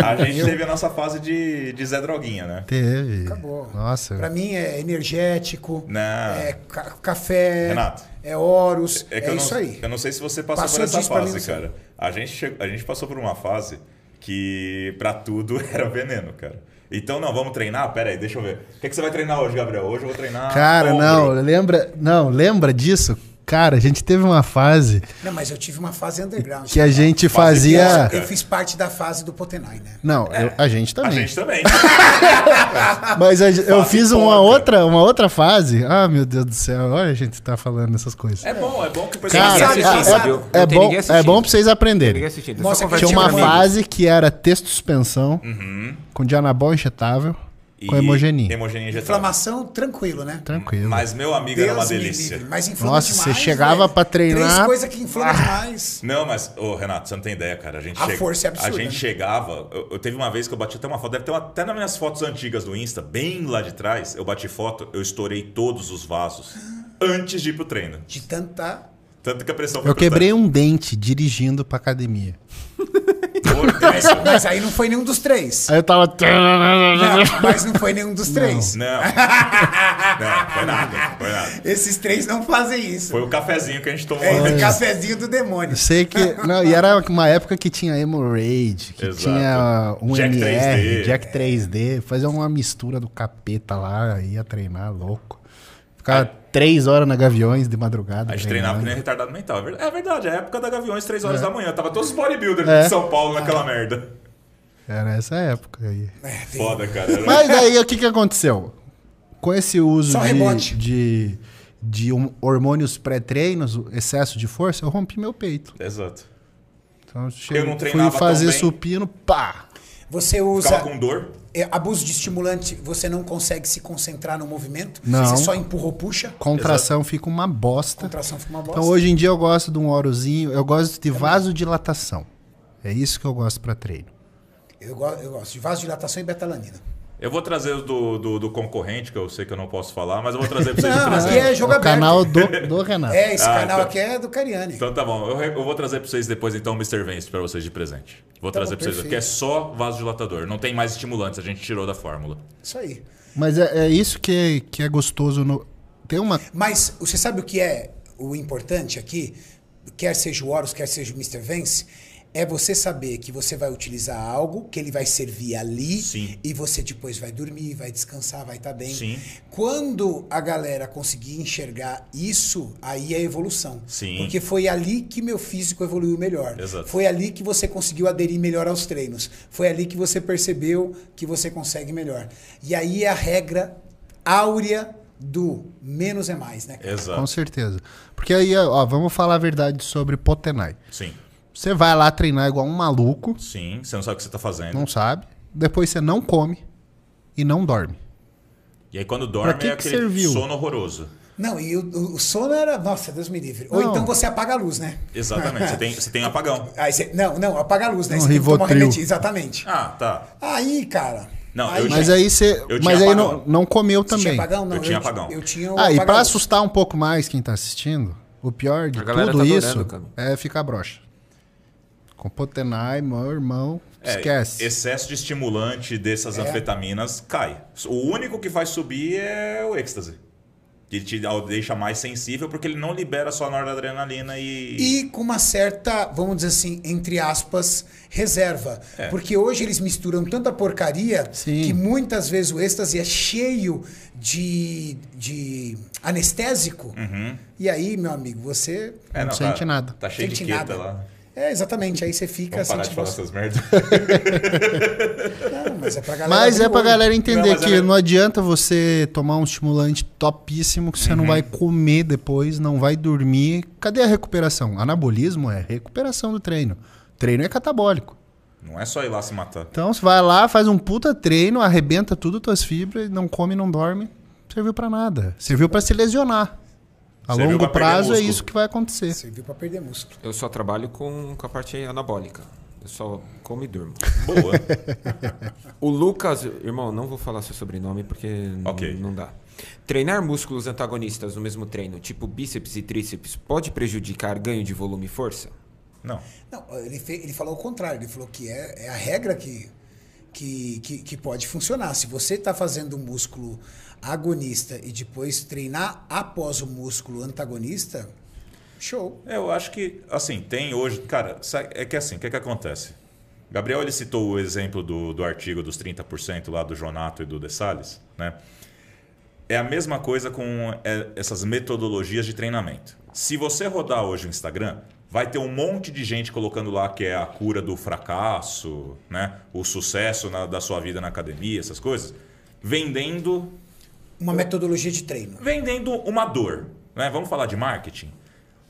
C: a gente teve a nossa fase de, de Zé Droguinha, né?
D: Teve.
A: Acabou.
D: Nossa.
A: Pra mim é energético,
C: Não.
A: é ca- café,
C: Renato.
A: é Horus, é,
C: É, que eu não,
A: isso aí.
C: Eu não sei se você passou,
A: Passou
C: por essa
A: disso pra mim,
C: fase,
A: não sei.
C: cara. A gente, chegou- a gente passou por uma fase que pra tudo *laughs* era veneno, cara. Então, não, vamos treinar? Pera aí, deixa eu ver. O que, que você vai treinar hoje, Gabriel? Hoje eu vou treinar.
D: Cara,
C: ombro.
D: não, lembra, não, lembra disso? Cara, a gente teve uma fase
A: Não, mas eu tive uma fase underground.
D: que a gente
C: Fase que
D: fazia.
A: Eu fiz parte da fase do Potenai, né?
D: Não, eu- a gente
C: É. A
D: também. *laughs*
C: gente tá- também.
D: Mas a- eu
C: Fase
D: fiz uma
C: porca.
D: outra, uma outra fase. Ah, meu Deus do céu, olha a gente tá falando essas coisas.
C: é bom, é bom que o pessoal
D: Cara,
A: sabe,
B: ninguém assistindo,
A: sabe.
B: viu?
D: é,
B: Não tem
D: bom,
B: ninguém
D: é
B: assistindo.
D: bom pra vocês aprenderem.
B: Ninguém assistindo.
A: Nossa,
B: Só conversa
D: Tinha
A: Tinha
D: uma
B: com amigos.
D: fase que era texto suspensão, com dianabol injetável, com
C: Uhum. E
D: hemogenin.
C: Hemogenia injetável.
A: Inflamação, tranquilo, né?
D: Tranquilo.
C: Mas meu amigo era uma
A: Deus me
C: delícia.
A: livre, mas inflama
D: Nossa,
A: demais,
D: você chegava pra treinar- Ah.
A: Três coisas que inflama demais.
C: Não, mas, ô, Renato, você não tem ideia, cara. A, gente
A: A força é absurda,
C: A gente
A: né?
C: chegava. Eu, eu teve uma vez que eu bati até uma foto, deve ter uma- até nas minhas fotos antigas do Insta, bem lá de trás, eu bati foto, eu estourei todos os vasos antes de ir pro treino.
A: De tanta.
C: Tanto que a pressão foi
D: Eu quebrei um dente dirigindo pra academia. *laughs*
C: um.
A: Mas aí não foi nenhum dos três.
D: Aí eu tava.
A: Não, mas não foi nenhum dos três.
C: Não. Não, foi nada. Foi nada.
A: Esses três não fazem isso.
C: Foi o cafezinho que a gente tomou.
A: É esse *laughs*
C: antes.
A: cafezinho do demônio.
D: Sei que. Não, e era uma época que tinha Hemorrhage, que
C: Exato.
D: tinha um
C: Jack
D: MR,
C: 3D.
D: Jack 3D. Fazia uma mistura do capeta lá, ia treinar, louco. Ficava três horas na Gaviões de madrugada.
C: A gente treinava que nem
D: treinando.
C: retardado mental. É verdade, é verdade, é a época da Gaviões, 3 horas da manhã. Tava todos os bodybuilders
D: É.
C: de São Paulo naquela merda. né?
D: Era essa época aí.
A: É, tem-
C: Foda, cara. Era-
D: Mas aí o que, que aconteceu? Com esse uso
A: Só
D: de,
A: rebote.
D: de, de um- hormônios pré-treinos, o excesso de força, eu rompi meu peito.
C: Exato.
D: Então eu, cheguei,
C: não
D: fui
C: treinava tão
D: fazer
C: bem.
D: supino, pá!
A: Você
C: Ficava
A: usa
C: com dor.
A: é, abuso de estimulante, você não consegue se concentrar no movimento.
D: Não.
A: Você só empurra ou puxa.
D: Contração fica uma bosta.
A: Contração fica uma bosta.
D: Então hoje em dia eu gosto de um orozinho, eu gosto de vasodilatação. É isso que eu gosto pra treino.
A: eu, go- eu gosto de vasodilatação e betalanina.
C: Eu vou trazer o do, do, do concorrente, que eu sei que eu não posso falar, mas eu vou trazer pra
A: *laughs*
C: vocês
A: Não,
C: de
A: mas
C: presente.
A: aqui é jogo
D: o
A: aberto. *laughs*
D: canal do, do Renato.
A: É, esse
C: Ah,
A: canal
C: então.
A: aqui é do Cariani.
C: Então tá bom, eu, re- eu vou trazer pra vocês depois então o Mr. Vence pra vocês de presente. Vou
A: Tá
C: trazer
A: bom,
C: pra vocês,
A: perfeito.
C: porque é só vasodilatador, não tem mais estimulantes, a gente tirou da fórmula.
A: Isso aí.
D: Mas é, é isso que, que é gostoso no. Tem uma.
A: Mas você sabe o que é o importante aqui? Quer seja o Horus, quer seja o Mr. Vence, é você saber que você vai utilizar algo, que ele vai servir ali
C: Sim.
A: e você depois vai dormir, vai descansar, vai estar bem.
C: Sim.
A: Quando a galera conseguir enxergar isso, aí é evolução.
C: Sim.
A: Porque foi ali que meu físico evoluiu melhor.
C: Exato.
A: Foi ali que você conseguiu aderir melhor aos treinos. Foi ali que você percebeu que você consegue melhor. E aí é a regra áurea do menos é mais, né? cara?
C: Exato.
D: Com certeza. Porque aí, ó, vamos falar a verdade sobre Potenai.
C: Sim.
D: Você vai lá treinar igual um maluco,
C: Sim. Você não sabe o que você tá fazendo.
D: não sabe. Depois você não come e não dorme.
C: E aí quando dorme
D: Pra que
C: é
D: que
C: aquele
D: serviu?
C: sono horroroso.
A: Não, e o, o sono era. Nossa, Deus me livre. Ou
D: Não.
A: então você apaga a luz, né? *laughs*
C: Exatamente. você, tem, você tem um apagão.
A: Aí você- não, não, apaga a luz, né?
D: Um
A: você tem que tomar
D: Rivotril.
A: remédio, Exatamente.
C: Ah, tá.
A: Aí, cara.
C: Não,
A: aí,
C: eu
D: Mas
C: tinha-
D: aí você.
C: eu
D: Mas
C: tinha
D: aí
C: apagão.
D: não, não comeu
A: Você tinha
D: também.
A: apagão? Não,
C: Eu tinha apagão.
A: Eu tinha o
D: Ah, e pra
A: apagão.
D: assustar um pouco mais quem tá assistindo, o pior de
B: A galera
D: tudo
B: tá adorando,
D: isso
B: cara.
D: é ficar broxa. Com Potenai, meu irmão,
C: É,
D: esquece. É.
C: Excesso de estimulante dessas anfetaminas cai. O único que faz subir é o êxtase. Que te dá- deixa mais sensível porque ele não libera só a noradrenalina e.
A: E com uma certa, vamos dizer assim, entre aspas, reserva.
C: É.
A: Porque hoje eles misturam tanta porcaria
D: Sim.
A: que muitas vezes o êxtase é cheio de, de anestésico. E aí, meu amigo, você.
C: É,
D: Não sente
C: tá,
D: nada.
C: Uhum. Tá cheio
A: Sente
C: de queta
A: nada.
C: lá.
A: É, exatamente. Aí você fica
C: Vamos parar de
A: sentindo- assim,
C: falar essas merdas.
A: Não, mas é pra galera.
D: Mas
A: abrir
D: é
A: o
D: pra
A: olho.
D: galera entender
C: Não, mas
D: que
C: é-
D: não adianta você tomar um estimulante topíssimo que você não vai
B: Uhum.
D: comer depois, não vai dormir. Cadê a recuperação? Anabolismo é recuperação do treino. Treino é catabólico.
C: *laughs* não é só ir lá se matar.
D: Então você vai lá, faz um puta treino, arrebenta tudo tuas fibras, não come, não dorme. Não serviu pra nada. Serviu pra se lesionar. A
C: Serviu
D: longo
C: pra perder
D: prazo é
C: músculo.
D: isso que vai acontecer.
A: Serviu pra perder músculo.
B: Eu só trabalho com, com a parte anabólica. Eu só como e durmo.
D: *laughs*
C: Boa.
B: O Lucas, irmão, não vou falar seu sobrenome porque n-
C: Ok.
B: não dá. Treinar músculos antagonistas no mesmo treino, tipo bíceps e tríceps, pode prejudicar ganho de volume e força?
C: não.
A: Não, ele, fe- ele falou o contrário. Ele falou que é, é a regra que, que, que, que pode funcionar. Se você está fazendo um músculo agonista e depois treinar após o músculo antagonista, show.
C: É, Eu acho que, assim, tem hoje. Cara, sa- é que assim, o que, que acontece? Gabriel ele citou o exemplo do, do artigo dos 30% lá do Jonato e do De Salles, né? É a mesma coisa com é, essas metodologias de treinamento. Se você rodar hoje o Instagram, vai ter um monte de gente colocando lá que é a cura do fracasso, né? O sucesso na- da sua vida na academia, essas coisas, vendendo
A: Uma metodologia de treino.
C: vendendo uma dor, né? Vamos falar de marketing.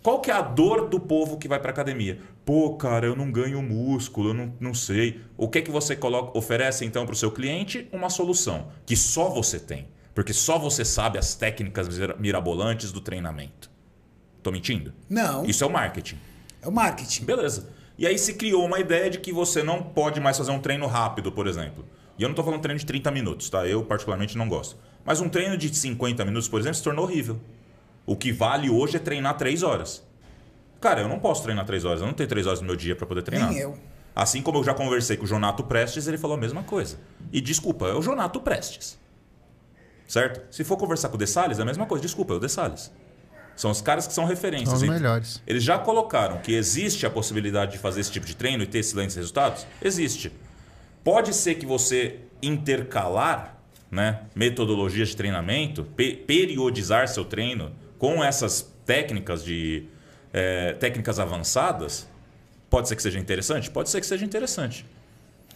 C: Qual que é a dor do povo que vai para academia? Pô, cara, eu não ganho músculo, eu não, não sei. O que que você coloca, oferece então para o seu cliente? Uma solução que só você tem, porque só você sabe as técnicas mira- mirabolantes do treinamento. Tô mentindo?
A: Não,
C: Isso é o marketing.
A: é o marketing.
C: Beleza. E aí se criou uma ideia de que você não pode mais fazer um treino rápido, por exemplo. E eu não tô falando treino de 30 minutos, tá? Eu particularmente não gosto. Mas um treino de 50 minutos, por exemplo, se tornou horrível. O que vale hoje é treinar 3 horas. Cara, eu não posso treinar 3 horas, eu não tenho 3 horas no meu dia para poder treinar.
A: Nem eu.
C: Assim como eu já conversei com o Jonato Prestes, ele falou a mesma coisa. E desculpa, é o Jonato Prestes. Certo? Se for conversar com o De Salles, é a mesma coisa. Desculpa, é o De Salles. São os caras que são referências.
D: São os
C: E
D: melhores.
C: Eles já colocaram que existe a possibilidade de fazer esse tipo de treino e ter excelentes resultados? Existe. Pode ser que você intercalar né, metodologias de treinamento, pe- periodizar seu treino com essas técnicas de eh, técnicas avançadas. Pode ser que seja interessante? Pode ser que seja interessante.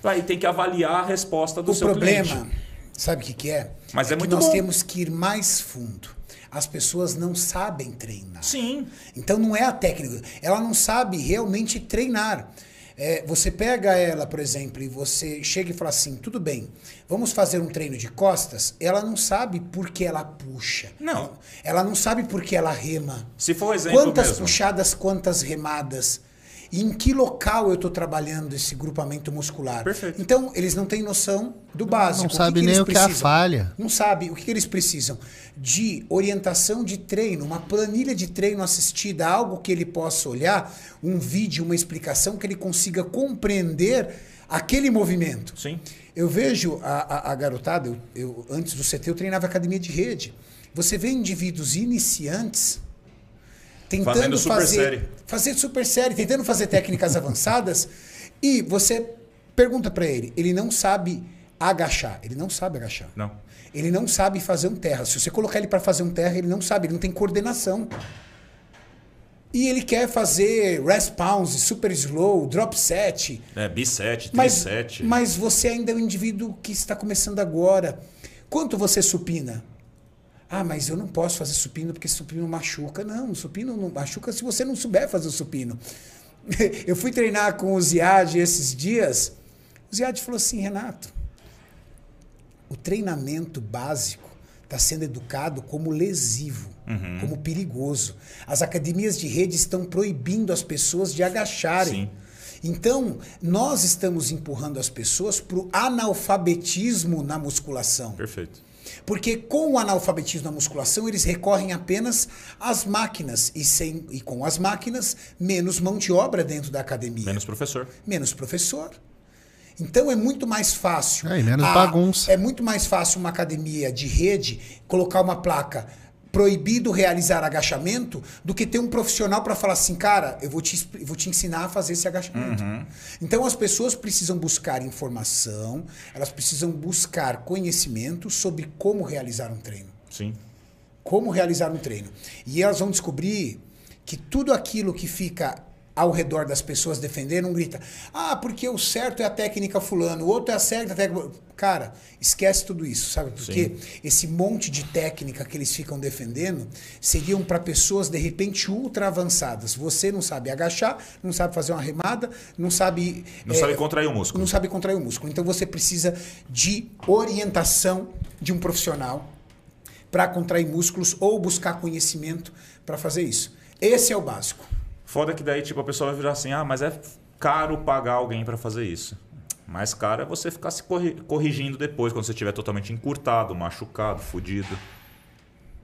C: Aí tem que avaliar a resposta do
A: O
C: seu
A: problema,
C: cliente.
A: sabe o que, que é?
C: Mas é
A: que
C: muito
A: nós
C: bom.
A: temos que ir mais fundo. As pessoas não sabem treinar.
C: Sim.
A: Então não é a técnica. Ela não sabe realmente treinar. É, você pega ela, por exemplo, e você chega e fala assim: tudo bem, vamos fazer um treino de costas. Ela não sabe por que ela puxa.
C: Não.
A: Ela não sabe por que ela rema.
C: Se for um exemplo
A: Quantas
C: mesmo.
A: puxadas, quantas remadas. E em que local eu estou trabalhando esse grupamento muscular?
C: Perfeito.
A: Então, eles não têm noção do básico.
D: Não
A: que
D: sabe
A: que
D: nem
A: eles
D: o que é a
A: precisam?
D: falha.
A: Não sabe o que que eles precisam de orientação de treino, uma planilha de treino assistida, algo que ele possa olhar, um vídeo, uma explicação que ele consiga compreender aquele movimento.
C: Sim.
A: Eu vejo a, a- a garotada, eu, eu- antes do CT eu treinava academia de rede. Você vê indivíduos iniciantes tentando
C: Fazendo super
A: fazer,
C: série.
A: fazer super série, tentando fazer técnicas avançadas, e você pergunta pra ele, ele não sabe agachar, ele não sabe agachar.
C: Não.
A: Ele não sabe fazer um terra. Se você colocar ele pra fazer um terra, ele não sabe, ele não tem coordenação. E ele quer fazer rest pounds, super slow, drop set,
C: É, B7,
A: mas,
C: T7.
A: mas você ainda é um indivíduo que está começando agora. Quanto você supina? Ah, mas eu não posso fazer supino porque supino machuca. Não, supino não machuca se você não souber fazer o supino. *laughs* Eu fui treinar com o Ziad esses dias. O Ziad falou assim, Renato, o treinamento básico está sendo educado como lesivo, como perigoso. As academias de rede estão proibindo as pessoas de agacharem.
C: Sim.
A: Então, nós estamos empurrando as pessoas para o analfabetismo na musculação.
C: Perfeito.
A: Porque com o analfabetismo na musculação, eles recorrem apenas às máquinas. E, sem, e com as máquinas, menos mão de obra dentro da academia.
C: Menos professor.
A: Menos professor. Então é muito mais fácil.
D: É, e menos bagunça.
A: É muito mais fácil uma academia de rede colocar uma placa proibido realizar agachamento do que ter um profissional para falar assim, cara, eu vou te, expli- eu vou te ensinar a fazer esse agachamento. Então as pessoas precisam buscar informação, elas precisam buscar conhecimento sobre como realizar um treino
C: Sim.
A: como realizar um treino. E elas vão descobrir que tudo aquilo que fica ao redor das pessoas defendendo, um grita, ah, porque o certo é a técnica fulano, o outro é a certa técnica... Cara, esquece tudo isso, sabe? Porque esse monte de técnica que eles ficam defendendo seriam para pessoas, de repente, ultra avançadas. Você não sabe agachar, não sabe fazer uma remada, não sabe...
C: Não
A: eh,
D: É,
C: sabe contrair o músculo.
A: não sabe contrair o músculo. Então você precisa de orientação de um profissional para contrair músculos ou buscar conhecimento para fazer isso. Esse é o básico.
C: Foda que daí, tipo, a pessoa vai virar assim, ah, mas é caro pagar alguém pra fazer isso. Mais caro é você ficar se corri- corrigindo depois, quando você estiver totalmente encurtado, machucado, fudido.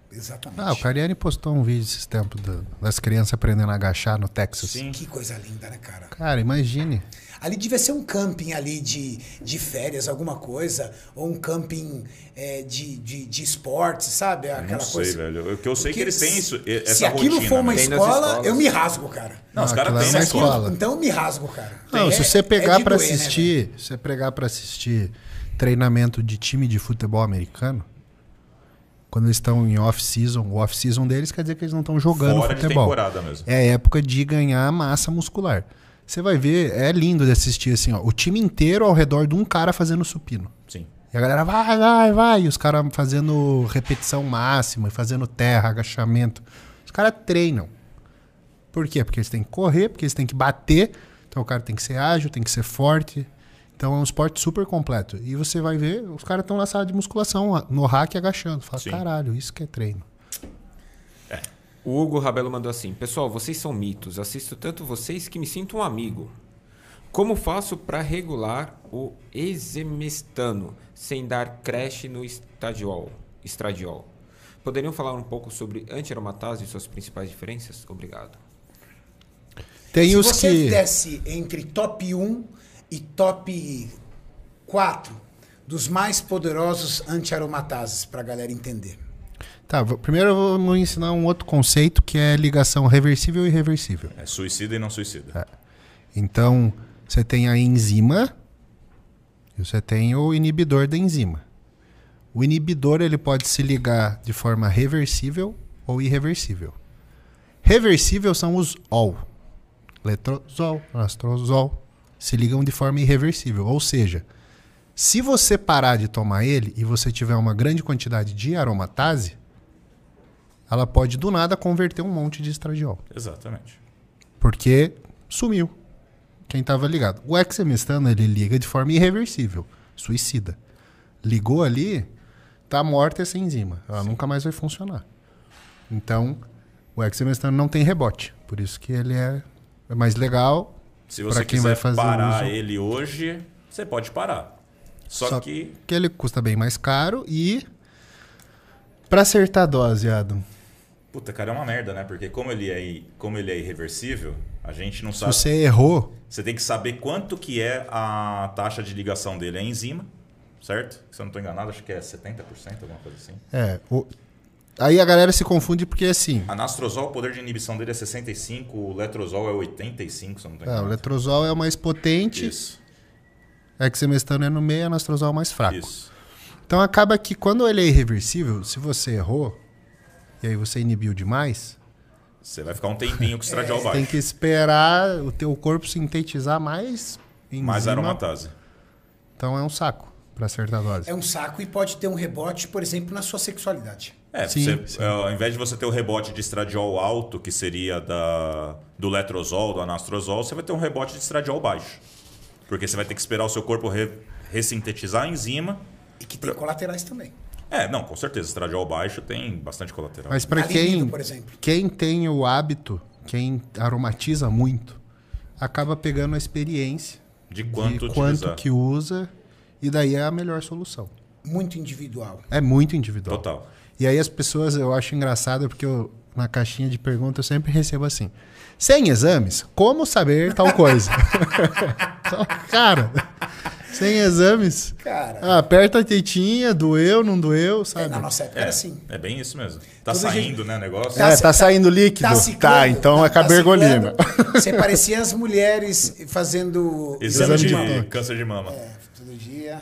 A: Exatamente.
D: Ah, o Cariani postou um vídeo esses tempos do- das crianças aprendendo a agachar no Texas.
C: Sim.
A: Que coisa linda, né, cara?
D: Cara, imagine.
A: Ali devia ser um camping ali de, de férias, alguma coisa, ou um camping eh, de, de, de esportes, sabe? Aquela
C: não sei,
A: coisa.
C: velho. O que eu sei
A: Porque
C: é que eles têm
A: se-
C: isso, e- essa
A: Se aquilo
C: rotina.
A: for uma
C: né?
B: Tem nas
A: escola,
B: escolas.
A: eu me rasgo, cara.
C: Não, os
D: Ah,
C: caras
D: aquela
C: têm
D: é
C: na
D: uma
C: escola.
D: escola. Fala.
A: Então eu me rasgo, cara.
D: Não,
A: É-
D: se você
A: é
D: pegar
A: de
D: pra
A: doer, né,
D: assistir, se você pegar para assistir treinamento de time de futebol americano, quando eles estão em off season, o off season deles quer dizer que eles não estão jogando
C: Fora de
D: futebol.
C: temporada mesmo.
D: É a época de ganhar massa muscular. Você vai ver, é lindo de assistir assim, ó, o time inteiro ao redor de um cara fazendo supino.
C: Sim.
D: E a galera vai, vai, vai. E os caras fazendo repetição máxima, fazendo terra, agachamento. Os caras treinam. Por quê? Porque eles têm que correr, porque eles têm que bater. Então o cara tem que ser ágil, tem que ser forte. Então é um esporte super completo. E você vai ver, os caras estão na sala de musculação, no rack agachando. Fala,
C: Sim.
D: caralho, isso que é treino.
B: O Hugo Rabelo mandou assim: Pessoal, vocês são mitos. Assisto tanto vocês que me sinto um amigo. Como faço para regular o exemestano sem dar crash no estadiol? estradiol? Poderiam falar um pouco sobre antiaromatase e suas principais diferenças? Obrigado.
D: Tem
A: Se
D: os
A: você
D: que.
A: desce entre top 1 e top 4 dos mais poderosos antiaromatases, para a galera entender.
D: Tá, v- primeiro eu vou vou ensinar um outro conceito que é ligação reversível e irreversível.
C: É suicida e não suicida.
D: Então, você tem a enzima e você tem o inibidor da enzima. O inibidor ele pode se ligar de forma reversível ou irreversível. Reversível são os OL. Letrozol, anastrozol. Se ligam de forma irreversível. Ou seja, se você parar de tomar ele e você tiver uma grande quantidade de aromatase, ela pode do nada converter um monte de estradiol.
C: Exatamente.
D: Porque sumiu. Quem estava ligado. O exemestano, ele liga de forma irreversível. Suicida. Ligou ali, tá morta essa enzima. Ela nunca mais vai funcionar. Então, o exemestano não tem rebote. Por isso que ele é, é mais legal.
C: Se
D: Pra
C: você
D: quem
C: quiser
D: vai fazer
C: parar
D: uso.
C: ele hoje, você pode parar. Só, que
D: que ele custa bem mais caro e... Pra acertar a dose, Adam.
C: Puta, cara, é uma merda, né? Porque como ele é, i- como ele é irreversível, a gente não
D: Se
C: sabe.
D: você errou,
C: Você tem que saber quanto que é a taxa de ligação dele à é enzima, certo? Se eu não estou enganado, acho que é 70%, alguma coisa assim.
D: É, o- Aí a galera se confunde porque assim.
C: Anastrozol, o poder de inibição dele é 65, o letrozol é 85, se eu não tem
D: é, o letrozol é o mais potente,
C: Isso,
D: hexamestano é no meio, anastrozol é o mais fraco.
C: isso.
D: Então acaba que quando ele é irreversível, se você errou, e aí você inibiu demais,
C: Você vai ficar um tempinho
D: *laughs*
C: com o estradiol
D: É, tem
C: baixo.
D: que esperar o teu corpo sintetizar mais enzima.
C: Mais aromatase.
D: Então é um saco pra acertar a dose.
A: É um saco e pode ter um rebote, por exemplo, na sua sexualidade.
C: É,
D: Sim,
C: você-
D: sim.
C: é, ao invés de você ter o rebote de estradiol alto, que seria da, do letrozol, do anastrozol, você vai ter um rebote de estradiol baixo. Porque você vai ter que esperar o seu corpo re- ressintetizar a enzima.
A: E que tem colaterais também.
C: É, não, com certeza, estradiol baixo tem bastante colateral.
D: Mas pra
A: A
D: quem,
A: libido, por exemplo.
D: quem tem o hábito, quem aromatiza muito, acaba pegando a experiência
C: de quanto,
D: de quanto
C: utilizar.
D: que usa, e daí é a melhor solução.
A: Muito individual.
D: É muito individual.
C: Total.
D: E aí as pessoas, eu acho engraçado, porque eu, na caixinha de pergunta eu sempre recebo assim: sem exames, como saber tal coisa? *laughs* Então, Cara, sem exames.
A: Cara.
D: ah, aperta a tetinha, doeu, não doeu, sabe?
A: Na nossa época
C: É,
A: era assim.
C: é bem isso mesmo. Tá
A: Toda gente-
C: saindo, né, o negócio?
D: É, tá saindo líquido. Tá,
A: ciclando, tá
D: então é
A: *laughs*
D: cabergolina.
A: ciclando. Você parecia as mulheres fazendo
C: Exame,
D: exame de
C: de,
D: mama.
C: câncer de mama.
A: É, todo dia.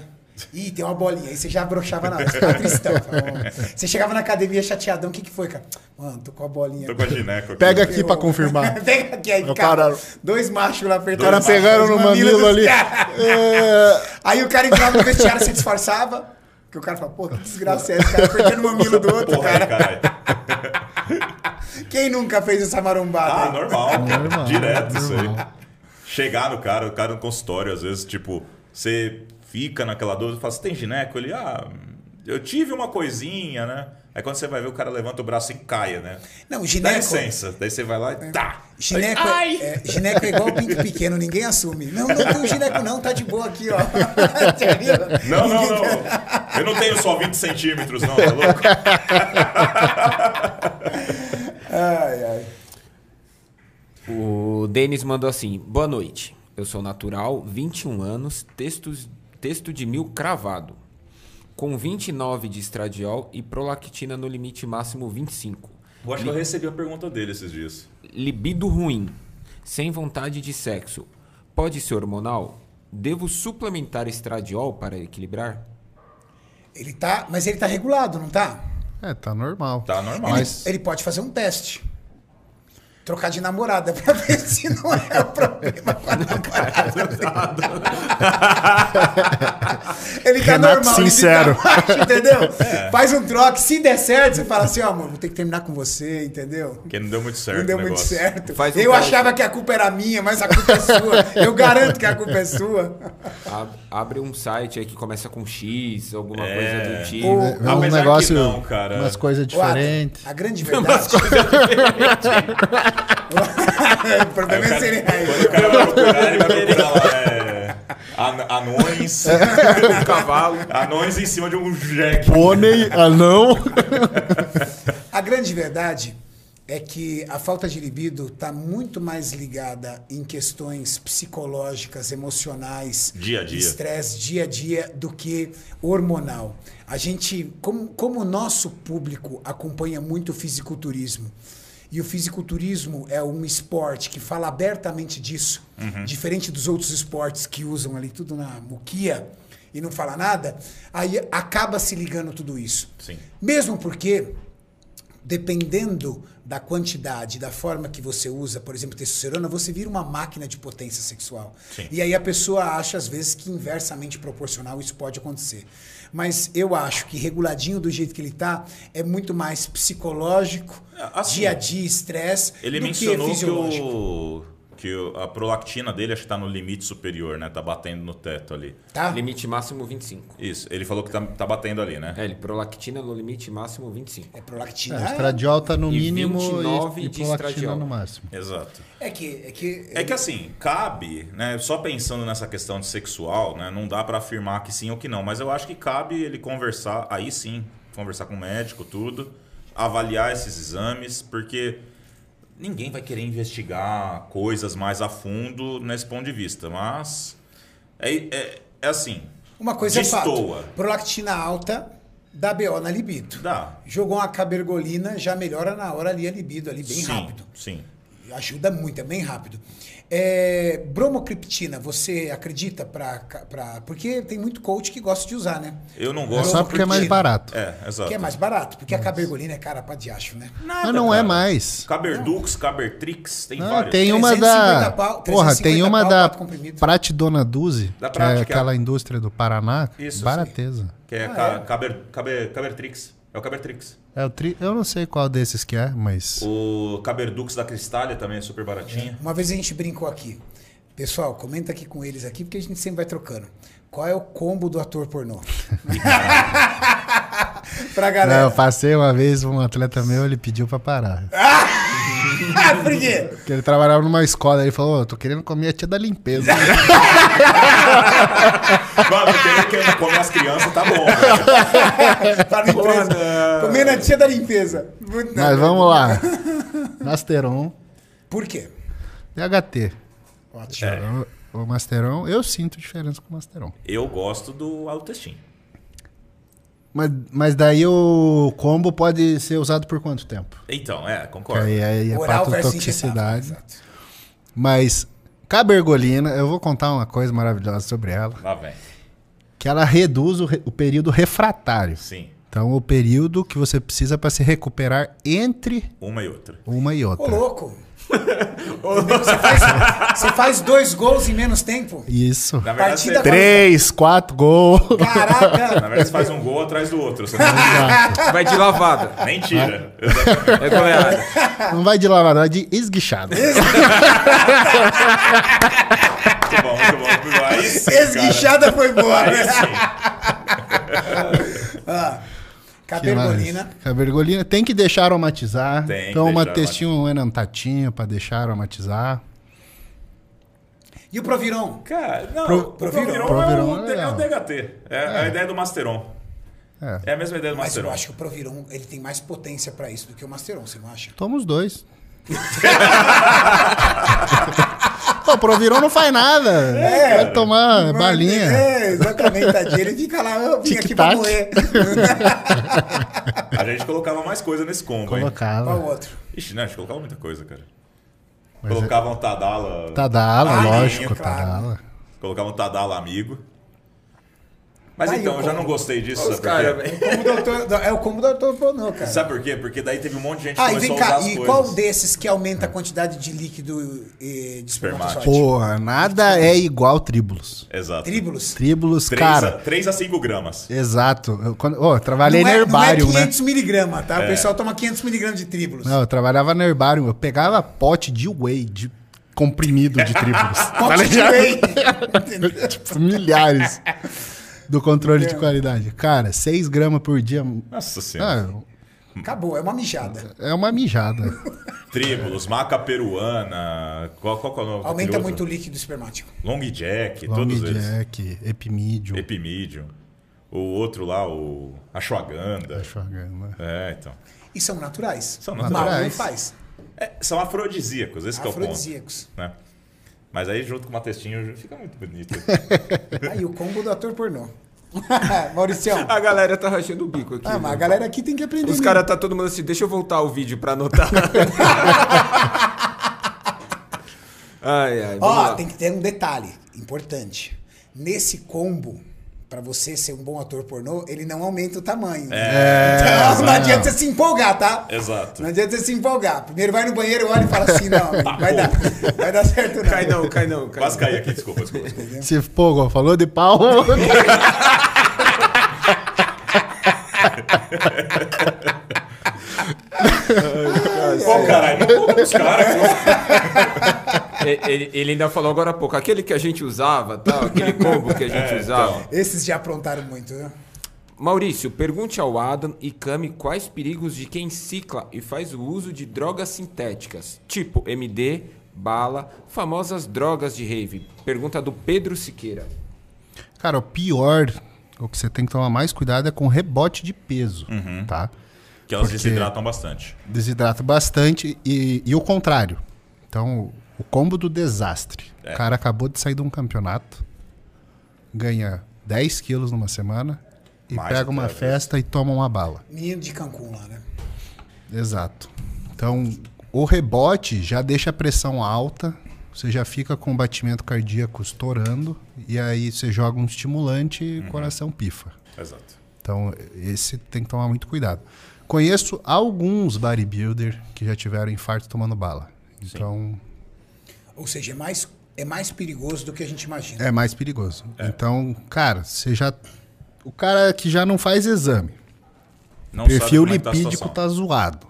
A: Ih, tem uma bolinha. Aí você já broxava na hora. Você ficava tristão.
C: *laughs*
A: Você chegava na academia chateadão. O que, que foi, cara? Mano, tô com a bolinha.
C: Tô com a gineca aqui.
D: Pega aqui
A: *laughs*
D: pra confirmar.
A: Pega aqui aí,
D: Eu
A: cara.
D: paro.
A: Dois machos lá apertando.
D: Os
A: os
D: caras
A: machos,
D: pegaram
A: os
D: no
A: mamilos
D: mamilo
A: dos
D: ali.
A: caras.
D: É,
A: Aí o cara entrava no vestiário, se disfarçava. Porque o cara fala, pô, que desgraça é essa? O cara apertando o mamilo do outro,
C: Porra, aí,
A: cara.
C: caralho. Tá
A: Quem nunca fez essa
C: Ah,
A: marombada?
C: normal, cara.
D: Normal,
C: *laughs* Direto isso aí.
D: normal.
C: Chegar no cara, o cara no consultório, às vezes, tipo, você fica naquela dúvida, fala, você tem gineco? Ele, ah, eu tive uma coisinha, né? Aí quando você vai ver, o cara levanta o braço e caia, né?
A: Não, o
C: Dá
A: gineco...
C: licença. Daí você vai lá e tá.
A: Gineco, é-
C: Ai!
A: é, gineco é igual pinto pequeno, ninguém assume. Não, não tem gineco não, tá de boa aqui, ó. *laughs* Tá
C: Não, não, não. Eu não tenho só 20 centímetros, não, tá louco?
A: Ai, ai.
B: O Denis mandou assim: Boa noite. Eu sou natural, 21 anos, textos, texto de mil cravado. Com 29 de estradiol e prolactina no limite máximo 25.
C: Eu acho que eu recebi a pergunta dele esses dias.
B: Libido ruim, sem vontade de sexo. Pode ser hormonal? Devo suplementar estradiol para equilibrar?
A: Ele tá, mas ele tá regulado, não tá?
D: É, tá normal.
C: Tá normal.
D: Mas-
A: Ele pode fazer um teste. Trocar de namorada pra *laughs* ver se não é o problema com a namorada.
C: *laughs*
A: dele. Ele tá
D: Renato
A: normal, ele
D: sincero.
A: tá baixo,
C: *laughs*
A: entendeu?
C: É.
A: Faz um troque, se der certo, você fala assim, ó, amor, vou ter que terminar com você, entendeu?
C: Porque não deu muito certo.
A: não deu
C: o
A: muito
C: negócio.
A: certo.
B: Faz um
A: eu
B: teste.
A: achava que a culpa era minha, mas a culpa é sua. Eu garanto que a culpa é sua.
B: Ab- abre um site aí que começa com X, alguma coisa do tipo.
A: Ou-
D: É um
C: Apesar Ah, que
D: negócio,
C: não, cara.
D: umas coisas
A: Ô, Adam,
D: diferentes.
A: A grande verdade. *laughs* o
C: Aí o
A: problema é
C: cara-
A: ser
C: Quando o cara vai procurar, ele vai procurar lá, é,
A: *laughs*
C: an- anões.
B: Um cavalo.
C: Anões em cima de um jegue.
D: Pônei, anão. *laughs*
A: A grande verdade é que a falta de libido está muito mais ligada em questões psicológicas, emocionais,
C: Dia a dia.
A: estresse, dia a dia, do que hormonal. A gente, como, como o nosso público acompanha muito o fisiculturismo, e o fisiculturismo é um esporte que fala abertamente disso,
C: Uhum.
A: diferente dos outros esportes que usam ali tudo na muquia e não fala nada, aí acaba se ligando tudo isso.
C: Sim.
A: Mesmo porque, dependendo da quantidade, da forma que você usa, por exemplo, testosterona, você vira uma máquina de potência sexual.
C: Sim.
A: E aí a pessoa acha, às vezes, que inversamente proporcional isso pode acontecer. Mas eu acho que reguladinho do jeito que ele tá é muito mais psicológico,
C: É, assim,
A: dia a dia, estresse,
C: Ele
A: do que
C: mencionou que,
A: fisiológico.
C: o, que o- a prolactina dele acho que tá no limite superior, né? Tá batendo no teto ali.
A: Tá?
B: Limite máximo 25.
C: Isso, ele falou que tá, tá batendo ali, né?
B: É, ele prolactina no limite máximo 25.
A: É
D: É,
A: prolactina.
D: o estradiol tá no
B: E
D: mínimo
B: 29
D: e, e
B: de
D: prolactina
B: estradiol.
D: no máximo.
C: Exato.
A: É que. É que,
C: É que assim, cabe, né? Só pensando nessa questão de sexual, né? Não dá pra afirmar que sim ou que não, mas eu acho que cabe ele conversar, aí sim, conversar com o médico, tudo, avaliar esses exames, porque ninguém vai querer investigar coisas mais a fundo nesse ponto de vista, mas é, é, é assim.
A: Uma coisa é fato.
C: Destoa.
A: Prolactina alta dá BO na libido.
C: Dá.
A: Jogou uma cabergolina, já melhora na hora ali a libido, ali bem
C: sim,
A: rápido.
C: Sim.
A: Ajuda muito, é bem rápido. É, bromocriptina, você acredita pra, pra. Porque tem muito coach que gosta de usar, né?
C: Eu não
D: É
C: gosto.
D: só porque é mais barato.
C: É, exato.
A: Que é mais barato, porque a cabergolina é cara pra diacho, né?
C: Nada,
D: Mas não é
C: cara.
D: mais.
C: Caberdux, Cabertrix, tem
D: Não,
C: vários.
D: tem uma da.
A: 350 pau-
D: Porra, tem
A: 350
D: uma
A: pau,
D: da
A: quatro comprimidos.
D: Pratidona Duze,
C: Da
D: que é
C: Prate, que é-
D: aquela indústria do Paraná.
C: Isso,
D: Barateza.
C: Que é, ca- caber, caber, Cabertrix. É o Cabertrix.
D: É o tri- Eu não sei qual desses que é, mas.
C: O Caberdux da Cristália também é
A: *laughs*
C: super baratinha.
A: Uma vez a gente brincou aqui. Pessoal, comenta aqui com eles aqui, porque a gente sempre vai trocando. Qual é o combo do ator pornô? *laughs* pra
D: Não, eu
A: galera.
D: passei uma vez um atleta meu, ele pediu pra parar.
A: *laughs* Ah, por quê?
D: Porque ele trabalhava numa escola, ele falou: "Ô, eu tô querendo comer a tia da limpeza.
C: Mano, querer que eu não come as crianças, tá bom. velho.
A: Tá na empresa. Comendo a tia da limpeza. Muito
D: Mas vamos lá. Masteron,
A: Por quê?
D: DHT.
A: Ótimo.
D: O, o Masteron, eu sinto diferença com o Masteron.
C: Eu gosto do Altestin.
D: Mas, mas daí o combo pode ser usado por quanto tempo?
C: Então, é, concordo.
D: Aí, aí é
A: Oral versus
D: patotoxicidade.
A: injetável, exato.
D: Mas cabergolina, eu vou contar uma coisa maravilhosa sobre ela.
C: Lá vem.
D: Que ela reduz o, re- o período refratário.
C: Sim,
D: Então, o período que você precisa para se recuperar entre
C: uma e outra.
D: uma e
A: Ô,
D: outra.
A: louco. você, faz, você faz dois gols em menos tempo?
D: Isso.
C: Na verdade,
A: Partida-
C: você,
D: Três,
A: *laughs*
D: quatro gols.
C: *laughs* na
A: Caraca.
C: verdade, você faz um gol atrás do outro. Você não...
B: Vai de lavada.
C: Mentira. Exatamente.
B: É goleada.
D: Não vai de lavada, vai de esguichada.
C: Muito bom, muito bom. muito bom. Aí sim, cara.
A: Esguichada foi *laughs* boa,
C: Aí
A: né?
C: sim.
A: Ah,
D: Que mais?
A: *laughs* Cabergolina.
D: Cabergolina. Tem que deixar aromatizar.
C: Tem que
D: então, uma
C: deixar
D: testinha, um enantatinho para deixar aromatizar.
A: E o Proviron?
C: Cara, não,
D: Pro-
C: o
A: Proviron.
C: Proviron,
D: Proviron
C: é,
D: é
C: o, D- é o DHT. É, a ideia do Masteron.
D: É.
C: É a mesma ideia do
A: Mas eu
C: Masteron.
A: acho que o Proviron ele tem mais potência pra isso do que o Masteron, você não acha?
D: Toma os dois. *laughs* Pô, o Proviron não faz nada. vai tomar Ah, balinha.
A: É, exatamente, tadinho. Ele fica lá, eu vim aqui pra *laughs*
D: Tic-tac.
A: morrer.
C: A gente colocava mais coisa nesse combo, hein?
A: Qual
D: Colocava.
A: o outro?
C: Ixi, não, a gente colocava muita coisa, cara.
D: Mas é-
C: colocavam um Tadala.
D: Tadala,
A: Ah,
D: Tá lógico, tá
A: é claro.
D: Tadala.
C: Colocavam um Tadala amigo. Mas
A: Tá Aí,
C: então,
A: o
C: eu já
A: combo.
C: não gostei disso,
B: Os
C: sabe por
B: caras,
C: quê?
B: velho.
A: Como doutor, é o como doutor pornô, cara.
C: Sabe por quê? Porque daí teve um monte de gente que
A: Ah, e
C: começou
A: vem
C: a usar
A: cá,
C: as
A: e
C: coisas.
A: qual desses que aumenta a quantidade de líquido eh, de espermatozoide?
D: Porra, nada é igual Tríbulos.
C: Exato.
A: Tríbulos?
D: Tríbulos,
C: 3
D: cara.
C: a, 3 a 5 gramas.
D: Exato. Eu, quando, oh, eu trabalhei
A: não
D: no
A: é,
D: herbário,
A: não é
D: né?
A: 500 miligramas, tá? O pessoal toma 500 miligramas de tríbulos.
D: Não, eu trabalhava no herbário. Eu pegava pote de whey, de comprimido de tríbulos.
A: *laughs* Pote de whey.
D: *laughs* tipo, milhares do controle de qualidade. Cara, 6 gramas por dia.
C: Nossa senhora.
D: Ah,
A: Acabou, é uma mijada.
D: é uma mijada.
C: Tríbulos, maca peruana. Qual, qual que é o nome? daquele
A: Aumenta
C: outro?
A: muito o líquido espermático.
C: Long Jack,
D: Long
C: todos eles.
D: Jack, é Epimídio.
C: Epimídio. O outro lá, o Ashwagandha.
D: ashwagandha.
C: É, então.
A: E são naturais.
C: São
A: Mal não
D: naturais.
A: faz.
C: É, são afrodisíacos, esse que é o ponto.
A: Afrodisíacos.
C: Né? Mas aí, junto com uma testinha, fica muito bonito.
D: *laughs*
A: Aí o combo do ator pornô. *laughs* Mauricião.
B: *laughs* A galera tá rachando o bico aqui.
A: Ah, mas a
B: velho.
A: galera aqui tem que aprender.
B: Os
A: mesmo.
B: caras tá todo mundo assim, deixa eu voltar o vídeo
A: *laughs*
B: pra anotar. ai, ai. vamos
A: Ó,
B: lá.
A: tem que ter um detalhe importante. Nesse combo, pra você ser um bom ator pornô, ele não aumenta o tamanho. então, não
D: não.
A: adianta você se empolgar, tá?
C: Exato.
A: Não adianta você se empolgar. Primeiro vai no banheiro, olha e fala assim, não, não vai dar, vai dar certo não.
B: Cai não, cai não. Cai
C: Quase
B: não.
C: caí aqui, desculpa, desculpa. desculpa.
D: Se, pô, falou de pau. *laughs* Ah,
C: Pô, caralho, não conta pros caras. senão-
B: E- Ele, ele ainda falou agora há pouco, aquele que a gente usava, tal, aquele combo que a gente usava.
A: Esses já aprontaram muito, né?
B: Maurício, pergunte ao Adam e Cami quais perigos de quem cicla e faz o uso de drogas sintéticas, tipo MD, bala, famosas drogas de rave. Pergunta do Pedro Siqueira.
D: Cara, o pior, o que você tem que tomar mais cuidado é com rebote de peso,
C: Uhum.
D: tá?
C: Que elas
D: Porque-
C: desidratam bastante.
D: Desidrata bastante e, e o contrário. Então, o combo do desastre.
C: É.
D: O cara acabou de sair de um campeonato, ganha 10 quilos numa semana, e
C: Mais
D: pega uma
C: até,
D: festa e toma uma bala.
A: Menino de Cancún lá, né?
D: Exato. Então, o rebote já deixa a pressão alta, você já fica com o batimento cardíaco estourando, e aí você joga um estimulante e
C: Uhum.
D: o coração pifa.
C: Exato.
D: Então, esse tem que tomar muito cuidado. Conheço alguns bodybuilder que já tiveram infarto tomando bala. Então,
A: Ou seja, é mais, é mais perigoso do que a gente imagina.
D: é mais perigoso. Então, cara, você já. O cara que já não faz exame,
C: Não
D: perfil
C: sabe como é que tá a
D: lipídico
C: situação.
D: tá zoado.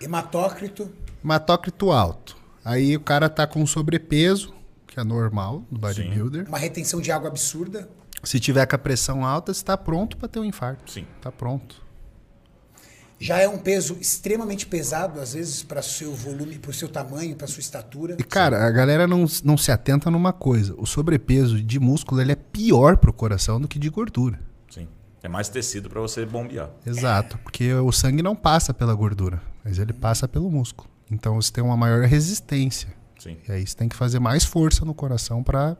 A: Hematócrito,
D: Matócrito alto. Aí o cara tá com sobrepeso, que é normal do bodybuilder.
A: uma retenção de água absurda.
D: Se tiver com a pressão alta, você tá pronto para ter um infarto.
C: Sim.
D: Tá pronto.
A: Já é um peso extremamente pesado, às vezes, para seu volume, para o seu tamanho, para sua estatura.
D: E cara, a galera não, não se atenta numa coisa. O sobrepeso de músculo, ele é pior pro coração do que de gordura.
C: Sim. É mais tecido para você bombear.
D: Exato, porque o sangue não passa pela gordura, mas ele passa pelo músculo. Então você tem uma maior resistência.
C: Sim.
D: E aí você tem que fazer mais força no coração para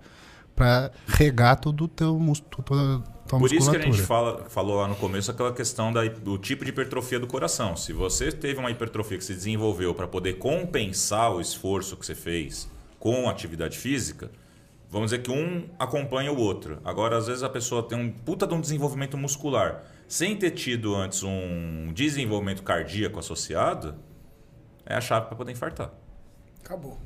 D: regar todo o teu músculo, toda a tua
C: Por isso que a
D: musculatura.
C: gente fala, falou lá no começo aquela questão da, hi- do tipo de hipertrofia do coração. Se você teve uma hipertrofia que se desenvolveu para poder compensar o esforço que você fez com a atividade física, vamos dizer que um acompanha o outro. Agora, às vezes a pessoa tem um puta de um desenvolvimento muscular sem ter tido antes um desenvolvimento cardíaco associado, é a chave para poder infartar.
A: Acabou.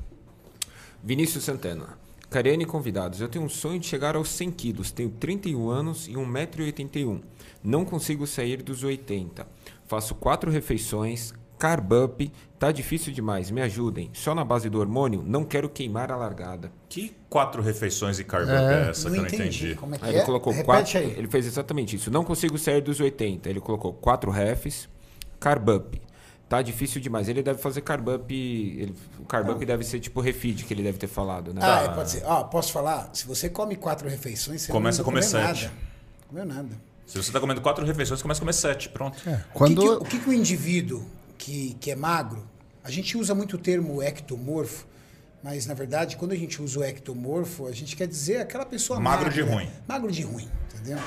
B: Vinícius Santana. Cariane e convidados, eu tenho um sonho de chegar aos 100 quilos. Tenho 31 anos e 1,81m. Não consigo sair dos 80. Faço quatro refeições, carb up, tá difícil demais, me ajudem. Só na base do hormônio, não quero queimar a largada.
C: Que quatro refeições e carbo
D: É,
C: é essa que eu não entendi? Ah,
A: Como é que
B: Aí
A: é?
B: ele colocou
A: Repete
B: quatro.
A: aí.
B: Ele fez exatamente isso. Não consigo sair dos 80. Ele colocou quatro refs, carb up. Tá difícil demais. Ele deve fazer carb up. Ele, o carb up deve ser tipo refeed que ele deve ter falado, né?
C: tá-
A: Ah, é, pode ser. Ó, posso falar? Se você come quatro refeições, você
C: Começa
A: não
C: a comer
A: comeu
C: sete.
A: nada. Comeu nada.
C: Se você está comendo quatro refeições, começa a comer sete. Pronto.
A: O que
D: É. Quando...
A: que- O, que, que, o indivíduo que, que é magro, a gente usa muito o termo ectomorfo, mas na verdade, quando a gente usa o ectomorfo, a gente quer dizer aquela pessoa
C: Magro
A: magra,
C: de ruim.
A: Magro de ruim, entendeu?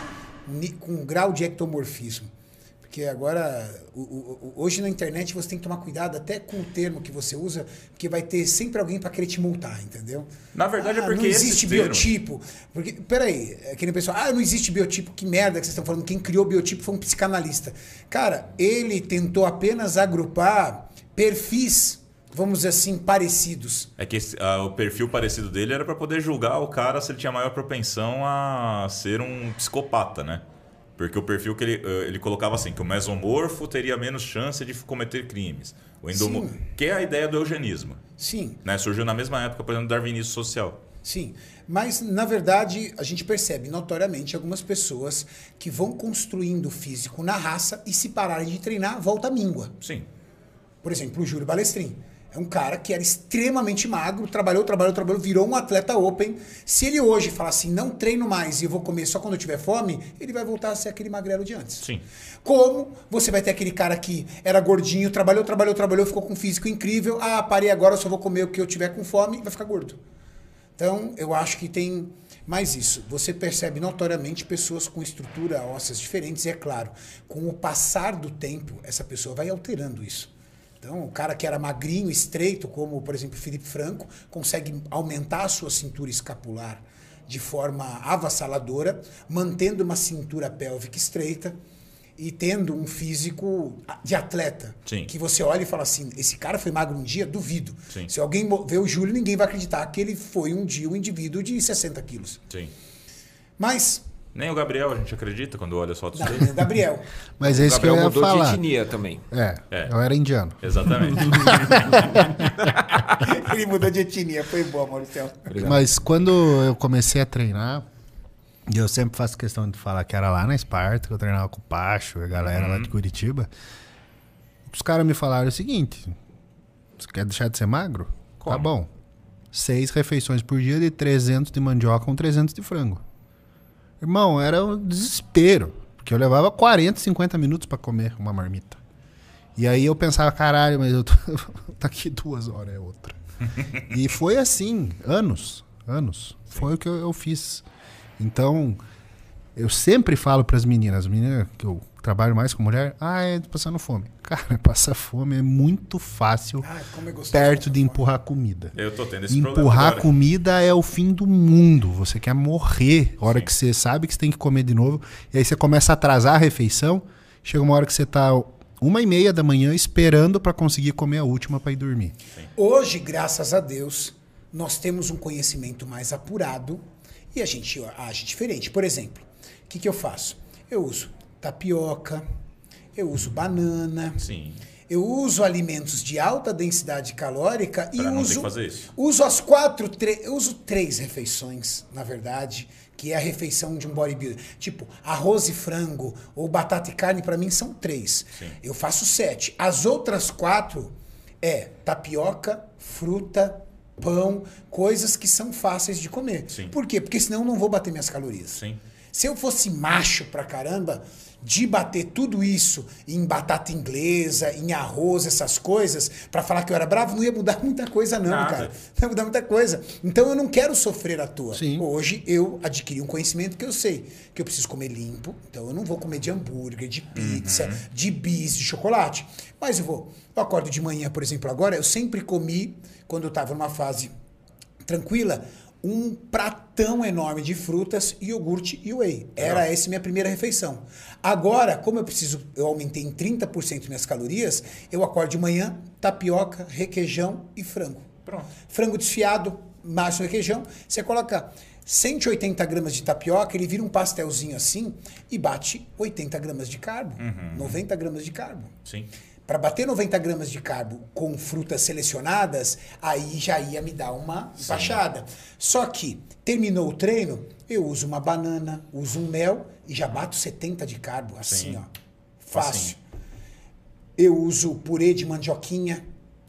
A: Ni- Com um grau de ectomorfismo. Porque agora, o- o- o- hoje na internet você tem que tomar cuidado até com o termo que você usa, porque vai ter sempre alguém para querer te multar, entendeu?
C: Na verdade, é
A: Ah,
C: porque
A: não
C: esse
A: existe
C: termo-
A: biotipo. Porque, peraí, é que nem o pessoal, ah, não existe biotipo, que merda que vocês estão falando. Quem criou o biotipo foi um psicanalista. Cara, ele tentou apenas agrupar perfis, vamos dizer assim, parecidos.
C: É que esse- ah, o perfil parecido dele era pra poder julgar o cara se ele tinha maior propensão a ser um psicopata, né? Porque o perfil que ele, ah, ele colocava assim, que o mesomorfo teria menos chance de cometer crimes. O endomo...
A: Sim.
C: Que é a ideia do eugenismo,
A: Sim,
C: né? Surgiu na mesma época, por exemplo, do darwinismo social.
A: sim. Mas, na verdade, a gente percebe notoriamente algumas pessoas que vão construindo o físico na raça e se pararem de treinar, volta a míngua.
C: Sim.
A: Por exemplo, o Júlio Balestrin. É um cara que era extremamente magro, trabalhou, trabalhou, trabalhou, virou um atleta open. Se ele hoje falar assim, não treino mais e eu vou comer só quando eu tiver fome, ele vai voltar a ser aquele magrelo de antes.
C: Sim.
A: Como você vai ter aquele cara que era gordinho, trabalhou, trabalhou, trabalhou, ficou com um físico incrível, ah, parei agora, eu só vou comer o que eu tiver com fome e vai ficar gordo. Então, eu acho que tem mais isso. Você percebe notoriamente pessoas com estrutura ósseas diferentes, e é claro, com o passar do tempo, essa pessoa vai alterando isso. Então, o cara que era magrinho, estreito, como, por exemplo, Felipe Franco, consegue aumentar a sua cintura escapular de forma avassaladora, mantendo uma cintura pélvica estreita e tendo um físico de atleta.
C: Sim.
A: Que você olha e fala assim, esse cara foi magro um dia? Duvido.
C: Sim.
A: Se alguém mo- vê o Júlio, ninguém vai acreditar que ele foi um dia um indivíduo de 60 quilos.
C: Sim.
A: Mas,
C: Nem o Gabriel a gente acredita quando olha as fotos
A: não,
C: dele.
A: Gabriel,
C: *laughs*
D: Mas é
B: O
D: isso que eu
B: Gabriel
D: ia
B: mudou de
D: falar.
B: etnia também.
D: É,
C: É.
D: eu era indiano.
C: Exatamente.
A: ele mudou de etnia, foi boa, Maurício.
B: Obrigado.
D: Mas quando eu comecei a treinar, e eu sempre faço questão de falar que era lá na Esparta, que eu treinava com o Pacho, a galera lá de Curitiba, os caras me falaram o seguinte: você quer deixar de ser magro? Tá bom. Seis refeições por dia de 300 de mandioca com 300 de frango. Irmão, era um desespero. Porque eu levava 40, 50 minutos pra comer uma marmita. E aí eu pensava, caralho, mas eu tô... *laughs* tá aqui duas horas, é
A: *laughs*
D: outra. e foi assim, anos, anos. Foi o que eu, eu fiz. Então, Eu sempre falo para as meninas, meninas que eu trabalho mais com mulher, ah, é passando fome. *laughs* Cara, passar fome é muito fácil
A: Ai, como é gostoso
D: perto
A: passar
D: de
A: fome.
D: empurrar comida.
C: Eu tô tendo esse problema.
D: Empurrar
C: agora.
D: comida é o fim do mundo. Você quer morrer. A hora que você sabe que você tem que comer de novo. E aí você começa a atrasar a refeição. Chega uma hora que você tá uma e meia da manhã esperando para conseguir comer a última para ir dormir.
A: Hoje, graças a Deus, nós temos um conhecimento mais apurado e a gente age diferente. Por exemplo, o que, que eu faço? Eu uso tapioca, eu uso banana,
C: Sim.
A: eu uso alimentos de alta densidade calórica e
C: Pra não ter
A: uso,
C: que fazer isso.
A: uso as quatro, tre- eu uso três refeições, na verdade, que é a refeição de um bodybuilder. Tipo, arroz e frango ou batata e carne, pra mim são três. Eu faço sete. As outras quatro é tapioca, fruta, pão, coisas que são fáceis de comer.
C: Sim.
A: Por quê? Porque senão eu não vou bater minhas calorias.
C: Sim.
A: Se eu fosse macho pra caramba, de bater tudo isso em batata inglesa, em arroz, essas coisas, pra falar que eu era bravo, não ia mudar *laughs* muita coisa, não,
C: Nada.
A: cara. Não ia mudar muita coisa. Então eu não quero sofrer à toa.
D: Sim.
A: Hoje eu adquiri um conhecimento que eu sei que eu preciso comer limpo, então eu não vou comer de hambúrguer, de pizza, de bis, de chocolate. Mas eu vou. Eu acordo de manhã, por exemplo, agora, eu sempre comi, quando eu estava numa fase tranquila, um pratão enorme de frutas, iogurte e whey. Era essa minha primeira refeição. Agora, como eu preciso, eu aumentei em 30% minhas calorias, eu acordo de manhã, tapioca, requeijão e frango.
C: Pronto.
A: Frango desfiado, mais um requeijão, você coloca 180 gramas de tapioca, ele vira um pastelzinho assim e bate 80 gramas de carbo, 90 gramas de carbo.
C: Sim.
A: Para bater 90 gramas de carbo com frutas selecionadas, aí já ia me dar uma baixada. Só que terminou o treino, eu uso uma banana, uso um mel e já bato 70 de carbo, assim,
C: Sim.
A: ó. Fácil.
C: Facinho.
A: Eu uso purê de mandioquinha,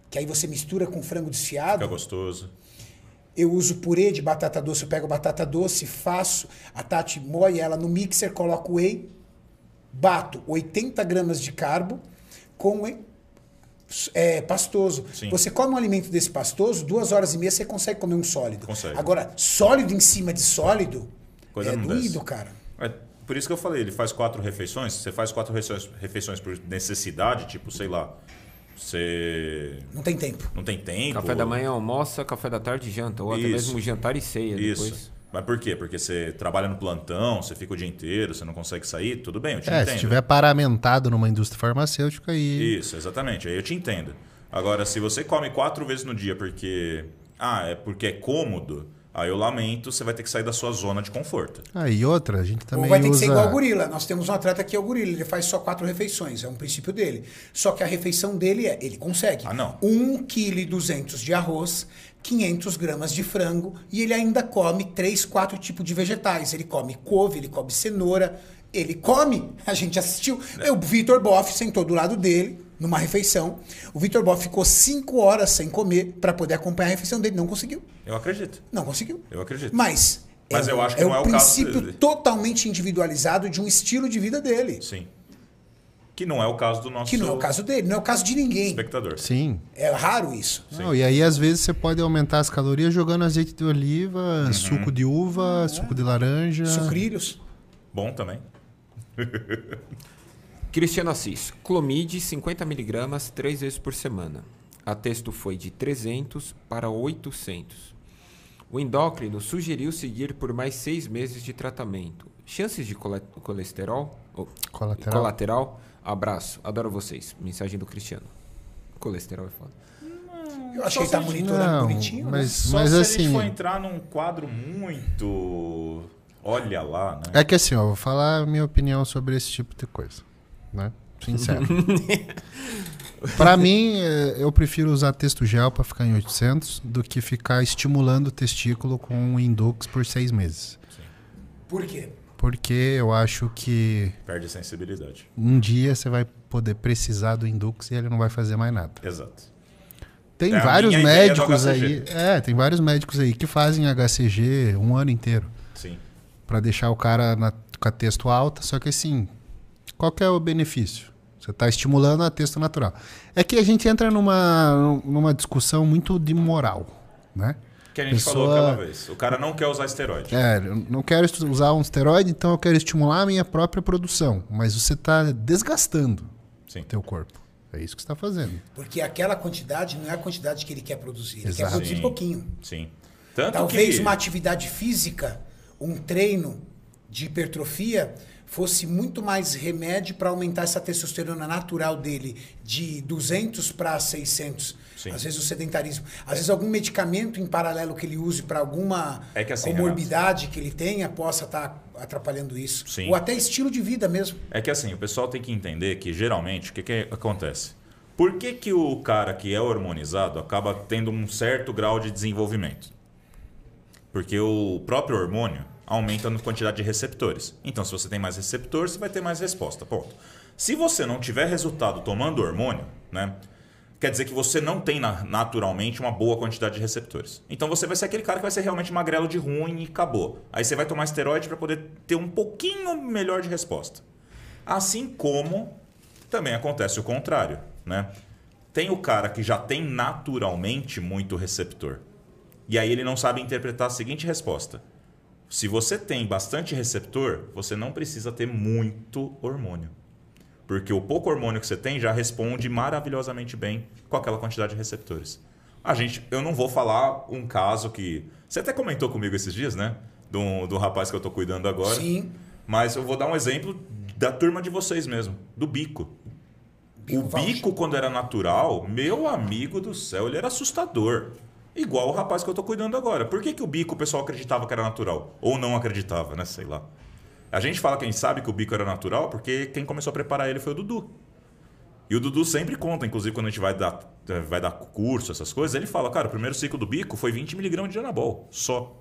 A: que aí você mistura com frango
C: Fica
A: desfiado.
C: gostoso.
A: Eu uso purê de batata doce, eu pego a batata doce, faço, a Tati moe ela no mixer, coloco whey, bato 80 gramas de carbo com whey, é, pastoso.
C: Sim.
A: Você come um alimento desse pastoso, duas horas e meia você consegue comer um sólido.
C: Consegue.
A: Agora, sólido em cima de sólido
C: Coisa
A: é
C: não
A: doído,
C: desce.
A: cara.
C: É, por isso que eu falei, ele faz quatro refeições. Você faz quatro refeições, refeições por necessidade, tipo, sei lá, você
A: Não tem tempo.
C: não tem tempo.
B: Café da manhã almoça, café da tarde janta, ou até
C: Isso.
B: mesmo jantar e ceia
C: Isso.
B: depois.
C: Mas por quê? Porque você trabalha no plantão, você fica o dia inteiro, você não consegue sair, tudo bem, eu te
D: É,
C: entendo.
D: se tiver paramentado numa indústria farmacêutica aí.
C: Isso, exatamente. Aí eu te entendo. Agora, se você come quatro vezes no dia porque. Ah, é porque é cômodo, aí eu lamento, você vai ter que sair da sua zona de conforto.
D: Aí outra, a gente também
A: Ou vai ter que
D: usa.
A: ser igual ao gorila. Nós temos um atleta que é o gorila, ele faz só quatro refeições, é um princípio dele. Só que a refeição dele é, ele consegue.
C: Ah, não.
A: 1,2 kg de arroz, 500 gramas de frango e ele ainda come três, quatro tipos de vegetais. Ele come couve, ele come cenoura, ele come. *laughs* A gente assistiu.
C: É.
A: O Vitor Boff sentou do lado dele numa refeição. O Vitor Boff ficou cinco horas sem comer para poder acompanhar a refeição dele, não conseguiu.
C: Eu acredito.
A: Não conseguiu.
C: Eu acredito.
A: Mas.
C: Mas eu acho que
A: é
C: não é
A: um
C: o caso
A: princípio
C: dele.
A: totalmente individualizado de um estilo de vida dele.
C: Sim. Que não é o caso do nosso
A: Que não é o caso dele, não é o caso de ninguém.
C: espectador.
D: Sim.
A: É raro isso.
D: Não, e aí, às vezes, você pode aumentar as calorias jogando azeite de oliva,
C: Uhum.
D: suco de uva, suco de laranja.
A: Sucrilhos.
C: Bom também.
B: Cristiano Assis, Clomide 50mg três vezes por semana. A texto foi de 300 para 800. O endócrino sugeriu seguir por mais seis meses de tratamento. Chances de cole- colesterol? oh,
D: Colateral.
B: colateral? Abraço, adoro vocês. Mensagem do Cristiano. Colesterol é foda.
A: Eu achei que tá monitorando
D: Não,
A: bonitinho. né?
D: mas,
C: Só
D: mas
C: se a
D: assim.
C: gente for entrar num quadro muito. Olha lá, né?
D: É que assim, ó, eu vou falar a minha opinião sobre esse tipo de coisa, né?
C: *laughs*
D: Sincero. pra mim, eh, eu prefiro usar texto gel pra ficar em 800 do que ficar estimulando o testículo com um Indux por seis meses.
A: Por quê?
D: Porque eu acho que
C: Perde a sensibilidade.
D: um dia você vai poder precisar do Indux e ele não vai fazer mais nada.
C: Exato.
D: Tem
C: É a
D: vários
C: minha ideia do
D: médicos aí.
C: HCG.
D: É, tem vários médicos aí que fazem HCG um ano inteiro.
C: Sim.
D: Pra deixar o cara na, com a texto alta, só que assim, qual que é o benefício? Você está estimulando a texto natural. É que a gente entra numa, numa discussão muito de moral, né?
C: Que a gente
D: Pessoa-
C: falou aquela vez. O cara não quer usar esteroide.
D: É, eu não quero estu- usar um esteroide, então eu quero estimular a minha própria produção. Mas você está desgastando
C: Sim.
D: o teu corpo. É isso que você está fazendo.
A: Porque aquela quantidade não é a quantidade que ele quer produzir. Ele
D: Exato.
A: quer produzir
C: Sim.
A: pouquinho.
C: Sim. Tanto
A: Talvez
C: que...
A: uma atividade física, um treino de hipertrofia, fosse muito mais remédio para aumentar essa testosterona natural dele de 200 para 600.
C: Sim.
A: Às vezes o sedentarismo. Às vezes algum medicamento em paralelo que ele use para alguma
C: É que assim,
A: comorbidade que ele tenha possa estar atrapalhando isso.
C: Sim.
A: Ou até estilo de vida mesmo.
C: É que assim, o pessoal tem que entender que geralmente o que, que acontece? Por que, que o cara que é hormonizado acaba tendo um certo grau de desenvolvimento? Porque o próprio hormônio aumenta na quantidade de receptores. Então, se você tem mais receptor, você vai ter mais resposta. Ponto. Se você não tiver resultado tomando hormônio, né? Quer dizer que você não tem na- naturalmente uma boa quantidade de receptores. Então você vai ser aquele cara que vai ser realmente magrelo de ruim e acabou. Aí você vai tomar esteroide para poder ter um pouquinho melhor de resposta. Assim como também acontece o contrário, né? Tem o cara que já tem naturalmente muito receptor. E aí ele não sabe interpretar a seguinte resposta. Se você tem bastante receptor, você não precisa ter muito hormônio. Porque o pouco hormônio que você tem já responde maravilhosamente bem com aquela quantidade de receptores. A gente, eu não vou falar um caso que. Você até comentou comigo esses dias, né? Do, do rapaz que eu tô cuidando agora.
A: Sim.
C: Mas eu vou dar um exemplo da turma de vocês mesmo, do bico. o
A: Valt.
C: bico, quando era natural, meu amigo do céu, ele era assustador. Igual o rapaz que eu tô cuidando agora. Por que, que o bico o pessoal acreditava que era natural? Ou não acreditava, né? Sei lá. A gente fala quem sabe que o bico era natural porque quem começou a preparar ele foi o Dudu. E o Dudu sempre conta, inclusive quando a gente vai dar, eh, vai dar curso, essas coisas, ele fala, cara, o primeiro ciclo do bico foi 20mg de anabol, só.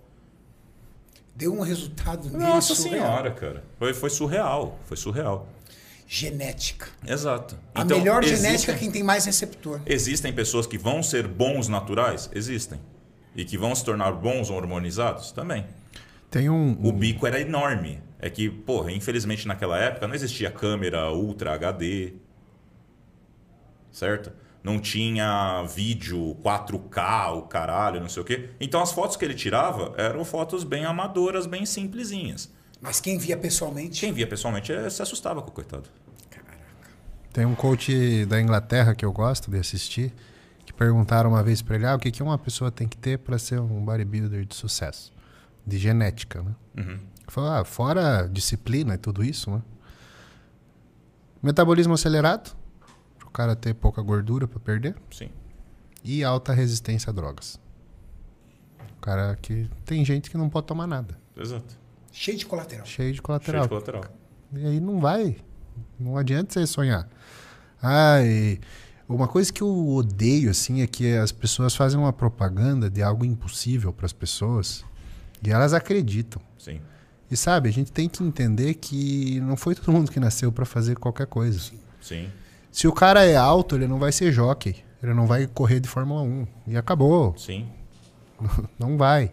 A: Deu um resultado né? nele
C: Nossa
A: surreal.
C: senhora, cara. Foi, foi surreal, foi surreal.
A: Genética.
C: Exato. Então,
A: A melhor
C: existem-
A: genética é quem tem mais receptor.
C: Existem pessoas que vão ser bons naturais? Existem. E que vão se tornar bons hormonizados? Também.
D: Tem um.
A: Uhum.
C: O bico era enorme. É que, porra, infelizmente naquela época não existia câmera Ultra HD. Certo? Não tinha vídeo 4K, o caralho, não sei o quê. Então as fotos que ele tirava eram fotos bem amadoras, bem simplesinhas.
A: Mas quem via pessoalmente.
C: Quem via pessoalmente eh, se assustava com o coitado.
D: Tem um coach da Inglaterra que eu gosto de assistir, que perguntaram uma vez pra ele, ah, o que, que uma pessoa tem que ter pra ser um bodybuilder de sucesso? De genética, né? Ele Falou, ah, fora disciplina e tudo isso, né? Metabolismo acelerado, pro cara ter pouca gordura pra perder,
C: Sim.
D: e alta resistência a drogas. O cara que tem gente que não pode tomar nada,
C: Exato.
A: Cheio de colateral.
D: cheio de
C: Cheio
D: colateral.
C: de colateral.
D: E aí não vai. Não adianta você sonhar. Ai, uma coisa que eu odeio, assim, é que as pessoas fazem uma propaganda de algo impossível para as pessoas e elas acreditam.
C: Sim.
D: E sabe, a gente tem que entender que não foi todo mundo que nasceu para fazer qualquer coisa.
C: Sim.
D: Se o cara é alto, ele não vai ser jockey. Ele não vai correr de Fórmula 1. E acabou.
C: Sim.
D: Não vai.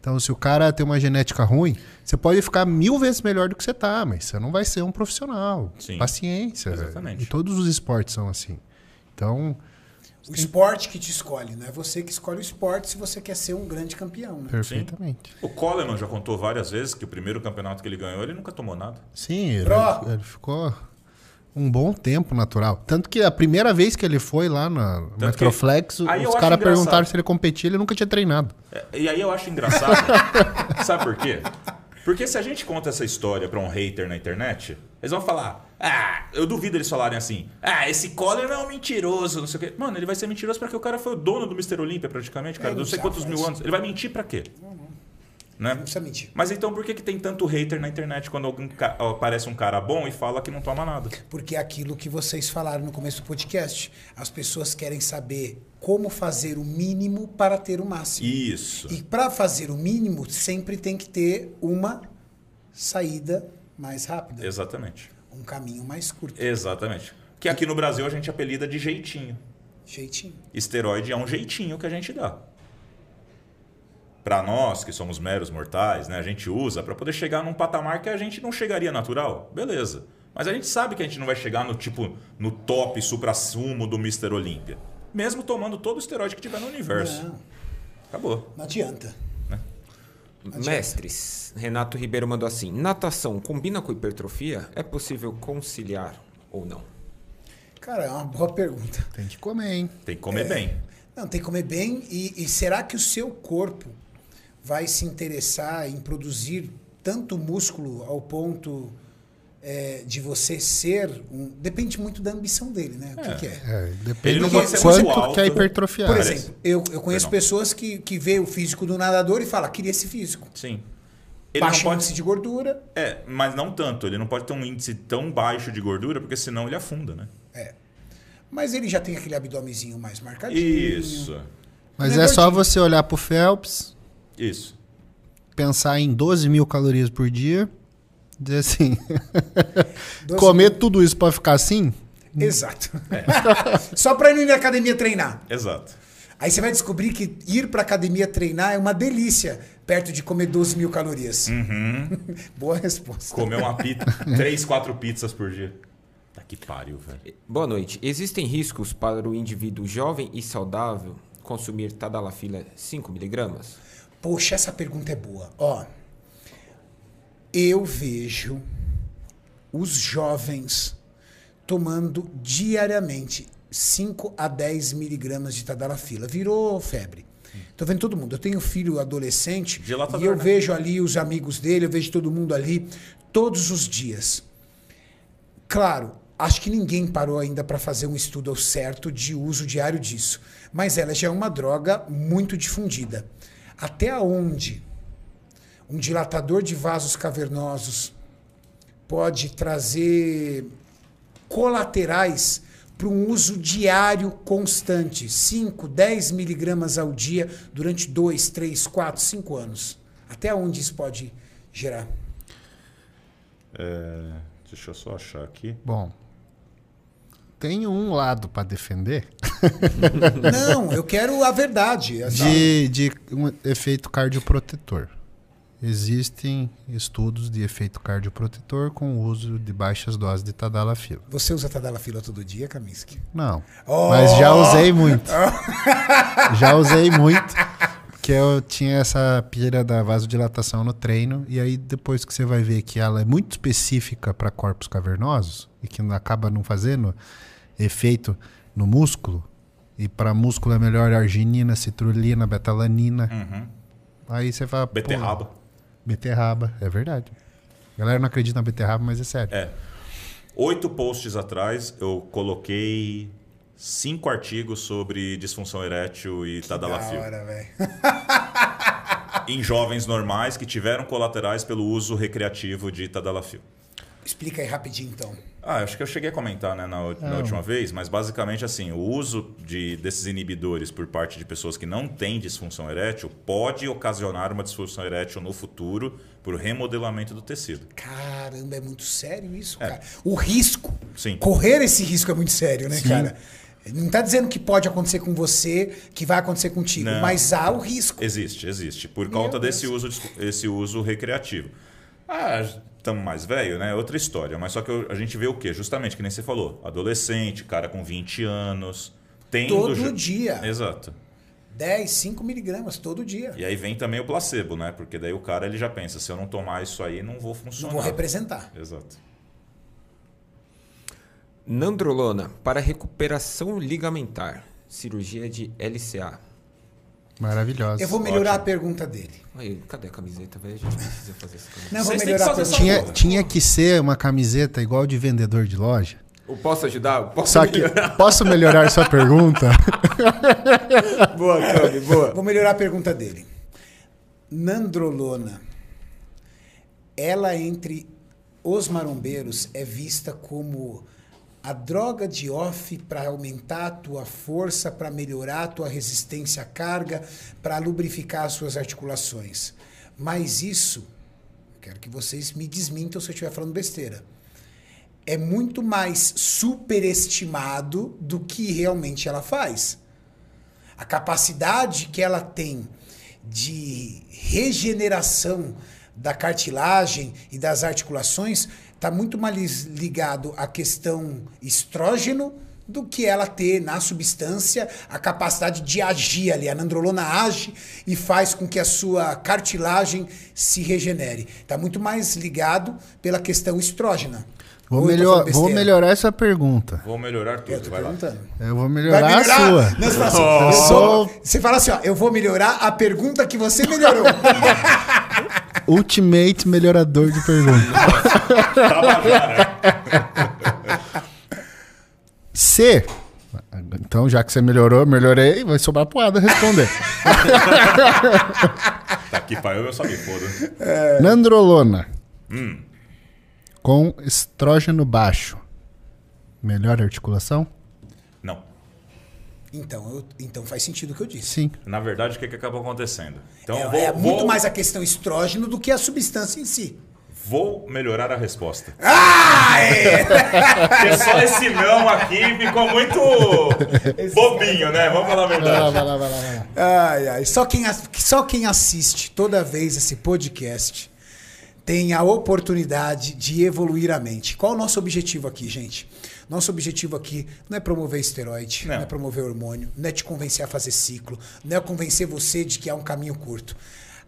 D: Então, se o cara tem uma genética ruim, você pode ficar mil vezes melhor do que você tá, mas você não vai ser um profissional.
C: Sim.
D: Paciência.
C: Exatamente.
D: E todos os esportes são assim. Então,
A: O esporte que te escolhe, não é você que escolhe o esporte se você quer ser um grande campeão. Né?
D: perfeitamente.
C: O Coleman já contou várias vezes que o primeiro campeonato que ele ganhou, ele nunca tomou nada.
D: Sim, ele,
A: Pro.
D: ele ficou um bom tempo natural. Tanto que a primeira vez que ele foi lá na
C: que-
D: Metroflex,
C: Aí eu
D: os
C: acho
D: caras
C: engraçado.
D: perguntaram se ele competia, ele nunca tinha treinado.
C: É, E aí eu acho engraçado. sabe por quê? Porque se a gente conta essa história pra um hater na internet, eles vão falar: "Ah, eu duvido eles falarem assim: "Ah, esse Coleman é um mentiroso", não sei o quê. Mano, ele vai ser mentiroso pra que o cara foi o dono do Mr. Olímpia praticamente, cara,
A: É,
C: não
A: não
C: sei
A: sabe,
C: quantos
A: é
C: mil
A: isso.
C: anos. Ele vai mentir pra quê?
A: Não
C: Né?
A: precisa mentir.
C: Mas então por que, que tem tanto hater na internet quando algum ca- aparece um cara bom e fala que não toma nada?
A: Porque é aquilo que vocês falaram no começo do podcast. As pessoas querem saber como fazer o mínimo para ter o máximo.
C: Isso.
A: E para fazer o mínimo, sempre tem que ter uma saída mais rápida,
C: Exatamente.
A: um caminho mais curto.
C: Exatamente. Que aqui no Brasil a gente apelida de jeitinho.
A: Jeitinho.
C: Esteroide é um jeitinho que a gente dá. Pra nós, que somos meros mortais, né? A gente usa pra poder chegar num patamar que a gente não chegaria natural. Beleza. Mas a gente sabe que a gente não vai chegar no tipo no top supra-sumo do Mr. Olímpia. Mesmo tomando todo o esteroide que tiver no universo.
A: Não.
C: Acabou.
A: Não adianta.
B: Mestres, Renato Ribeiro mandou assim: natação combina com hipertrofia? É possível conciliar ou não?
A: Cara, é uma boa pergunta.
D: Tem que comer, hein?
C: Tem que
A: É.
C: comer bem.
A: Não, tem que comer bem. E, e será que o seu corpo vai se interessar em produzir tanto músculo ao ponto é, de você ser um. Depende muito da ambição dele, né? O que que é?
D: É, depende
C: Ele não
D: do
C: pode ser
D: quanto
C: muito
D: que é
C: alto.
D: hipertrofiar.
A: Por
C: Parece.
A: exemplo, eu, eu conheço
C: Perdão.
A: pessoas que, que vê o físico do nadador e fala, queria esse físico.
C: Sim. Ele não
A: Baixa
C: pode
A: índice de gordura.
C: É, mas não tanto. Ele não pode ter um índice tão baixo de gordura, porque senão ele afunda, né?
A: Mas ele já tem aquele abdômenzinho mais marcadinho.
C: Isso.
D: Mas
A: Não é
D: é só você olhar pro Phelps,
C: Isso.
D: pensar em 12 mil calorias por dia, dizer assim,
A: Doze-
D: *laughs* comer tudo isso pra ficar assim?
A: Exato.
C: É.
A: *laughs* Só pra não ir na academia treinar.
C: Exato.
A: Aí você vai descobrir que ir pra academia treinar é uma delícia, perto de comer 12 mil calorias. *laughs* Boa resposta.
C: Uhum. Comer uma
A: *laughs*
C: pizza, três, quatro pizzas por dia. Tá que pariu, velho.
B: Boa noite. Existem riscos para o indivíduo jovem e saudável consumir tadalafila 5mg?
A: Poxa, essa pergunta é boa. Ó, eu vejo os jovens tomando diariamente 5 a 10 miligramas de tadalafila. Virou febre. Tô vendo todo mundo. Eu tenho filho adolescente
C: Gelatador,
A: e eu
C: né?
A: vejo ali os amigos dele, eu vejo todo mundo ali todos os dias. Claro, acho que ninguém parou ainda para fazer um estudo ao certo de uso diário disso, mas ela já é uma droga muito difundida. Até onde um dilatador de vasos cavernosos pode trazer colaterais para um uso diário constante, 5, 10 miligramas ao dia durante 2, 3, 4, 5 anos. Até onde isso pode gerar?
C: É, deixa eu só achar aqui.
D: Bom, tem um lado pra defender
A: Não, eu quero a verdade. é essa-
D: de, de um efeito cardioprotetor. Existem estudos de efeito cardioprotetor com o uso de baixas doses de tadalafila.
A: Você usa Tadalafila todo dia, Kaminsky?
D: Não.
A: Oh!
D: Mas já usei muito. *laughs* já usei muito. Que eu tinha essa pira da vasodilatação no treino. E aí, depois que você vai ver que ela é muito específica para corpos cavernosos e que não- acaba não fazendo efeito no músculo. E para músculo é melhor arginina, citrulina, betalanina. Aí você fala. pô,
C: Uhum. Beterraba.
D: Beterraba, é verdade. A galera não acredita na beterraba, mas é sério.
C: É. Oito posts atrás, eu coloquei cinco artigos sobre disfunção erétil e
A: Da
C: tadalafil.
A: hora, velho.
C: Em jovens normais que tiveram colaterais pelo uso recreativo de tadalafil.
A: Explica aí rapidinho, então.
C: Ah, acho que eu cheguei a comentar né, na, u- na última vez, mas basicamente assim, o uso de, desses inibidores por parte de pessoas que não têm disfunção erétil pode ocasionar uma disfunção erétil no futuro por remodelamento do tecido.
A: Caramba, é muito sério isso, cara. O risco.
C: Sim.
A: Correr esse risco é muito sério, né, cara? Não tá dizendo que pode acontecer com você, que vai acontecer contigo,
C: Não.
A: mas há o risco.
C: Existe, existe. Por conta desse uso, discu- esse uso recreativo. Ah, estamos mais velho, né? Outra história. Mas só que eu- a gente vê o quê? Justamente, que nem você falou. Adolescente, cara com 20 anos. Tendo
A: Todo
C: ju-
A: dia.
C: Exato.
A: 10, 5 miligramas todo dia.
C: E aí vem também o placebo, né? Porque daí o cara ele já pensa, se eu não tomar isso aí, não vou
A: Não
C: funcionar.
A: vou representar.
C: Exato.
B: Nandrolona, para recuperação ligamentar, cirurgia de LCA.
D: Maravilhosa.
A: Eu vou melhorar a pergunta dele.
B: Aí, cadê a camiseta, velho? A gente precisa fazer essa camiseta.
A: Não, eu vou
C: Vocês têm
A: melhorar a
C: que fazer
A: pergunta.
C: essa
D: Tinha,
C: porra.
D: tinha que ser uma camiseta igual de vendedor de loja.
B: Eu posso ajudar? Eu Posso
D: Só que, posso melhorar sua pergunta?
A: *laughs*
B: Boa, Cami, boa.
A: Vou melhorar a pergunta dele. Nandrolona, ela entre os marombeiros é vista como a droga de off para aumentar a tua força, para melhorar a tua resistência à carga, para lubrificar as suas articulações. Mas isso, quero que vocês me desmintam se eu estiver falando besteira. É muito mais superestimado do que realmente ela faz a capacidade que ela tem de regeneração da cartilagem e tá das articulações está muito mais ligado à questão estrógeno do que ela ter na substância a capacidade de agir ali. A nandrolona age e faz com que a sua cartilagem se regenere. Está muito mais ligado pela questão estrógena.
D: Vou,
A: Ou eu tô
D: melhor-
A: falando
D: vou
A: besteira?
D: melhorar essa pergunta.
C: Vou melhorar
A: Eu
C: tudo,
A: tô
C: vai lá.
A: perguntando.
D: Eu vou
A: Vai
D: melhorar, a
A: melhorar?
D: sua. Oh.
A: Não, você fala assim, eu sou- você fala assim, ó, eu vou melhorar a pergunta que você melhorou. *laughs*
D: Ultimate melhorador de
A: *laughs*
D: pergunta.
C: Tabajara.
D: Se. Então, já que você melhorou, eu melhorei, vai sobrar poada responder.
C: tá que pariu, eu só me foda.
A: É.
D: Nandrolona.
A: Hum.
D: Com estrógeno baixo. Melhor articulação?
C: Não.
A: então, eu- então faz sentido o que eu disse.
D: Sim.
C: Na verdade, o que, que acaba acontecendo? Então,
A: É,
C: vou,
A: é
C: vou-
A: muito mais a questão estrógeno do que a substância em si.
C: vou melhorar a resposta.
A: Ah,
C: *laughs*
A: é!
C: Porque só esse não aqui ficou muito bobinho, né? Vamos falar a
D: Vai lá,
C: verdade.
D: vai lá, vai lá, vai lá.
A: ai, ai. Só, quem, as- só quem assiste toda vez esse podcast tem a oportunidade de evoluir a mente. Qual o nosso objetivo aqui, gente? Nosso objetivo aqui não é promover esteroide, não,
C: Não.
A: é promover hormônio, não é te convencer a fazer ciclo, não é convencer você de que há um caminho curto.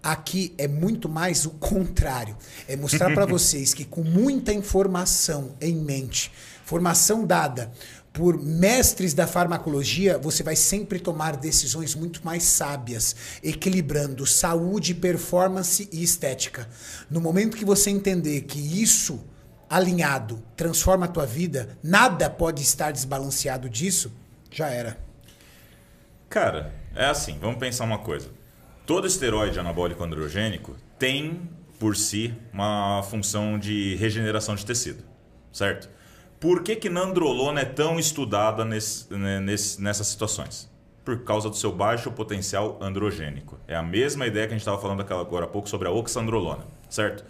A: Aqui é muito mais o contrário. É mostrar para vocês que com muita informação em mente, formação dada por mestres da farmacologia, você vai sempre tomar decisões muito mais sábias, equilibrando saúde, performance e estética. No momento que você entender que isso alinhado transforma a tua vida, nada pode estar desbalanceado disso, já era.
C: Cara, é assim, vamos pensar uma coisa. Todo esteroide anabólico androgênico tem, por si, uma função de regeneração de tecido, certo? Por que, que nandrolona é tão estudada nesse- né, nesse- nessas situações? Por causa do seu baixo potencial androgênico. É a mesma ideia que a gente estava falando aquela- agora há pouco sobre a oxandrolona, certo?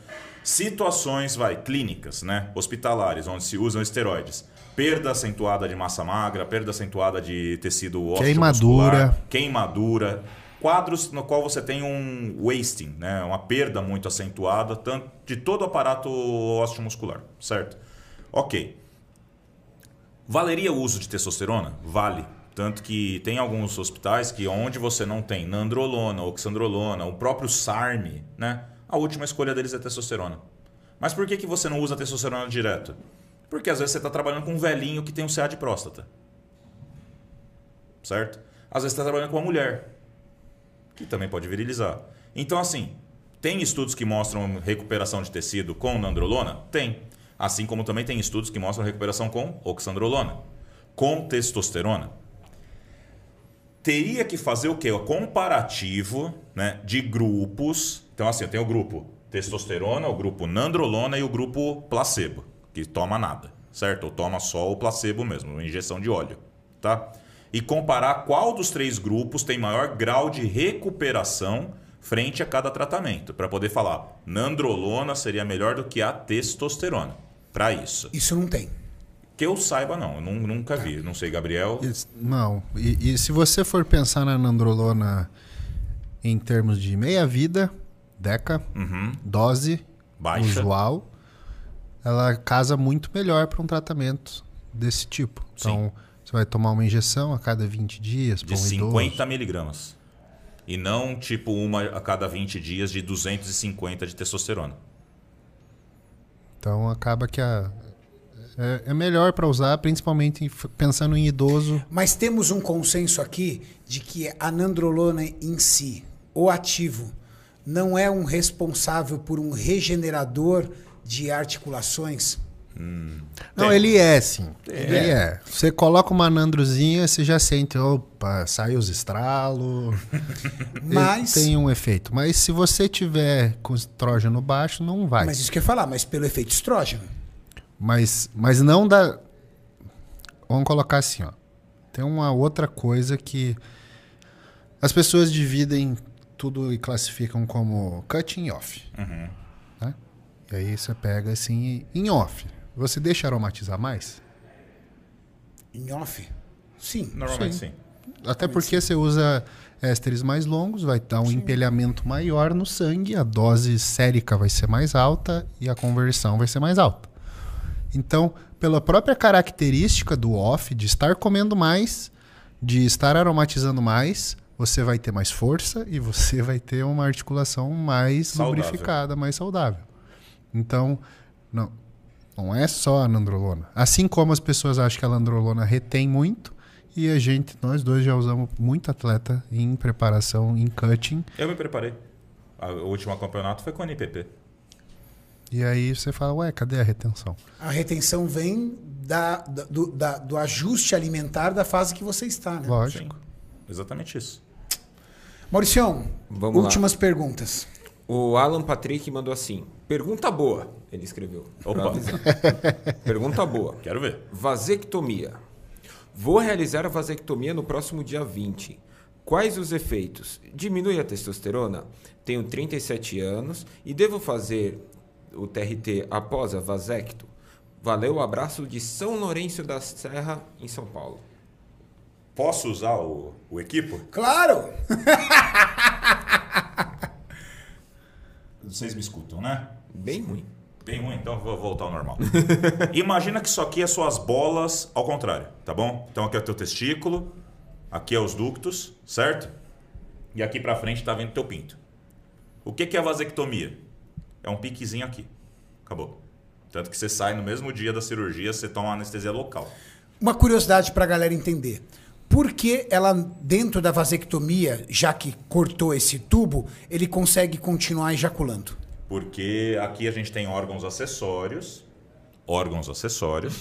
C: Situações, vai, clínicas, né? Hospitalares, onde se usam esteroides. Perda acentuada de massa magra, perda acentuada de tecido
D: Queimadura.
C: queimadura, quadros no qual você tem um wasting, né? uma perda muito acentuada tanto de todo o aparato osteomuscular, certo? Ok. Valeria o uso de testosterona? Vale. Tanto que tem alguns hospitais que onde você não tem nandrolona, oxandrolona, o próprio SARM, né? A última escolha deles é testosterona. Mas por que, que você não usa testosterona direto? Porque às vezes você está trabalhando com um velhinho que tem um CA de próstata certo? Às vezes está trabalhando com uma mulher, que também pode virilizar. Então, assim, tem estudos que mostram recuperação de tecido com nandrolona? Tem. Assim como também tem estudos que mostram recuperação com oxandrolona, com testosterona. Teria que fazer o quê? O comparativo né, de grupos. Então, assim, eu tenho o grupo testosterona, o grupo nandrolona e o grupo placebo, que toma nada, certo? Ou toma só o placebo mesmo, uma injeção de óleo, tá? E comparar qual dos três grupos tem maior grau de recuperação frente a cada tratamento, para poder falar, nandrolona seria melhor do que a testosterona, para isso.
A: Isso não tem.
C: Que eu saiba, não, eu nun- nunca vi, não sei, Gabriel.
D: Isso- Não. E, e se você for pensar na nandrolona em termos de meia-vida, deca, dose
C: Uhum. Baixa.
D: usual, ela casa muito melhor para um tratamento desse tipo. Então, você vai tomar uma injeção a cada 20 dias para
C: De
D: um
C: 50
D: idoso.
C: miligramas. E não tipo uma a cada 20 dias de 250 de testosterona.
D: Então, acaba que a... É, é melhor para usar, principalmente em f- pensando em idoso.
A: Mas temos um consenso aqui de que a nandrolona em si, o ativo, não é um responsável por um regenerador de articulações.
D: Não,
C: Tem.
D: ele é, sim. Ele é. Você coloca uma nandrozinha, você já sente, opa, sai os estralos.
A: Mas,
D: Tem um efeito. Mas se você tiver com estrógeno baixo, não vai.
A: mas
D: Mas,
A: isso que eu ia falar, mas pelo efeito estrógeno.
D: mas, não dá. Vamos colocar assim, ó. Tem uma outra coisa que as pessoas dividem tudo e classificam como cutting off. né? E aí você pega assim, em off. Você deixa aromatizar mais?
A: Em off? Sim.
C: Normalmente sim.
D: Até porque você usa é, ésteres mais longos, vai dar um empelhamento maior no sangue, a dose sérica vai ser mais alta e a conversão vai ser mais alta. Então, pela própria característica do off, de estar comendo mais, de estar aromatizando mais, você vai ter mais força e você vai ter uma articulação mais
C: Saudável.
D: lubrificada, mais saudável. Então, não, não é só a nandrolona. Assim como as pessoas acham que a nandrolona retém muito, e a gente, nós dois já usamos muito atleta em preparação, em cutting,
C: Eu me preparei. A- O último campeonato foi com a NPP.
D: e aí você fala, ué, cadê a retenção?
A: A retenção vem da, da- do, da- do ajuste alimentar da fase que você está, né?
D: Lógico.
C: Exatamente isso.
A: Mauricião,
B: Vamos lá.
A: últimas perguntas.
B: O Alan Patrick mandou assim: pergunta boa. Ele escreveu. pra
C: Opa.
B: avisar.
A: *laughs*
B: pergunta boa.
C: Quero ver.
B: Vasectomia. Vou realizar a vasectomia no próximo dia 20. Quais os efeitos? Diminui a testosterona? Tenho 37 anos e devo fazer o TRT após a vasecto? Valeu, abraço de São Lourenço da Serra, em São Paulo.
C: Posso usar o, o equipo?
A: Claro!
C: Vocês me escutam, né?
B: Bem ruim.
C: Bem ruim, então eu vou voltar ao normal. *laughs* Imagina que isso aqui é suas bolas ao contrário, tá bom? Então aqui é o teu testículo, aqui é os ductos, certo? E aqui pra frente tá vendo teu pinto. O que que é vasectomia? É um piquezinho aqui. Acabou. Tanto que você sai no mesmo dia da cirurgia, você toma uma anestesia local.
A: Uma curiosidade para a galera entender. Por que ela, dentro da vasectomia, já que cortou esse tubo, ele consegue continuar ejaculando?
C: Porque aqui a gente tem órgãos acessórios. Órgãos acessórios.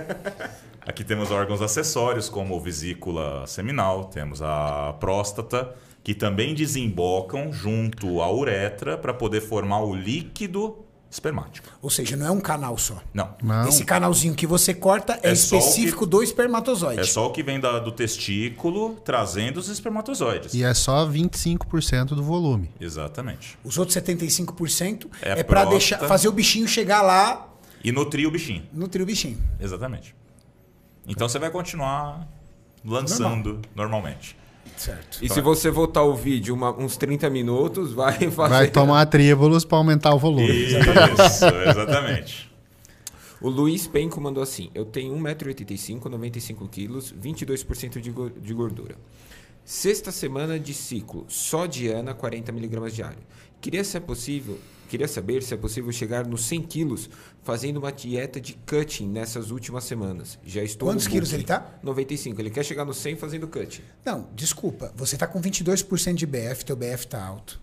D: *laughs*
C: aqui temos órgãos acessórios, como vesícula seminal, temos a próstata, que também desembocam junto à uretra para poder formar o líquido espermático.
A: Ou seja, não é um canal só.
C: Não.
D: Não.
A: Esse canalzinho que você corta é,
C: É só o que-
A: específico do espermatozoide.
C: É só o que vem da- do testículo trazendo os espermatozoides.
D: E é só 25% do volume.
C: Exatamente.
A: Os outros 75%
C: É
A: é, para
C: próstata.
A: deixar fazer o bichinho chegar lá
C: E nutrir o bichinho.
A: no trio bichinho.
C: Exatamente. Então você vai continuar lançando normalmente.
A: Certo.
B: E se você voltar o vídeo uma- uns 30 minutos, vai *laughs* fazer.
D: Vai tomar tríbulos para aumentar o volume.
C: Isso, exatamente.
B: O Luiz Penco mandou assim: Eu tenho 1,85m, 95kg, 22% de go- de gordura. Sexta semana de ciclo, só Diana, 40mg diário. Queria se é possível. Queria saber se é possível chegar nos 100 quilos fazendo uma dieta de cutting nessas últimas semanas. Já estou
A: Quantos
B: no
A: quilos
B: booking.
A: ele tá?
B: 95. Ele quer chegar nos 100 fazendo cutting.
A: Não, desculpa. Você tá com 22% de BF, teu BF tá alto.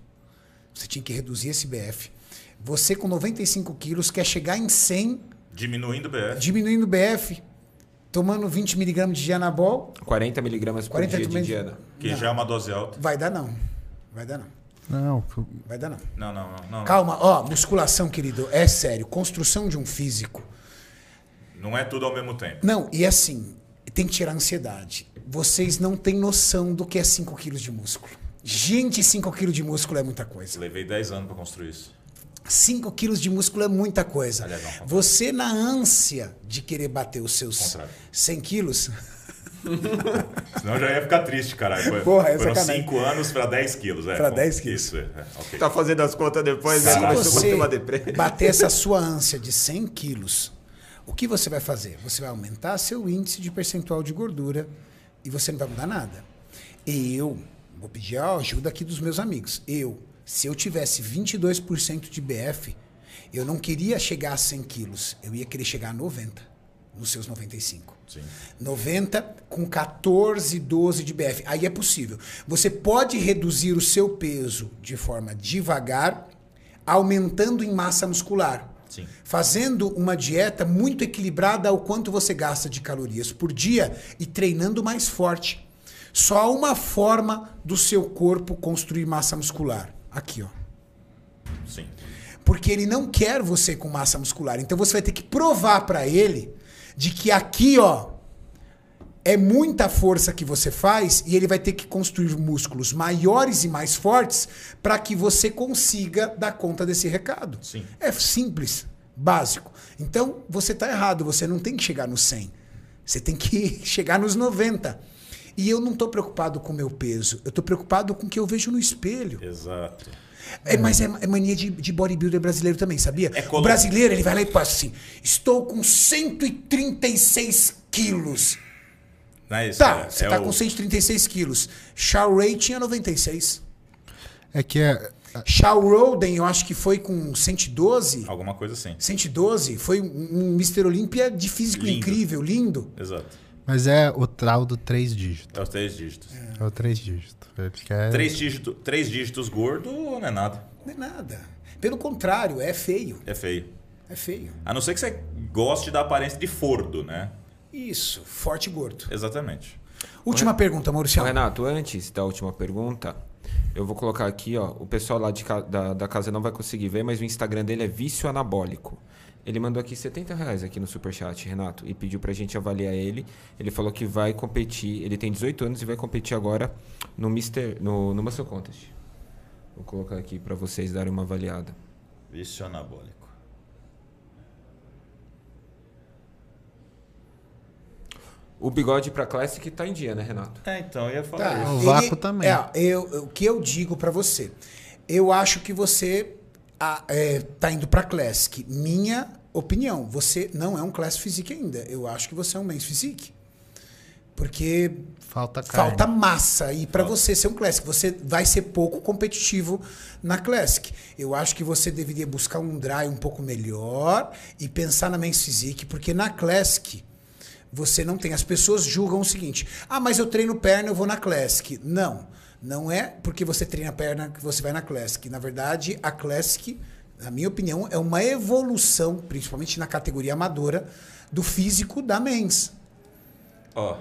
A: Você tinha que reduzir esse BF. Você com 95 quilos quer chegar em 100,
C: Diminuindo o BF.
A: diminuindo o BF, tomando 20 miligramas de Gianabol,
B: 40mg por
A: 40
B: dia de
A: mili-
B: Diana.
C: Que já é uma dose alta.
A: vai dar não. Vai dar não.
D: Não,
A: Vai dar não.
C: Não, não, não. Não,
A: Calma, ó, musculação, querido, é sério. Construção de um físico.
C: não é tudo ao mesmo tempo.
A: Não, e assim, tem que tirar a ansiedade. Vocês não têm noção do que é 5 quilos de músculo. Gente, 5 quilos de músculo é muita coisa.
C: Levei 10 anos pra construir isso.
A: 5 quilos de músculo é muita coisa.
C: Aliás, não, contrário.
A: Você, na ânsia de querer bater os seus
C: Contrário.
A: 100 quilos,
C: Senão eu já ia ficar triste, caralho. Foi-
A: Porra, é
C: Foram
A: sacanagem.
C: 5 anos pra 10 quilos. É,
A: Pra
C: Com-
A: 10 quilos.
C: Isso, é, é, ok.
B: Tá fazendo as contas depois, né?
A: se
B: Começou a ter
A: você
B: uma deprê.
A: bater
B: *laughs*
A: essa sua ânsia de 100 quilos, o que você vai fazer? Você vai aumentar seu índice de percentual de gordura e você não vai mudar nada. Eu vou pedir a ajuda aqui dos meus amigos. Eu, se eu tivesse 22% de BF, eu não queria chegar a 100 quilos. Eu ia querer chegar a 90, nos seus 95.
C: Sim.
A: 90 com 14, 12 de BF. Aí é possível. Você pode reduzir o seu peso de forma devagar, aumentando em massa muscular.
C: Sim.
A: Fazendo uma dieta muito equilibrada ao quanto você gasta de calorias por dia e treinando mais forte. Só há uma forma do seu corpo construir massa muscular. Aqui, ó.
C: Sim.
A: Porque ele não quer você com massa muscular. Então você vai ter que provar pra ele de que aqui, ó, é muita força que você faz e ele vai ter que construir músculos maiores e mais fortes pra que você consiga dar conta desse recado.
C: Sim.
A: É simples, básico. Então você tá errado, você não tem que chegar nos 100. Você tem que *laughs* chegar nos 90. E eu não tô preocupado com o meu peso, eu tô preocupado com o que eu vejo no espelho.
C: Exato.
A: É, mas é, é mania de, de bodybuilder brasileiro também, sabia?
C: É
A: o
C: colo-
A: brasileiro, ele vai lá e passa assim: estou com 136 quilos.
C: Não é isso?
A: Tá,
C: é,
A: você
C: é
A: tá
C: o-
A: com 136 quilos. Shaw tinha 96.
D: É que é.
A: Shaw Roden, eu acho que foi com 112.
C: Alguma coisa assim.
A: 112 foi um um Mr. Olímpia de físico
C: Lindo.
A: incrível, lindo.
C: Exato.
D: Mas é o tal do três dígitos.
C: É os três dígitos.
D: É o três dígitos. Ele quer.
C: Três, dígito, três dígitos gordo não é nada.
A: Não é nada. Pelo contrário, é feio.
C: É feio.
A: É feio.
C: A não ser que você goste da aparência de fordo, né?
A: Isso, forte e gordo.
C: Exatamente.
A: Última pergunta,
B: Ô,
A: Maurício.
B: Renato, antes da última pergunta, eu vou colocar aqui, ó. O pessoal lá de ca- da, da casa não vai conseguir ver, mas o Instagram dele é vício anabólico. Ele mandou aqui R$ 70 reais aqui no Superchat, Renato, e pediu pra gente avaliar ele. Ele falou que vai competir, ele tem 18 anos e vai competir agora no Mister, no, no Muscle Contest. Vou colocar aqui pra vocês darem uma avaliada.
C: Vício anabólico.
B: O bigode pra Classic tá em dia, né, Renato?
C: É, então, eu ia falar
A: Tá,
C: isso.
D: O
A: ele-
D: vácuo também.
A: É, eu, o que eu digo pra você? Eu acho que você a, é, tá indo pra Classic. Minha opinião, você não é um Classic Physique ainda. Eu acho que você é um Men's Physique. Porque
D: Falta carne.
A: falta massa aí pra você ser um Classic. Você vai ser pouco competitivo na Classic. Eu acho que você deveria buscar um dry um pouco melhor e pensar na Men's Physique, porque na Classic você não tem. As pessoas julgam o seguinte: ah, mas eu treino perna, eu vou na Classic. Não, não é porque você treina perna que você vai na Classic. Na verdade, a Classic. Na minha opinião, é uma evolução, principalmente na categoria amadora, do físico da mens.
C: Ó,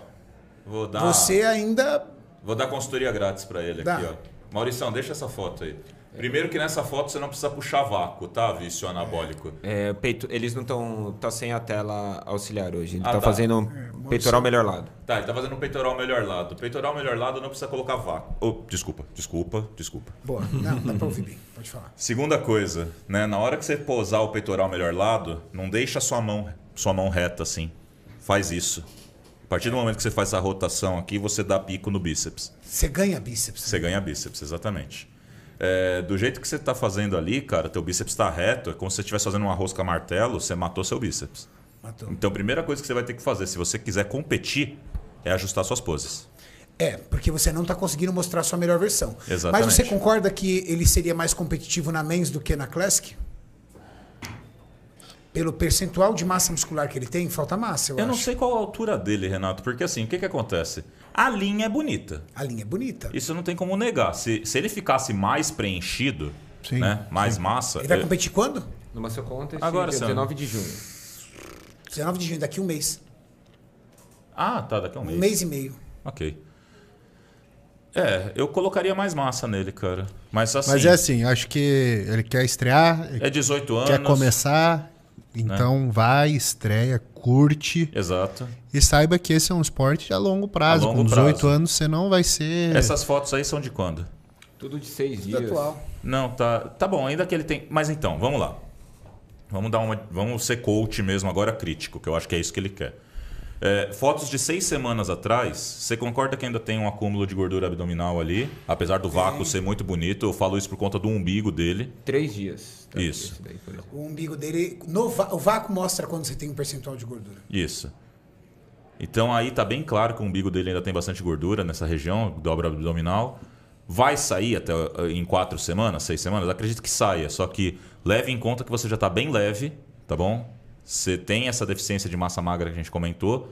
C: vou dar,
A: Você ainda
C: vou dar consultoria grátis pra ele
A: Dá.
C: aqui, ó. Maurição, deixa essa foto aí. Primeiro que nessa foto você não precisa puxar vácuo, tá? Vício anabólico.
B: É, peito, eles não estão. Tá sem a tela auxiliar hoje. Ele
C: Ah,
B: tá,
C: tá.
B: fazendo um peitoral melhor lado.
C: Tá, ele tá fazendo um peitoral melhor lado. Peitoral melhor lado não precisa colocar vácuo. Oh, desculpa, desculpa, desculpa.
A: Boa, não, dá pra ouvir bem, pode falar.
C: Segunda coisa, né? Na hora que você posar o peitoral melhor lado, não deixa a sua mão, sua mão reta assim. Faz isso. A partir do momento que você faz essa rotação aqui, você dá pico no bíceps.
A: Você ganha bíceps.
C: Você ganha bíceps, exatamente. É, do jeito que você tá fazendo ali, cara, teu bíceps tá reto, é como se você estivesse fazendo uma rosca martelo, você matou seu bíceps.
A: Matou.
C: Então, a primeira coisa que você vai ter que fazer, se você quiser competir, é ajustar suas poses.
A: É, porque você não tá conseguindo mostrar a sua melhor versão.
C: Exatamente.
A: Mas você concorda que ele seria mais competitivo na Men's do que na Classic? Pelo percentual de massa muscular que ele tem, falta massa, eu,
C: Eu
A: acho.
C: não sei qual a altura dele, Renato, porque assim, o que que acontece? A linha é bonita.
A: A linha é bonita.
C: Isso não tem como negar. Se, se ele ficasse mais preenchido,
D: Sim,
C: né? Mais massa.
A: Ele vai
C: eu-
A: competir quando?
B: No Muscle Contest,
C: Agora,
B: dia
C: Sam.
B: 19 de junho.
A: 19 de junho, daqui um mês.
C: Ah, tá, daqui a um
A: Um
C: mês.
A: mês e meio.
C: Ok. É, eu colocaria mais massa nele, cara. Mas assim,
D: Mas é assim, acho que ele quer estrear, ele
C: é 18 anos. Né?
D: quer começar, então vai, estreia, curte.
C: Exato.
D: E saiba que esse é um esporte a longo prazo.
C: A longo
D: Com 18
C: prazo.
D: anos você não vai ser.
C: Essas fotos aí são de quando?
B: Tudo de seis dias.
A: Atual.
C: Não, tá, tá bom, ainda que ele tem. Mas então, vamos lá. Vamos dar uma, vamos ser coach mesmo agora crítico, que eu acho que é isso que ele quer. É, fotos de seis semanas atrás, você concorda que ainda tem um acúmulo de gordura abdominal ali, apesar do vácuo ser muito bonito. Eu falo isso por conta do umbigo dele.
B: Três dias. Tá?
C: Isso.
B: Esse daí, por exemplo.
A: O umbigo dele. no va- o vácuo mostra quando você tem um percentual de gordura.
C: Isso. Então aí tá bem claro que o umbigo dele ainda tem bastante gordura nessa região, dobra abdominal. Vai sair até eh, em quatro semanas, seis semanas? Acredito que saia, só que leve em conta que você já tá bem leve, tá bom? Você tem essa deficiência de massa magra que a gente comentou.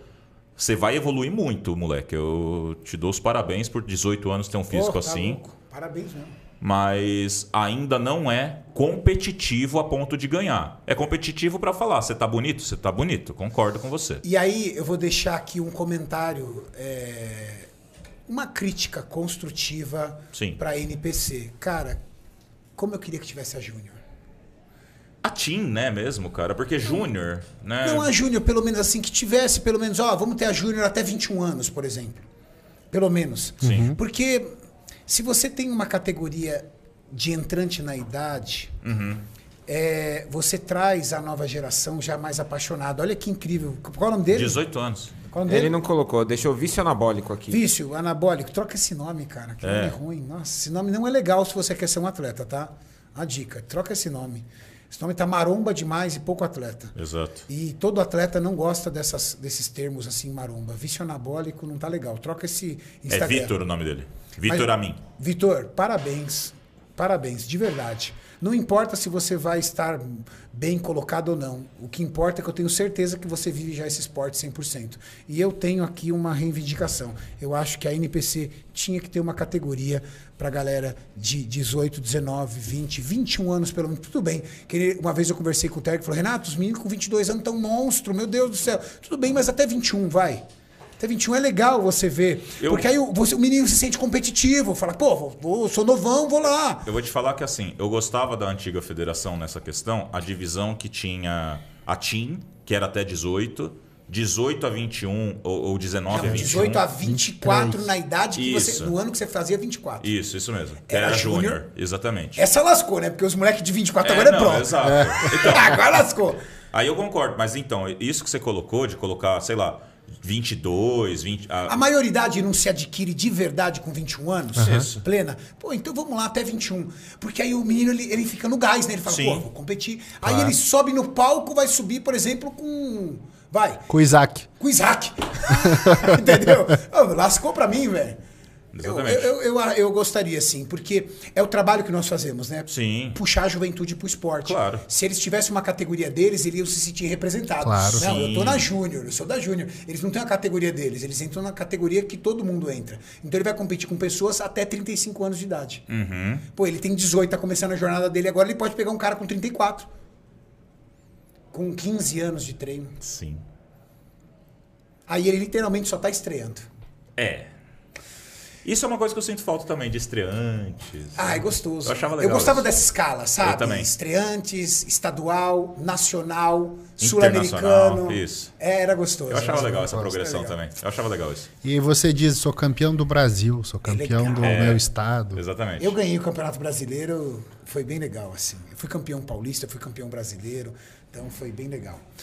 C: Você vai evoluir muito, moleque. Eu te dou os parabéns por 18 anos ter um físico
A: Pô, tá
C: assim
A: louco. Parabéns mesmo.
C: mas ainda não é competitivo a ponto de ganhar. É competitivo pra falar, você tá bonito? Você tá bonito, concordo com você.
A: E aí eu vou deixar aqui um comentário, é, uma crítica construtiva
C: Sim.
A: para a NPC. Cara, como eu queria que tivesse a Júnior.
C: A Tim, né, mesmo, cara? Porque Júnior, né?
A: Não a Júnior, pelo menos assim, que tivesse, pelo menos, ó, vamos ter a Júnior até 21 anos, por exemplo. Pelo menos.
C: Sim.
A: Porque se você tem uma categoria de entrante na idade,
C: Uhum.
A: é, você traz a nova geração já mais apaixonada. Olha que incrível. Qual é o nome dele?
C: 18 anos.
A: Qual o nome
B: Ele
A: dele?
B: não colocou, deixou vício anabólico aqui.
A: Vício, anabólico, troca esse nome, cara. Que
C: É.
A: nome ruim. Nossa, esse nome não é legal se você quer ser um atleta, tá? A dica, troca esse nome. Esse nome tá maromba demais e pouco atleta.
C: Exato.
A: E todo atleta não gosta dessas, desses termos assim, maromba. Vício anabólico não tá legal. Troca esse
C: É
A: Instagram.
C: Vitor o nome dele. Vitor
A: Mas-
C: Amin.
A: Vitor, parabéns. Parabéns, de verdade. Não importa se você vai estar bem colocado ou não. O que importa é que eu tenho certeza que você vive já esse esporte 100%. E eu tenho aqui uma reivindicação. Eu acho que a NPC tinha que ter uma categoria para galera de 18, 19, 20, 21 anos pelo menos. Tudo bem. Que ele- uma vez eu conversei com o Terry e falou: Renato, os meninos com 22 anos tão monstro, meu Deus do céu. Tudo bem, mas até 21, vai. Até 21 é legal você ver.
C: Eu-
A: Porque aí o, você- o menino se sente competitivo, fala, pô, vou, vou- sou novão, vou lá.
C: Eu vou te falar que assim, eu gostava da antiga federação nessa questão, a divisão que tinha a TIM, que era até 18, 18 a 21 ou, ou 19
A: Não,
C: a 21.
A: 18 a 24
D: 23.
A: na idade que você.
C: Isso.
A: No ano que você fazia 24.
C: Isso, isso mesmo. Que
A: Era
C: era, júnior,
A: júnior.
C: exatamente.
A: Essa lascou, né? Porque os moleques de 24 agora é
C: não,
A: pronto. *laughs*
C: Exato. Então,
A: agora lascou.
C: aí eu concordo, mas então, isso que você colocou de colocar, sei lá, 22, 20, a-
A: A maioridade não se adquire de verdade com 21 anos,
C: Isso.
A: plena. Pô, então vamos lá até 21. Porque aí o menino ele, ele fica no gás, né? Ele fala,
C: Sim.
A: pô, vou competir. Aí ele sobe no palco, vai subir, por exemplo, com. Vai,
D: Com o Isaac.
A: com o Isaac. *laughs* Entendeu? Ô, lascou pra mim, velho. Eu,
C: Exatamente.
A: eu, eu, eu gostaria, sim, porque é o trabalho que nós fazemos, né?
C: Sim.
A: Puxar a juventude pro esporte.
C: Claro.
A: Se eles tivessem uma categoria deles, eles iam se sentir representados.
D: Claro.
A: Não, eu tô
C: Sim.
A: na Júnior, eu sou da Júnior. Eles não têm a categoria deles, eles entram na categoria que todo mundo entra. Então ele vai competir com pessoas até 35 anos de idade.
C: Uhum.
A: Pô, ele tem 18, tá começando a jornada dele agora, ele pode pegar um cara com 34. Com 15 anos de treino.
C: Sim.
A: Aí ele literalmente só tá estreando.
C: É. Isso é uma coisa que eu sinto falta também de estreantes.
A: Ah, é gostoso.
C: Eu achava legal
A: gostava
C: isso.
A: dessa escala, sabe?
C: Eu também.
A: Estreantes, estadual, nacional,
C: Internacional,
A: sul-americano.
C: isso.
A: É, era gostoso.
C: Eu achava legal essa
D: gosto,
C: progressão
A: é legal.
C: também. Eu achava legal isso.
D: E aí você diz, sou campeão do Brasil, sou campeão
A: legal.
D: do
A: É.
D: meu estado.
C: Exatamente.
A: Eu ganhei o Campeonato Brasileiro, foi bem legal, assim. Eu fui campeão paulista, fui campeão brasileiro, então foi bem legal.
B: Ô,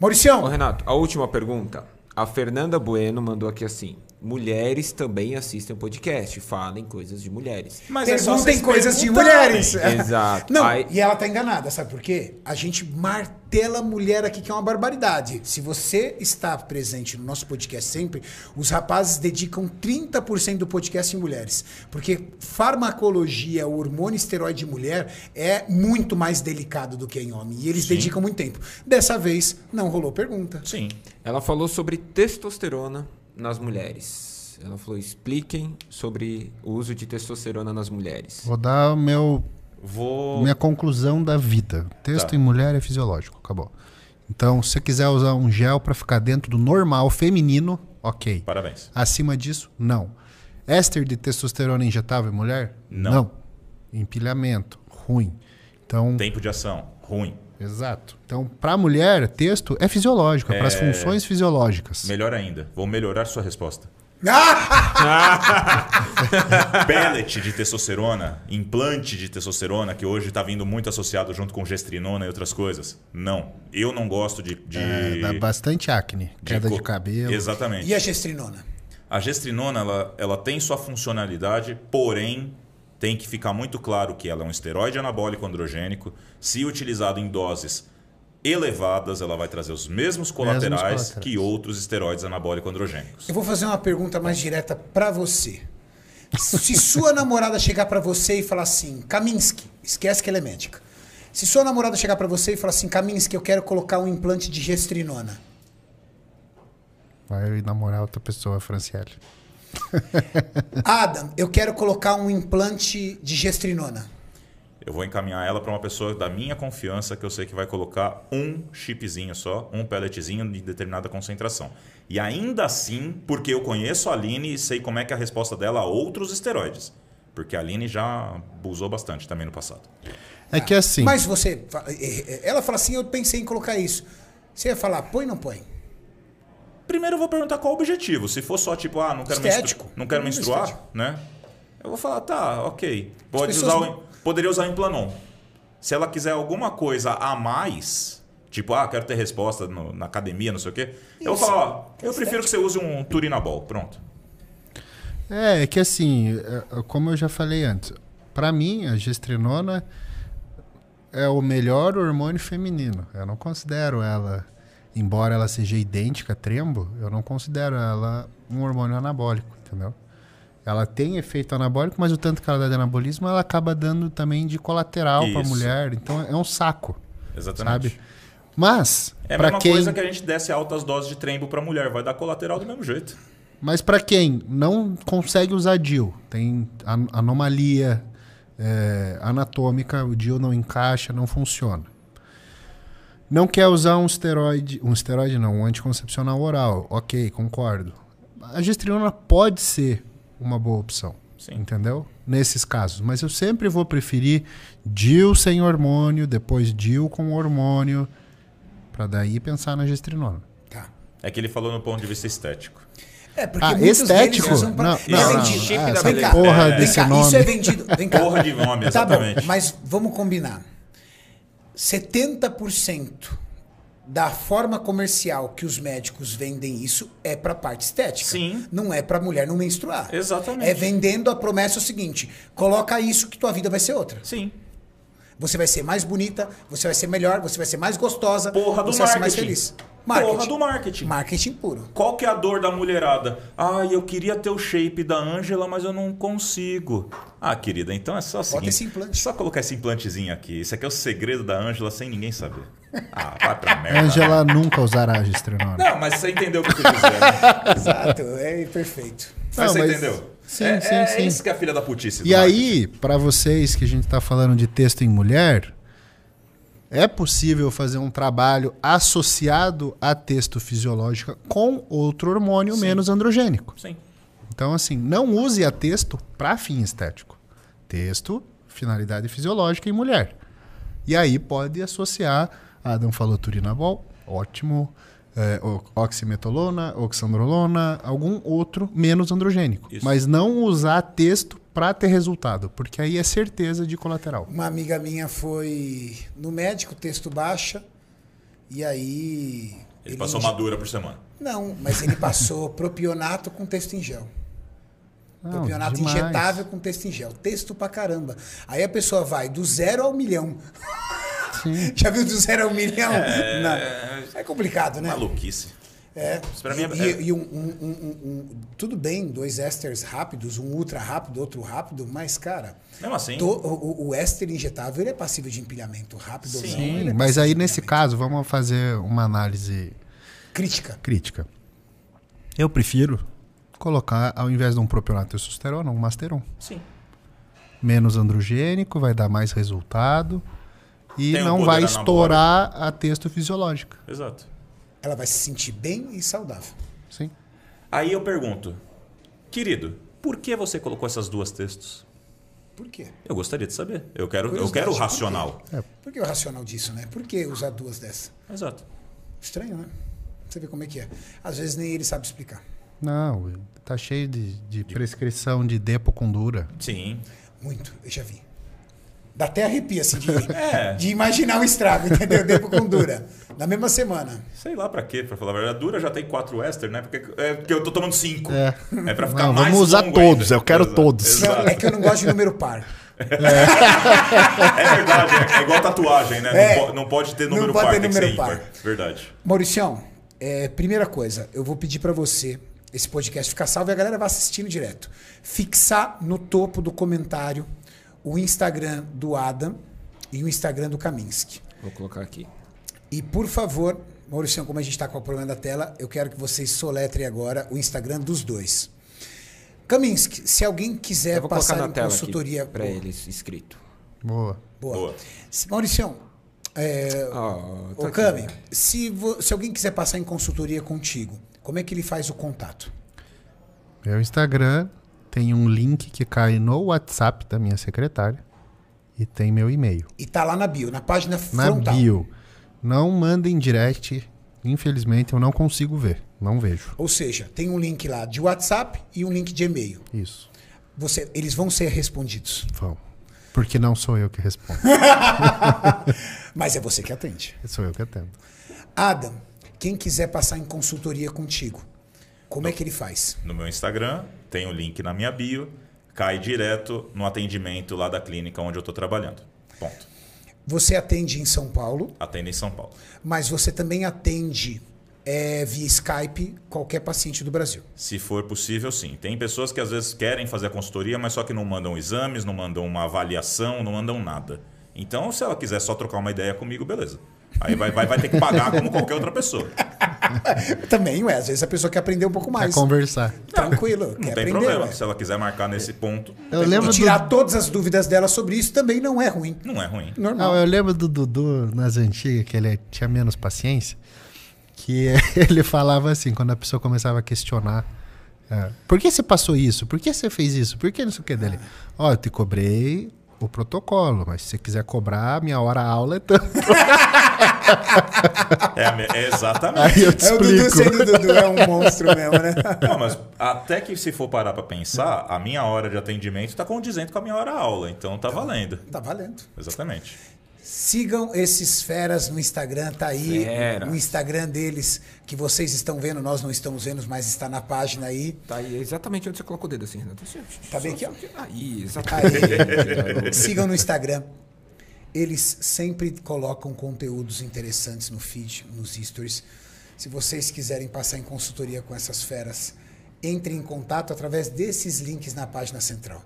A: Mauricião,
B: Renato, a última pergunta. A Fernanda Bueno mandou aqui assim: mulheres também assistem podcast, falem coisas de mulheres.
C: Mas é só
A: perguntem
C: vocês
A: coisas de
C: perguntarem.
A: mulheres. *laughs*
B: Exato.
A: Não,
B: Aí-
A: e ela tá enganada, sabe por quê? A gente martela mulher aqui, que é uma barbaridade. Se você está presente no nosso podcast sempre, os rapazes dedicam 30% do podcast em mulheres. Porque farmacologia, o hormônio esteroide de mulher, é muito mais delicado do que em homem. E eles dedicam muito tempo. Dessa vez, não rolou pergunta.
C: Sim.
B: Ela falou sobre testosterona nas mulheres. Ela falou: expliquem sobre o uso de testosterona nas mulheres.
D: Vou dar o meu
C: Vou.
D: Minha conclusão da vida. Texto
C: Tá.
D: em mulher é fisiológico, acabou. Então, se você quiser usar um gel pra ficar dentro do normal feminino, ok.
C: Parabéns.
D: Acima disso, não. Éster de testosterona injetável em mulher?
C: Não.
D: Empilhamento, ruim. Então,
C: Tempo de ação, ruim.
D: exato. Então, pra mulher, texto é fisiológico, é, pras funções fisiológicas.
C: Melhor ainda, vou melhorar sua
A: *laughs*
C: resposta.
A: Ah!
C: Pellet de testosterona, implante de testosterona, que hoje tá vindo muito associado junto com gestrinona e outras coisas. Não. Eu não gosto de. de...
D: É, dá bastante acne, queda de
C: co-
D: cabelo.
C: Exatamente.
A: E a gestrinona?
C: A gestrinona, ela, ela tem sua funcionalidade, porém, tem que ficar muito claro que ela é um esteroide anabólico androgênico. Se utilizado em doses elevadas, ela vai trazer os mesmos colaterais,
D: colaterais.
C: que outros esteroides anabólico androgênicos.
A: Eu vou fazer uma pergunta mais direta pra você. Se sua namorada chegar pra você e falar assim, Kaminsky, esquece que ela é médica. Se sua namorada chegar pra você e falar assim, Kaminsky, eu quero colocar um implante de gestrinona.
D: Vai namorar outra pessoa, Franciele.
A: Adam, eu quero colocar um implante de gestrinona.
C: Eu vou encaminhar ela para uma pessoa da minha confiança que eu sei que vai colocar um chipzinho só, um pelletzinho de determinada concentração. E ainda assim, porque eu conheço a Aline e sei como é que é a resposta dela a outros esteroides. Porque a Aline já abusou bastante também no passado.
D: É que assim.
A: Mas você. fa- eh, eh, Ela fala assim, eu pensei em colocar isso. Você ia falar, põe ou não põe?
C: Primeiro eu vou perguntar qual o objetivo. Se for só tipo, ah, não quero,
A: Estético.
C: menstru não quero
A: Hum,
C: menstruar,
A: estético.
C: né? Eu vou falar, tá, ok. Pode
A: pessoas
C: usar o,
A: não-
C: poderia usar o implanon. Se ela quiser alguma coisa a mais, Tipo, ah, quero ter resposta no- na academia, não sei o quê. Eu falo, ó, eu prefiro que você use um Turinabol. Pronto.
D: É, é que assim, é, é, como eu já falei antes, pra mim a gestrinona é o melhor hormônio feminino. Eu não considero ela, embora ela seja idêntica a trembo, eu não considero ela um hormônio anabólico, entendeu? Ela tem efeito anabólico, mas o tanto que ela dá de anabolismo, ela acaba dando também de colateral pra
C: Isso.
D: mulher. Então é um saco,
C: Exatamente.
D: sabe? Mas,
C: É a
D: pra
C: mesma
D: quem...
C: coisa que a gente desse altas doses de trembo pra mulher, vai dar colateral do mesmo jeito.
D: Mas pra quem não consegue usar DIL, tem an- anomalia é, anatômica, o DIL não encaixa, não funciona. Não quer usar um esteroide, um esteroide não, um anticoncepcional oral, ok, concordo. A gestriona pode ser uma boa opção,
C: Sim.
D: entendeu? Nesses casos, mas eu sempre vou preferir DIL sem hormônio, depois DIL com hormônio, pra daí pensar na gestrinona.
A: Tá.
C: É que ele falou no ponto de vista estético.
A: É, porque
D: Ah,
A: muitos
D: estético?
A: deles usam pra...
D: Não,
A: é
D: não, não,
A: vendido.
B: chip
D: ah,
B: da
D: essa
A: Vem cá,
D: porra
A: vem
D: desse
A: cá,
D: nome.
A: isso é vendido. Vem cá.
C: Porra de nome,
A: Tá bom,
C: exatamente.
A: mas vamos combinar. 70% da forma comercial que os médicos vendem isso é para parte estética.
C: Sim.
A: Não é para mulher não menstruar.
C: Exatamente.
A: É vendendo a promessa o seguinte: coloca isso que tua vida vai ser outra.
C: Sim.
A: Você vai ser mais bonita, você vai ser melhor, você vai ser mais gostosa,
C: Porra do
A: você vai ser mais
C: marketing.
A: feliz.
C: Porra do marketing.
A: Marketing puro.
C: Qual que é a dor da mulherada? Ah, eu queria ter o shape da Ângela, mas eu não consigo. Ah, querida, então é só o seguinte,
A: esse implante.
C: Só colocar esse implantezinho aqui. Isso aqui é o segredo da Ângela sem ninguém saber. Ah, vai pra merda.
D: Angela nunca usará a gestrinona.
C: Não, mas você entendeu o que eu quis dizer, né?
A: Exato, é perfeito.
C: Mas
D: Não,
C: você
D: mas-
C: entendeu?
D: Sim,
C: é,
D: sim,
C: é
D: sim.
C: isso que é a filha da putice. do
D: E
C: marketing.
D: aí, pra vocês que a gente tá falando de texto em mulher, é possível fazer um trabalho associado a texto fisiológico com outro hormônio menos androgênico.
C: Sim.
D: Então, assim, não use a texto pra fim estético. Texto, finalidade fisiológica em mulher. E aí pode associar, Adam falou turinabol, ótimo, é, o- oximetolona, oxandrolona, algum outro menos androgênico.
C: Isso.
D: Mas não usar texto pra ter resultado, porque aí é certeza de colateral.
A: Uma amiga minha foi no médico, texto baixa, e aí.
C: Ele passou
A: indi-
C: uma dura por semana.
A: Não, mas ele passou *laughs* propionato com texto em gel.
D: Não,
A: propionato
D: demais.
A: injetável com texto em gel. Texto pra caramba. Aí a pessoa vai do zero ao milhão.
D: Sim.
A: *laughs* Já viu do zero ao milhão? É, é complicado, né?
C: Maluquice.
A: É.
C: Isso pra mim é-
A: E, e- e um, um- um- um- Tudo bem, dois ésteres rápidos, um ultra rápido, outro rápido, mas, cara.
C: Mesmo assim.
A: to- o, o- o éster injetável ele é passível de empilhamento rápido ou não. ele
D: Sim,
A: é
D: mas
A: passível
D: aí
A: de
D: nesse
A: empilhamento.
D: caso, vamos fazer uma análise
A: Crítica.
D: crítica. Eu prefiro colocar, ao invés de um propionato de testosterona, um masteron.
C: Sim.
D: menos androgênico, vai dar mais resultado e
C: Tem um
D: não
C: poder
D: vai
C: anabólico.
D: estourar a texto fisiológica.
C: Exato.
A: Ela vai se sentir bem e saudável.
D: Sim.
C: Aí eu pergunto, querido, por que você colocou essas duas textos?
A: Por quê?
C: Eu gostaria de saber. Eu quero, eu
A: Curiosidade,
C: quero o
A: por quê?
C: racional.
A: Por que o racional disso, né? Por que usar duas dessas?
C: Exato.
A: Estranho, né? Você vê como é que é. Às vezes nem ele sabe explicar.
D: Não, tá cheio de, de prescrição de depocondura.
C: Sim.
A: Muito, eu já vi. Dá até arrepio, assim, de,
C: *laughs* É.
A: de imaginar o estrago, entendeu? Depo com dura. Na mesma semana.
C: Sei lá pra quê, pra falar a verdade. A dura já tem quatro Wester, né? Porque, é porque eu tô tomando cinco.
D: É.
C: É pra ficar
D: Não,
C: mais
D: vamos usar
C: longo
D: todos,
C: ainda.
D: eu quero
C: Exato,
D: todos.
A: Não,
C: Exato.
A: é que eu não gosto de número par.
C: É verdade, é, é igual tatuagem, né?
A: É.
C: Não, po- não pode ter
A: Não
C: número
A: pode
C: par,
A: ter
C: tem
A: número
C: que ser ímpar.
A: par.
C: Verdade.
A: Mauricião, é, primeira coisa, eu vou pedir pra você esse podcast ficar salvo e a galera vai assistindo direto. Fixar no topo do comentário o Instagram do Adam e o Instagram do Kaminsky.
B: Vou colocar aqui.
A: E por favor, Mauricião, como a gente está com o problema da tela, eu quero que vocês soletrem agora o Instagram dos dois. Kaminsky, se alguém quiser
B: eu vou
A: É passar
B: colocar na
A: em
B: tela
A: consultoria.
B: aqui pra eles, escrito.
D: Boa.
A: Boa.
C: Boa.
A: Se- Mauricião, é,
B: Ó, tá
A: ô
B: aqui.
A: Cami, se, vo- se alguém quiser passar em consultoria contigo, como é que ele faz o contato?
D: Meu Instagram tem um link que cai no WhatsApp da minha secretária e tem meu e-mail.
A: E tá lá na bio, na página
D: Na
A: frontal.
D: bio. Não mandem direct, infelizmente eu não consigo ver. Não vejo.
A: Ou seja, tem um link lá de WhatsApp e um link de e-mail.
D: Isso.
A: Você, eles vão ser respondidos.
D: Vão. Porque não sou eu que
A: *laughs*
D: respondo,
A: Mas é você que atende.
D: sou eu que atendo.
A: Adam, quem quiser passar em consultoria contigo, como é que ele faz?
C: no meu Instagram, tem o link na minha bio, cai direto no atendimento lá da clínica onde eu estou trabalhando. Ponto.
A: Você atende em São Paulo,
C: Atendo em São Paulo.
A: mas você também atende eh, via Skype qualquer paciente do Brasil.
C: Se for possível, sim. Tem pessoas que às vezes querem fazer a consultoria, mas só que não mandam exames, não mandam uma avaliação, não mandam nada. Então, se ela quiser só trocar uma ideia comigo, beleza. Aí vai, vai, vai ter que pagar como qualquer
A: *laughs*
C: outra pessoa.
A: É, Também, ué, às vezes a pessoa quer aprender um pouco
D: Pra
A: mais.
D: É conversar.
A: Tranquilo, quer
C: Não tem
A: aprender.
C: problema.
A: ué.
C: Se ela quiser marcar nesse ponto,
D: Eu lembro
A: E
D: do
A: tirar todas as dúvidas dela sobre isso também não é ruim.
C: não é ruim.
A: Normal.
D: Não, eu lembro do Dudu nas antigas, que ele é, tinha menos paciência, que *laughs* ele falava assim, quando a pessoa começava a questionar. é, por que você passou isso? Por que você fez isso? Por que não sei o que
A: É.
D: dele? Ó, eu te cobrei o protocolo, mas se você quiser cobrar, minha hora aula é tanto.
C: É, a me- é
D: *laughs*
C: exatamente.
D: Aí eu te
A: É o Dudu
D: explico.
A: sendo Dudu, é um monstro mesmo, né?
C: Não, mas até que se for parar pra pensar, a minha hora de atendimento está condizente com a minha hora aula, então tá valendo.
A: Tá valendo.
C: Exatamente.
A: Sigam esses feras no Instagram, tá aí
B: Fera.
A: o Instagram deles, que vocês estão vendo, nós não estamos vendo, mas está na página aí.
B: Tá aí exatamente onde você colocou o dedo assim, Renato. Assim,
A: Tá bem
B: só-
A: aqui,
B: Aí,
A: Aí.
B: exatamente.
A: Sigam no Instagram. Eles sempre colocam conteúdos interessantes no feed, nos stories. Se vocês quiserem passar em consultoria com essas feras, entrem em contato através desses links na página central.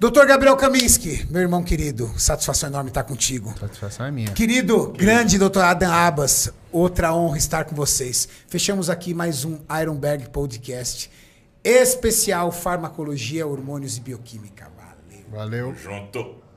A: Dr. Gabriel Kaminski, meu irmão querido, satisfação enorme estar contigo.
D: Satisfação é minha.
A: Querido, grande doutor Adam Abbas, outra honra estar com vocês. Fechamos aqui mais um Ironberg Podcast especial Farmacologia, Hormônios e Bioquímica. Valeu.
D: Valeu.
C: Junto.